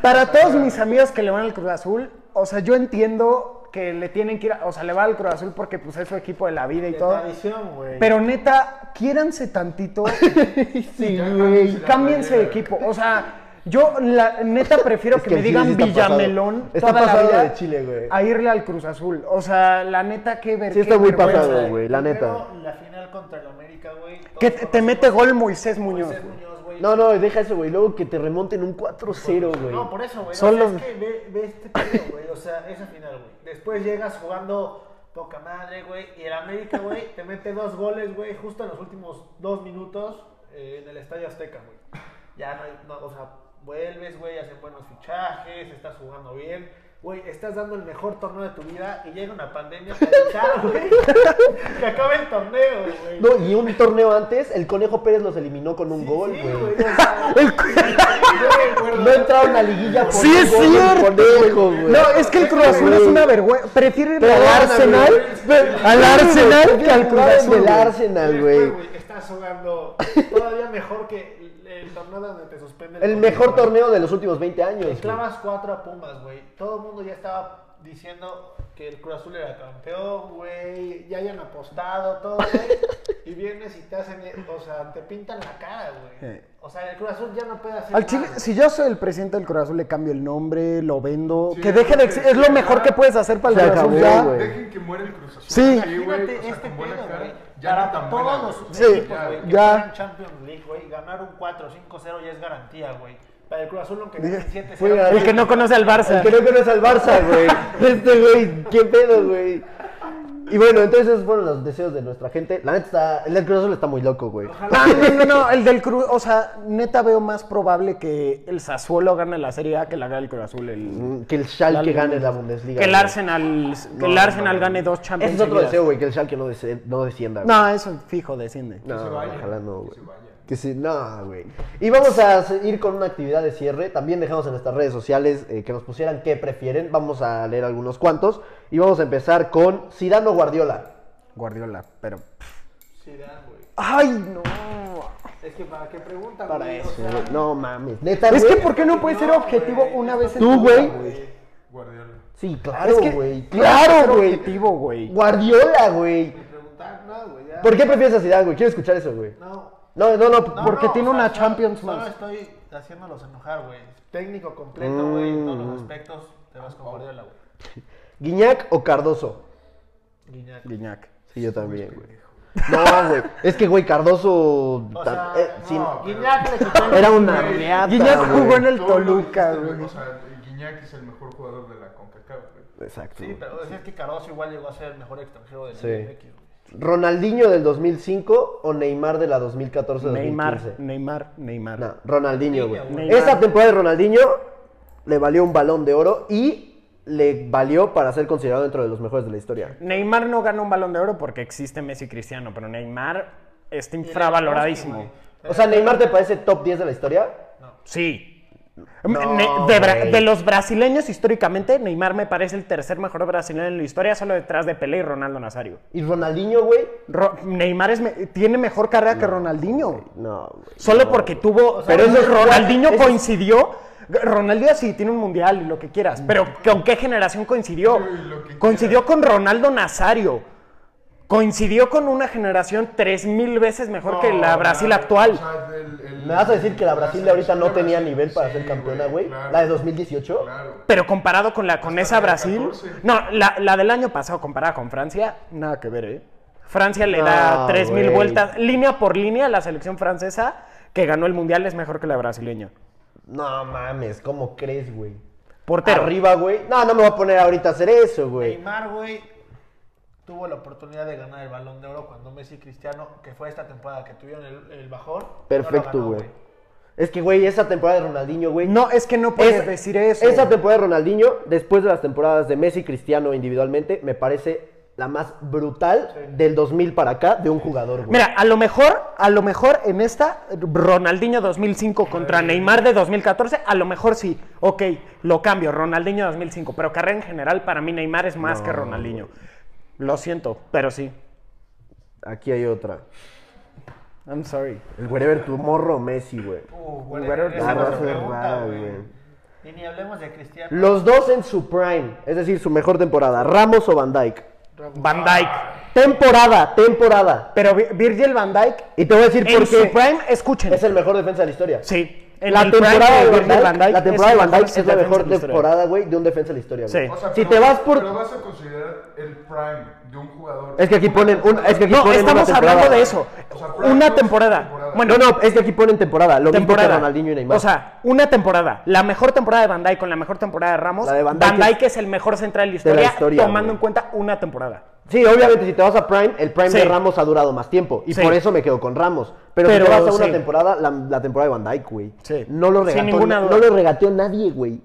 Speaker 3: (laughs) Para todos mis amigos que le van al Cruz Azul, o sea, yo entiendo que le tienen que ir, a- o sea, le va al Cruz Azul porque pues es su equipo de la vida y
Speaker 4: de
Speaker 3: todo.
Speaker 4: tradición, güey.
Speaker 3: Pero neta, quiéranse tantito.
Speaker 2: (laughs)
Speaker 3: sí, güey. Cámbiense de equipo. O sea, yo la neta prefiero
Speaker 2: (laughs) Es
Speaker 3: que,
Speaker 2: que
Speaker 3: me
Speaker 2: el Gil
Speaker 3: digan
Speaker 2: sí está pasado.
Speaker 3: Villamelón
Speaker 2: Está
Speaker 3: toda la
Speaker 2: pasado
Speaker 3: vida
Speaker 2: de Chile, güey.
Speaker 3: a irle al Cruz Azul. O sea, la neta, qué ver.
Speaker 2: Sí, está
Speaker 3: qué
Speaker 2: muy
Speaker 3: vergüenza.
Speaker 2: pasado, güey, la neta.
Speaker 4: Primero, La final contra el América, güey. todos
Speaker 3: Que te, te
Speaker 4: conocemos
Speaker 3: mete gol Moisés
Speaker 4: a
Speaker 3: Muñoz.
Speaker 4: Moisés
Speaker 3: güey.
Speaker 4: Muñoz, güey.
Speaker 2: No, no, deja eso, güey. Luego que te remonten un 4-0, güey.
Speaker 4: No, por eso, güey.
Speaker 2: Son
Speaker 4: o sea,
Speaker 2: los-
Speaker 4: Es que ve, ve este pedo, güey. O sea, esa final, güey. Después llegas jugando poca madre, güey. Y el América, güey, te mete dos goles, güey, justo en los últimos dos minutos eh, en el Estadio Azteca, güey. Ya no, hay- no, o sea, vuelves, güey, hacen buenos fichajes, estás jugando bien. Güey, estás dando el mejor torneo de tu vida y llega una pandemia para evitar, (laughs) güey, que acabe el torneo, güey.
Speaker 2: No, y un torneo antes, el Conejo Pérez los eliminó con un
Speaker 4: Sí,
Speaker 2: gol,
Speaker 4: sí,
Speaker 2: güey.
Speaker 4: o
Speaker 2: (laughs)
Speaker 4: sea, yo recuerdo-
Speaker 2: No entraron a liguilla por
Speaker 3: Sí,
Speaker 2: un
Speaker 3: es
Speaker 2: gol del
Speaker 3: cierto.
Speaker 2: Conejo, güey.
Speaker 3: No, es que el Cruz Azul es
Speaker 2: Güey.
Speaker 3: una vergüenza. Prefiere
Speaker 2: Pero
Speaker 3: al
Speaker 2: gana,
Speaker 3: Arsenal, al Arsenal que al Cruz Azul.
Speaker 2: del
Speaker 3: güey.
Speaker 2: Arsenal, güey.
Speaker 4: Después, Estás jugando todavía mejor que el, el torneo donde te suspende.
Speaker 2: El
Speaker 4: COVID,
Speaker 2: mejor
Speaker 4: güey.
Speaker 2: torneo de los últimos 20 años.
Speaker 4: Le
Speaker 2: güey.
Speaker 4: clavas cuatro a Pumas, güey. Todo el mundo ya estaba diciendo que el Cruz Azul era campeón, güey. Ya hayan apostado, todo, güey.
Speaker 3: (laughs)
Speaker 4: Y vienes y te hacen, o sea, te pintan la cara, güey.
Speaker 3: Sí.
Speaker 4: O sea, el Cruz Azul ya no puede hacer.
Speaker 3: Al Chile,
Speaker 4: nada.
Speaker 3: si yo soy el presidente del Cruz Azul, le cambio el nombre, lo vendo.
Speaker 6: Sí,
Speaker 3: que deje de
Speaker 6: sí,
Speaker 3: exi- Es lo
Speaker 6: sí,
Speaker 3: mejor
Speaker 6: ya.
Speaker 3: que puedes hacer para
Speaker 2: Se
Speaker 3: el Cruz Azul.
Speaker 2: acabó,
Speaker 3: ya.
Speaker 2: güey.
Speaker 6: Dejen que muera el Cruz Azul.
Speaker 3: Sí.
Speaker 6: así, güey,
Speaker 4: Imagínate
Speaker 6: o sea,
Speaker 4: este
Speaker 6: con buena
Speaker 4: pedo,
Speaker 6: cara,
Speaker 4: güey.
Speaker 6: Ya
Speaker 4: Para
Speaker 6: no tan
Speaker 4: todos
Speaker 6: buena,
Speaker 4: los
Speaker 6: güey.
Speaker 3: Sí,
Speaker 4: equipos, güey, que
Speaker 3: ya.
Speaker 4: juegan Champions League, güey, ganar un 4, 5-0 ya es garantía, güey. Para el Cruz Azul, aunque ganen 7-0.
Speaker 2: Fue
Speaker 4: güey,
Speaker 3: El que no conoce al Barça.
Speaker 2: El que no conoce al Barça, güey.
Speaker 4: (laughs)
Speaker 2: Este güey, qué pedo, güey. Y bueno, entonces esos fueron los deseos de nuestra gente. La neta está, el del Cruz Azul está muy loco, güey.
Speaker 3: Ah, no, no, no, el del Cruz, o sea, neta veo más probable que el Sassuolo gane la Serie A que la gane el Cruz Azul. El...
Speaker 2: Mm, Que el Schalke
Speaker 3: Dale,
Speaker 2: gane
Speaker 3: güey.
Speaker 2: la Bundesliga.
Speaker 5: Que el
Speaker 2: güey.
Speaker 5: Arsenal, que el
Speaker 2: No,
Speaker 5: Arsenal
Speaker 2: no,
Speaker 5: gane dos
Speaker 2: Ese
Speaker 5: Champions.
Speaker 2: es otro
Speaker 5: seguidas.
Speaker 2: deseo, güey, que el Schalke no, des- no descienda. güey.
Speaker 3: No, eso fijo, desciende.
Speaker 2: No,
Speaker 6: se vaya.
Speaker 2: ojalá no, güey.
Speaker 6: Que se vaya.
Speaker 2: Que se, no, güey. Y vamos a se- ir con una actividad de cierre. También dejamos en nuestras redes sociales eh, que nos pusieran qué prefieren. Vamos a leer algunos cuantos. Y vamos a empezar con Zidane o Guardiola.
Speaker 3: Guardiola, pero.
Speaker 4: Zidane, güey.
Speaker 3: ¡Ay, no!
Speaker 4: Es que para qué preguntan,
Speaker 2: Para
Speaker 4: güey, o
Speaker 2: eso,
Speaker 4: sea,
Speaker 2: güey. No mames. Neta,
Speaker 3: Es que,
Speaker 2: güey.
Speaker 3: ¿por qué no puede ser objetivo una vez en
Speaker 2: Tú,
Speaker 3: tu
Speaker 2: güey.
Speaker 3: vida,
Speaker 6: Guardiola.
Speaker 2: Sí,
Speaker 3: Es
Speaker 2: claro,
Speaker 3: que-
Speaker 2: güey. claro,
Speaker 3: Ser
Speaker 2: güey.
Speaker 3: objetivo, güey.
Speaker 2: Guardiola, güey.
Speaker 4: preguntar, no, güey, ya.
Speaker 2: ¿Por qué prefieres a Zidane, güey? Quiero escuchar eso, güey.
Speaker 4: No.
Speaker 2: No, no, no.
Speaker 4: No,
Speaker 2: porque
Speaker 4: no,
Speaker 2: tiene
Speaker 4: o sea,
Speaker 2: una
Speaker 4: solo-
Speaker 2: Champions
Speaker 4: solo
Speaker 2: más.
Speaker 4: estoy haciéndolos enojar, güey. Técnico completo, güey, en todos
Speaker 2: Mm.
Speaker 4: los aspectos. Te vas con Guardiola, güey.
Speaker 2: Guiñac o Cardoso.
Speaker 4: Guiñac.
Speaker 3: Guiñac.
Speaker 2: Sí, yo también, güey. No, güey. Es que, güey, Cardoso.
Speaker 4: O
Speaker 2: ta-
Speaker 4: sea,
Speaker 2: eh,
Speaker 4: no,
Speaker 2: sí,
Speaker 4: Guiñac le quitó el-
Speaker 2: Era una
Speaker 6: Güey,
Speaker 2: reata,
Speaker 3: Guiñac
Speaker 2: güey.
Speaker 3: jugó en el
Speaker 6: Todo lo
Speaker 3: Toluca,
Speaker 6: dijiste,
Speaker 3: güey.
Speaker 6: O sea, Guiñac es el mejor jugador de la CONCACAF, güey.
Speaker 2: Exacto.
Speaker 4: Sí,
Speaker 2: güey.
Speaker 4: pero decías que Cardoso igual llegó a ser el mejor extranjero del
Speaker 2: Sí.
Speaker 4: MX, güey.
Speaker 2: ¿Ronaldinho del 2005 o Neymar de la 2014-2015?
Speaker 3: Neymar, Neymar, Neymar.
Speaker 2: No, Ronaldinho, güey.
Speaker 4: Neymar,
Speaker 3: güey.
Speaker 2: Esa temporada de Ronaldinho le valió un balón de oro y le valió para ser considerado dentro de los mejores de la historia.
Speaker 5: Neymar no gana un balón de oro porque existe Messi y Cristiano, pero Neymar está infravaloradísimo.
Speaker 2: O sea, Neymar te parece top 10 de la historia.
Speaker 5: Sí.
Speaker 2: No,
Speaker 5: Ne- de, bra-
Speaker 2: güey.
Speaker 5: de los brasileños, históricamente, Neymar me parece el tercer mejor brasileño en la historia, solo detrás de Pelé y Ronaldo Nazario.
Speaker 2: Y Ronaldinho, güey.
Speaker 5: Ro- Neymar es me- tiene mejor carrera que Ronaldinho.
Speaker 2: No, güey.
Speaker 5: Solo porque tuvo. pero
Speaker 2: eso es-
Speaker 5: Ronaldinho
Speaker 2: eso es-
Speaker 5: coincidió. Ronaldinho sí tiene un mundial y lo que quieras.
Speaker 2: Mm.
Speaker 5: Pero ¿con qué generación coincidió?
Speaker 6: lo que
Speaker 5: Coincidió con Ronaldo Nazario. Coincidió con una generación tres mil veces mejor que
Speaker 6: No,
Speaker 5: la Brasil
Speaker 6: claro,
Speaker 5: actual.
Speaker 6: o sea, el- el-
Speaker 2: ¿Me vas a decir que la Brasil de ahorita no
Speaker 6: selección de
Speaker 2: tenía
Speaker 6: Brasil,
Speaker 2: nivel para
Speaker 6: sí,
Speaker 2: ser campeona, güey?
Speaker 6: claro,
Speaker 2: La de 2018.
Speaker 6: Claro.
Speaker 5: pero comparado con la con
Speaker 6: Hasta
Speaker 5: esa
Speaker 6: la
Speaker 5: Brasil.
Speaker 6: 14.
Speaker 5: No, la, la del año pasado comparada con Francia, nada que ver, ¿eh? Francia le da
Speaker 2: No,
Speaker 5: 3000
Speaker 2: güey.
Speaker 5: vueltas. Línea por línea, la selección francesa que ganó el mundial es mejor que la brasileña.
Speaker 2: No mames, ¿cómo crees, güey?
Speaker 5: Portero.
Speaker 2: Arriba, güey. No, no me voy a poner ahorita a hacer eso, güey.
Speaker 4: Neymar, güey, tuvo la oportunidad de ganar el Balón de Oro cuando Messi y Cristiano, que fue esta temporada que tuvieron el, el bajón, no lo
Speaker 2: Perfecto,
Speaker 4: ganó,
Speaker 2: güey. Es que, güey, esa temporada de Ronaldinho, güey.
Speaker 3: No, es que no puedes
Speaker 2: Esa-
Speaker 3: decir eso.
Speaker 2: Esa temporada de Ronaldinho, después de las temporadas de Messi y Cristiano individualmente, me parece la más brutal del 2000 para acá de un jugador, güey.
Speaker 5: Mira, a lo mejor, a lo mejor en esta, Ronaldinho 2005 contra Neymar de 2014, a lo mejor sí, ok, lo cambio, Ronaldinho 2005, pero carrera en general, para mí Neymar es más que Ronaldinho. Lo siento, pero sí.
Speaker 2: Aquí hay otra.
Speaker 5: I'm sorry.
Speaker 2: El wherever tu morro Messi, güey.
Speaker 4: Uh, güey,
Speaker 5: Güero
Speaker 4: esa no
Speaker 2: raro,
Speaker 4: se
Speaker 2: es
Speaker 4: pregunta,
Speaker 2: raro,
Speaker 4: güey.
Speaker 2: güey.
Speaker 4: Y ni hablemos de Cristiano.
Speaker 2: Los dos en su prime, es decir, su mejor temporada, Ramos o Van Dyke.
Speaker 5: Van Dyke.
Speaker 2: Temporada, temporada.
Speaker 3: Pero Vi- Virgil van Dijk
Speaker 2: Y te voy a decir
Speaker 5: En
Speaker 2: por
Speaker 5: su
Speaker 2: qué
Speaker 5: prime, escuchen.
Speaker 2: es el mejor defensa de la historia.
Speaker 5: Sí. en
Speaker 2: La
Speaker 5: el prime
Speaker 2: temporada, de
Speaker 5: Virgil
Speaker 2: Van Dijk,
Speaker 5: van Dijk
Speaker 2: la
Speaker 5: es
Speaker 2: temporada de
Speaker 5: el
Speaker 2: Van
Speaker 5: mejor
Speaker 2: Dyke es la
Speaker 5: defensa
Speaker 2: mejor
Speaker 5: de la historia.
Speaker 2: temporada, güey, de un defensa de la historia, güey.
Speaker 5: Sí.
Speaker 6: O sea,
Speaker 2: si
Speaker 6: pero-
Speaker 2: te vas por
Speaker 6: Pero vas a considerar el prime de un jugador.
Speaker 2: Es que aquí ponen un- es que aquí
Speaker 5: No,
Speaker 2: ponen una
Speaker 5: estamos
Speaker 2: temporada.
Speaker 5: hablando de eso.
Speaker 6: O sea, pero
Speaker 5: Una
Speaker 6: no es
Speaker 5: temporada.
Speaker 6: temporada.
Speaker 5: Bueno,
Speaker 2: No, no, es que aquí ponen temporada, lo mismo que
Speaker 5: temporada.
Speaker 2: Ronaldinho y Neymar.
Speaker 5: O sea, una temporada. La mejor temporada de Van Dijk con la mejor temporada de Ramos.
Speaker 2: La de Van
Speaker 5: Van
Speaker 2: Dijk
Speaker 5: Dijk,
Speaker 2: es-
Speaker 5: es, el mejor central de la
Speaker 2: la
Speaker 5: historia,
Speaker 2: historia,
Speaker 5: tomando
Speaker 2: güey.
Speaker 5: en cuenta una temporada.
Speaker 2: Sí, obviamente si te vas a Prime, el Prime
Speaker 5: Sí.
Speaker 2: de Ramos ha durado más tiempo y
Speaker 5: Sí.
Speaker 2: por eso me quedo con Ramos. Pero, si
Speaker 5: Pero,
Speaker 2: te vas a una
Speaker 5: sí.
Speaker 2: temporada, la, la temporada de Van Dyke, güey.
Speaker 5: Sí.
Speaker 2: No lo
Speaker 5: Sin
Speaker 2: regateó,
Speaker 5: ninguna duda.
Speaker 2: no lo regateó nadie, güey.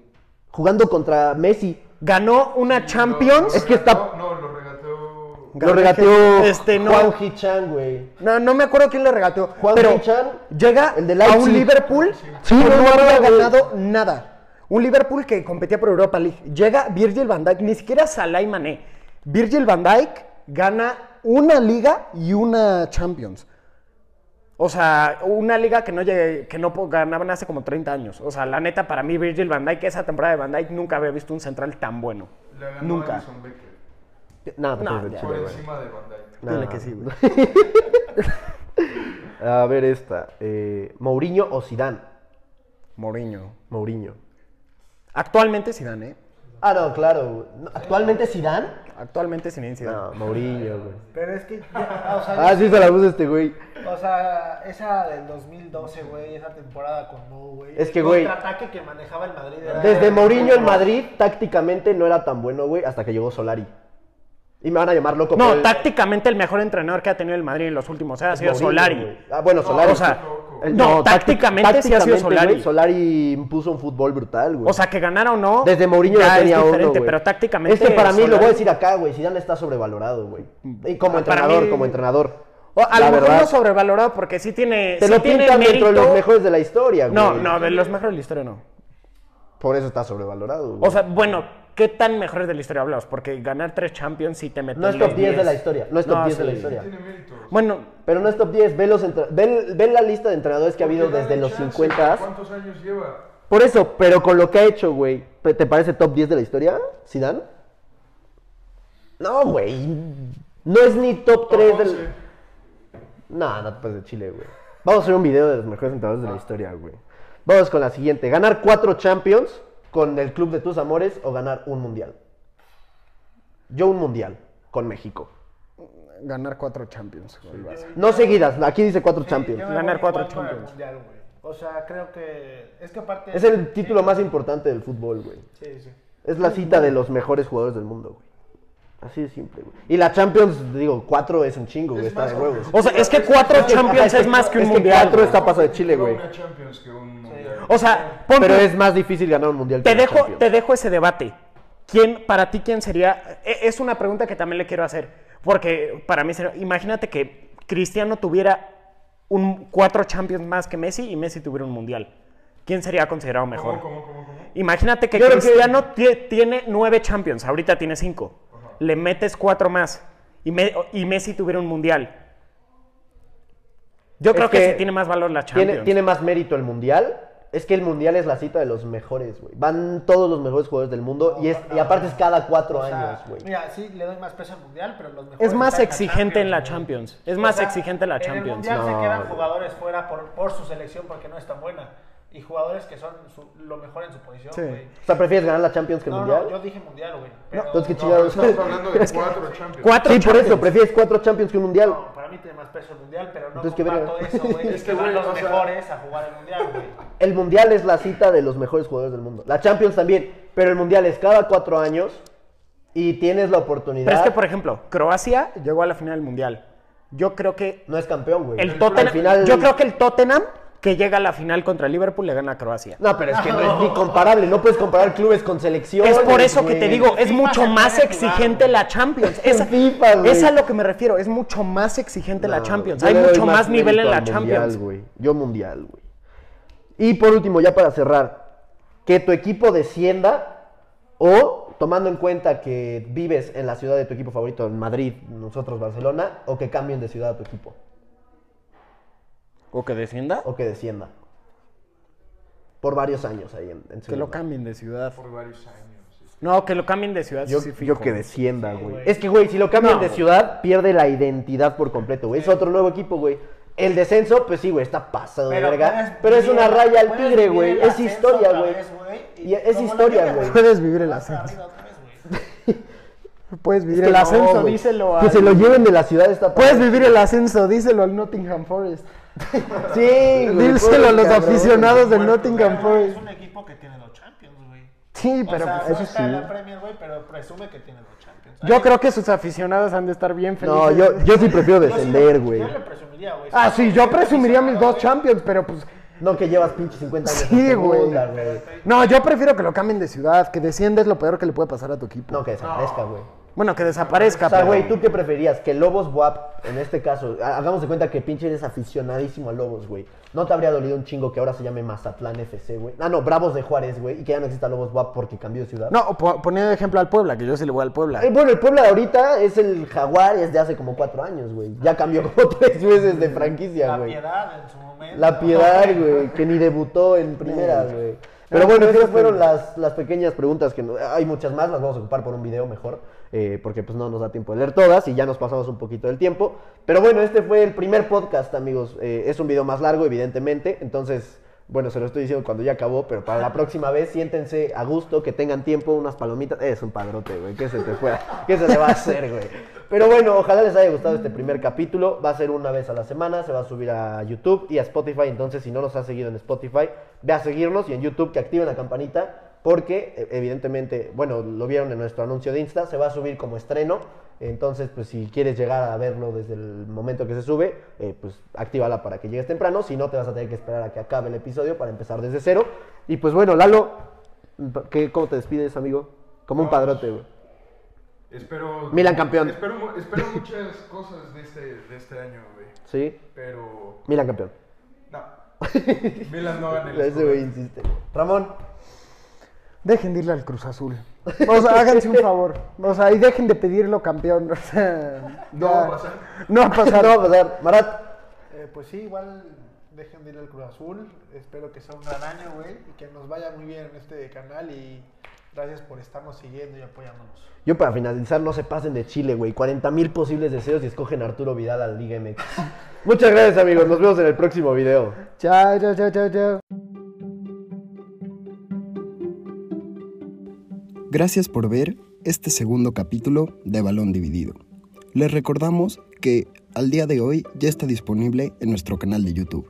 Speaker 2: Jugando contra Messi.
Speaker 5: Ganó una Champions.
Speaker 2: es que está-
Speaker 6: regateó- No, lo regateó.
Speaker 2: Lo regateó
Speaker 5: Este, no.
Speaker 2: Juan Hichan, güey.
Speaker 3: No, no me acuerdo quién le regateó.
Speaker 2: Juan
Speaker 3: pero
Speaker 2: Michan,
Speaker 3: llega
Speaker 2: el de
Speaker 3: a
Speaker 2: Leipzig.
Speaker 3: un Liverpool
Speaker 2: Sí,
Speaker 3: que
Speaker 2: no,
Speaker 3: no
Speaker 2: no,
Speaker 3: había
Speaker 2: güey.
Speaker 3: ganado nada. Un Liverpool que competía por Europa League. Llega Virgil van Dijk, ni siquiera Salah y Mané. Virgil van Dijk gana una liga y una Champions.
Speaker 5: O sea, una liga que no llegué- que no po- ganaban hace como 30 años. O sea, la neta, para mí, Virgil Van Dijk, esa temporada de Van Dijk, nunca había visto un central tan bueno.
Speaker 6: Le ganó
Speaker 5: Nunca.
Speaker 6: a Alison Becker.
Speaker 2: Nada,
Speaker 5: No,
Speaker 2: pues,
Speaker 5: ya.
Speaker 2: sí,
Speaker 6: Por
Speaker 2: güey.
Speaker 6: encima de Van Dyke.
Speaker 2: Nah.
Speaker 3: Dile que sí, güey.
Speaker 2: (laughs) A ver esta. eh, Mourinho o Zidane.
Speaker 5: Mourinho.
Speaker 2: Mourinho.
Speaker 5: Actualmente Zidane, ¿eh?
Speaker 2: Ah, no, claro. güey. No, ¿Actualmente Zidane?
Speaker 5: Actualmente Zinedine Zidane.
Speaker 2: No, Mourinho, güey.
Speaker 4: Pero es que, ya, o sea,
Speaker 2: (laughs) Ah, sí se la puso este güey.
Speaker 4: O sea, esa del 2012, güey, esa temporada con Mou, güey.
Speaker 2: Es que,
Speaker 4: el
Speaker 2: güey,
Speaker 4: contraataque que manejaba el Madrid. era-
Speaker 2: Desde Mourinho en Madrid, tácticamente no era tan bueno, güey, hasta que llegó Solari. Y me van a llamar loco. pero
Speaker 5: No,
Speaker 2: el-
Speaker 5: tácticamente el mejor entrenador que ha tenido el Madrid en los últimos años ha sido
Speaker 2: Mourinho,
Speaker 5: Solari.
Speaker 2: güey. Ah, bueno, Solari.
Speaker 5: o sea,
Speaker 2: El-
Speaker 5: no,
Speaker 2: tácti-
Speaker 5: tácticamente sí ha sido
Speaker 2: tácticamente,
Speaker 5: Solari.
Speaker 2: güey, Solari impuso un fútbol brutal, güey.
Speaker 5: O sea, que ganara o no.
Speaker 2: desde Mourinho
Speaker 5: ya
Speaker 2: ya tenía
Speaker 5: es
Speaker 2: uno,
Speaker 5: diferente,
Speaker 2: güey.
Speaker 5: pero tácticamente.
Speaker 2: Es que para mí, lo
Speaker 5: Solari-
Speaker 2: voy a decir acá, güey, Zidane está sobrevalorado, güey. Y como
Speaker 5: Ah, para
Speaker 2: entrenador,
Speaker 5: mí-
Speaker 2: como entrenador.
Speaker 5: O, a
Speaker 2: La
Speaker 5: lo mejor
Speaker 2: verdad,
Speaker 5: no sobrevalorado porque sí tiene.
Speaker 2: Te
Speaker 5: sí
Speaker 2: lo
Speaker 5: tiene
Speaker 2: pintan dentro de
Speaker 5: mérito.
Speaker 2: los mejores de la historia, güey.
Speaker 5: No, no, de los mejores de la historia no.
Speaker 2: Por eso está sobrevalorado, güey.
Speaker 5: O sea, bueno, ¿qué tan mejores de la historia hablamos? Porque ganar tres Champions sí te mete
Speaker 2: no es
Speaker 5: en
Speaker 2: top
Speaker 5: los
Speaker 2: 10 de la historia. No es top 10 de la
Speaker 5: sí.
Speaker 2: historia.
Speaker 6: Tiene mérito.
Speaker 5: Bueno,
Speaker 2: Pero no es top 10, ve, los entre- ve- ve la lista de entrenadores que ha habido
Speaker 6: Porque dale
Speaker 2: desde los
Speaker 6: chance,
Speaker 2: 50.
Speaker 6: ¿Cuántos años lleva?
Speaker 2: Por eso, pero con lo que ha hecho, güey, ¿te te parece top 10 de la historia, Zidane? No, güey. No es ni top 3
Speaker 6: once.
Speaker 2: del... No, no te pases de Chile, güey. Vamos a hacer un video de los mejores entrenadores de la historia, güey. Vamos con la siguiente. ¿Ganar cuatro Champions con el club de tus amores o ganar un Mundial? Yo un Mundial con México.
Speaker 3: Ganar cuatro Champions. güey.
Speaker 2: No seguidas, aquí dice cuatro
Speaker 4: Sí,
Speaker 2: Champions.
Speaker 4: yo me
Speaker 5: Ganar
Speaker 4: voy
Speaker 5: cuatro
Speaker 4: igual con el
Speaker 5: Champions.
Speaker 4: Mundial, güey. o sea, creo que. Es que aparte.
Speaker 2: Es el título más importante del fútbol, güey.
Speaker 4: Sí, sí.
Speaker 2: Es la cita de los mejores jugadores del mundo, güey. Así de simple, güey. Y la Champions, digo, cuatro es un chingo, güey.
Speaker 6: Es
Speaker 2: Está
Speaker 6: más
Speaker 2: de huevos.
Speaker 5: o sea, es que
Speaker 2: (laughs)
Speaker 5: cuatro Champions es más que un
Speaker 2: es
Speaker 5: mundial.
Speaker 2: cuatro está
Speaker 5: güey.
Speaker 2: paso de Chile,
Speaker 6: Lleva
Speaker 2: güey. Oh.
Speaker 6: una Champions que un mundial.
Speaker 5: O sea, ponte-
Speaker 2: Pero es más difícil ganar un mundial. que
Speaker 5: te
Speaker 2: una
Speaker 5: dejo,
Speaker 2: Champions.
Speaker 5: te dejo ese debate. ¿Quién, para ti, quién sería? e- Es una pregunta que también le quiero hacer. Porque para mí, sería- imagínate que Cristiano tuviera un, cuatro Champions más que Messi y Messi tuviera un Mundial. ¿Quién sería considerado mejor?
Speaker 6: ¿Cómo, cómo, cómo, cómo?
Speaker 5: Imagínate que
Speaker 2: Yo creo que-
Speaker 5: Cristiano tie- tiene nueve Champions, ahorita tiene cinco. Le metes cuatro más y, me- y Messi tuviera un mundial. Yo
Speaker 2: Es
Speaker 5: creo que,
Speaker 2: que
Speaker 5: sí tiene más valor la Champions.
Speaker 2: ¿Tiene, tiene más mérito el mundial. Es que el mundial es la cita de los mejores, güey. Van todos los mejores jugadores del mundo y, es, y aparte es cada cuatro
Speaker 4: O sea,
Speaker 2: años, güey.
Speaker 4: Mira, sí, le doy más peso al mundial, pero los mejores.
Speaker 5: Es más
Speaker 4: están
Speaker 5: exigente en la
Speaker 4: güey.
Speaker 5: Champions. Es más
Speaker 4: O sea,
Speaker 5: exigente en la
Speaker 4: En el
Speaker 5: Champions.
Speaker 4: mundial se
Speaker 2: No,
Speaker 4: quedan
Speaker 2: güey.
Speaker 4: jugadores fuera por, por su selección porque no es tan buena. Y jugadores que son su- lo mejor en su posición, güey.
Speaker 2: O sea, ¿prefieres ganar la Champions que el
Speaker 4: No,
Speaker 2: mundial?
Speaker 4: no, yo dije mundial, güey. pero-
Speaker 2: Entonces, ¿qué
Speaker 6: No,
Speaker 2: chingados?
Speaker 6: pero (laughs) estamos hablando de cuatro Champions.
Speaker 5: Cuatro
Speaker 2: sí, por
Speaker 5: Champions.
Speaker 2: eso, prefieres cuatro Champions que un mundial.
Speaker 4: No, para mí tiene más peso el mundial, pero no
Speaker 2: Entonces, ¿qué
Speaker 4: comparto
Speaker 2: verga?
Speaker 4: eso, güey.
Speaker 6: (laughs)
Speaker 4: Es que
Speaker 6: güey,
Speaker 4: van los
Speaker 6: o sea-
Speaker 4: mejores a jugar el mundial,
Speaker 2: (laughs)
Speaker 4: güey.
Speaker 2: El mundial es la cita de los mejores jugadores del mundo. La Champions también, pero el mundial es cada cuatro años y tienes la oportunidad.
Speaker 5: Pero es que, por ejemplo, Croacia llegó a la final del mundial. Yo creo que
Speaker 2: No es campeón, güey.
Speaker 5: el Tottenham,
Speaker 2: Al final-
Speaker 5: yo creo que el Tottenham que llega a la final contra Liverpool, le gana a Croacia.
Speaker 2: No, pero es que no es ni comparable. No puedes comparar clubes con selecciones.
Speaker 5: Es por eso que
Speaker 2: güey.
Speaker 5: te digo, es
Speaker 4: FIFA
Speaker 5: mucho
Speaker 4: se
Speaker 5: más
Speaker 4: puede jugar,
Speaker 5: exigente
Speaker 4: güey.
Speaker 5: la Champions. Es,
Speaker 2: En FIFA, güey.
Speaker 5: es a lo que me refiero, es mucho más exigente la
Speaker 2: No,
Speaker 5: Champions.
Speaker 2: yo
Speaker 5: Hay
Speaker 2: le doy
Speaker 5: mucho más nivel en
Speaker 2: mérito
Speaker 5: la
Speaker 2: al
Speaker 5: Champions.
Speaker 2: Mundial, güey. Yo mundial, güey. Y por último, ya para cerrar, que tu equipo descienda o tomando en cuenta que vives en la ciudad de tu equipo favorito, en Madrid, nosotros Barcelona, o que cambien de ciudad a tu equipo,
Speaker 5: ¿O que defienda?
Speaker 2: o que descienda. Por varios años ahí en, en su
Speaker 5: Que lo
Speaker 2: lugar.
Speaker 5: cambien de ciudad.
Speaker 6: por varios años.
Speaker 5: No, que lo cambien de ciudad.
Speaker 2: Yo,
Speaker 5: sí, fijo.
Speaker 2: yo que descienda, güey.
Speaker 4: güey.
Speaker 2: es que, güey, si lo cambian
Speaker 5: No,
Speaker 2: de
Speaker 5: güey.
Speaker 2: ciudad, pierde la identidad por completo, güey. Es otro nuevo equipo, güey. El descenso, pues sí, güey, está pasado de
Speaker 4: Pero puedes
Speaker 2: verga. Pero es
Speaker 4: vivir-
Speaker 2: una raya al
Speaker 4: puedes
Speaker 2: tigre,
Speaker 4: vivir
Speaker 2: güey.
Speaker 4: el
Speaker 2: Es
Speaker 4: ascenso
Speaker 2: historia,
Speaker 4: otra
Speaker 2: güey.
Speaker 4: vez, güey,
Speaker 2: Y es
Speaker 4: como la
Speaker 2: historia,
Speaker 4: liga,
Speaker 2: güey.
Speaker 5: Puedes vivir el
Speaker 4: Hasta
Speaker 2: (laughs)
Speaker 5: ascenso.
Speaker 4: arriba otra vez, güey.
Speaker 5: Puedes vivir
Speaker 2: Que
Speaker 5: el
Speaker 2: no,
Speaker 5: ascenso,
Speaker 2: güey.
Speaker 5: díselo
Speaker 2: Que
Speaker 5: al-
Speaker 2: se lo lleven de la ciudad está
Speaker 5: Puedes
Speaker 2: padre.
Speaker 5: vivir el ascenso, díselo al Nottingham
Speaker 2: (laughs)
Speaker 5: Forest.
Speaker 2: Sí, güey.
Speaker 5: Díselo a los
Speaker 2: pobre cabrón.
Speaker 5: aficionados del
Speaker 6: muerto,
Speaker 5: Nottingham
Speaker 4: Pero
Speaker 5: Forest.
Speaker 4: Es un equipo que tiene dos Champions, güey.
Speaker 5: Sí,
Speaker 4: O
Speaker 5: pero
Speaker 4: sea,
Speaker 5: pues,
Speaker 4: no
Speaker 5: eso
Speaker 4: está
Speaker 5: sí.
Speaker 4: en la Premier, güey, pero presume que tiene dos Champions.
Speaker 5: Yo
Speaker 4: Ay,
Speaker 5: creo que sus aficionados han de estar bien felices.
Speaker 2: No, yo, yo sí prefiero
Speaker 4: yo sí lo-
Speaker 2: descender, güey.
Speaker 4: Yo le presumiría, güey.
Speaker 5: Ah, sí, yo
Speaker 4: Soy
Speaker 5: presumiría mis
Speaker 4: aficionado,
Speaker 5: dos Champions, pero pues...
Speaker 2: No que llevas pinche 50 años.
Speaker 5: Sí,
Speaker 2: en segunda,
Speaker 5: güey. No, yo prefiero que lo cambien de ciudad, que descienda es lo peor que le puede pasar a tu equipo.
Speaker 2: No, que desaparezca, güey.
Speaker 5: Bueno, que desaparezca,
Speaker 2: O sea,
Speaker 5: pero-
Speaker 2: güey, ¿tú qué preferías? Que Lobos WAP, en este caso, ha- hagamos de cuenta que pinche eres aficionadísimo a Lobos, güey. ¿No te habría dolido un chingo que ahora se llame Mazatlán FC, güey? Ah, no, Bravos de Juárez, güey, y que ya no exista Lobos WAP porque cambió de ciudad.
Speaker 5: No, po- poniendo de ejemplo al Puebla, que yo sí le voy al Puebla.
Speaker 2: Eh, bueno, el Puebla de ahorita es el Jaguar desde hace como cuatro años, güey. Ya cambió como (laughs) tres veces de franquicia,
Speaker 4: La
Speaker 2: güey.
Speaker 4: piedad en su momento.
Speaker 2: La piedad, güey, que ni debutó en primera, güey. Pero
Speaker 5: No,
Speaker 2: bueno,
Speaker 5: pero
Speaker 2: esas
Speaker 5: es que-
Speaker 2: fueron las, las pequeñas preguntas que no- hay muchas más, las vamos a ocupar por un video mejor, eh, porque pues no nos da tiempo de leer todas y ya nos pasamos un poquito del tiempo. Pero bueno, este fue el primer podcast, amigos. Eh, es un video más largo, evidentemente, entonces, bueno, se lo estoy diciendo cuando ya acabó, pero para la próxima vez siéntense a gusto, que tengan tiempo, unas palomitas. Es un padrote, güey, ¿qué se te fue? ¿Qué se te va a hacer, güey? Pero bueno, ojalá les haya gustado este primer capítulo. Va a ser una vez a la semana, se va a subir a YouTube y a Spotify. Entonces, si no nos has seguido en Spotify, ve a seguirnos y en YouTube que activen la campanita. Porque, e- evidentemente, bueno, lo vieron en nuestro anuncio de Insta, se va a subir como estreno. Entonces, pues si quieres llegar a verlo desde el momento que se sube, eh, pues actívala para que llegues temprano. Si no, te vas a tener que esperar a que acabe el episodio para empezar desde cero. Y pues bueno, Lalo, ¿qué, ¿cómo te despides, amigo? Como un padrote, güey.
Speaker 6: Espero.
Speaker 2: Milan campeón.
Speaker 6: Espero, mu- espero muchas cosas de este, de este año, güey.
Speaker 2: ¿Sí?
Speaker 6: Pero.
Speaker 2: Milan campeón.
Speaker 6: No. Milan no gana este el
Speaker 2: Ese güey
Speaker 6: Scudetto.
Speaker 2: insiste. Ramón,
Speaker 5: Dejen de irle al Cruz Azul. O sea, háganse un favor. O sea, y dejen de pedirlo campeón. O sea,
Speaker 6: No
Speaker 5: ya.
Speaker 6: va a pasar.
Speaker 5: No va a pasar.
Speaker 6: (laughs)
Speaker 2: no va a pasar. Marat,
Speaker 4: Eh, pues sí, igual dejen de ir al Cruz Azul. Espero que sea un gran año, güey. Y que nos vaya muy bien en este canal. Y gracias por estarnos siguiendo y apoyándonos.
Speaker 2: yo para finalizar, no se pasen de Chile, güey. 40 mil posibles deseos y escogen a Arturo Vidal al Liga MX. Muchas gracias, amigos. Nos vemos en el próximo video.
Speaker 5: Chao, chao, chao, chao, chao.
Speaker 1: Gracias por ver este segundo capítulo de Balón Dividido. Les recordamos que al día de hoy ya está disponible en nuestro canal de YouTube.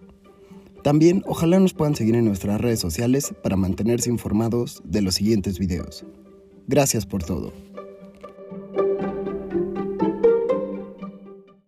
Speaker 1: También ojalá nos puedan seguir en nuestras redes sociales para mantenerse informados de los siguientes videos. Gracias por todo.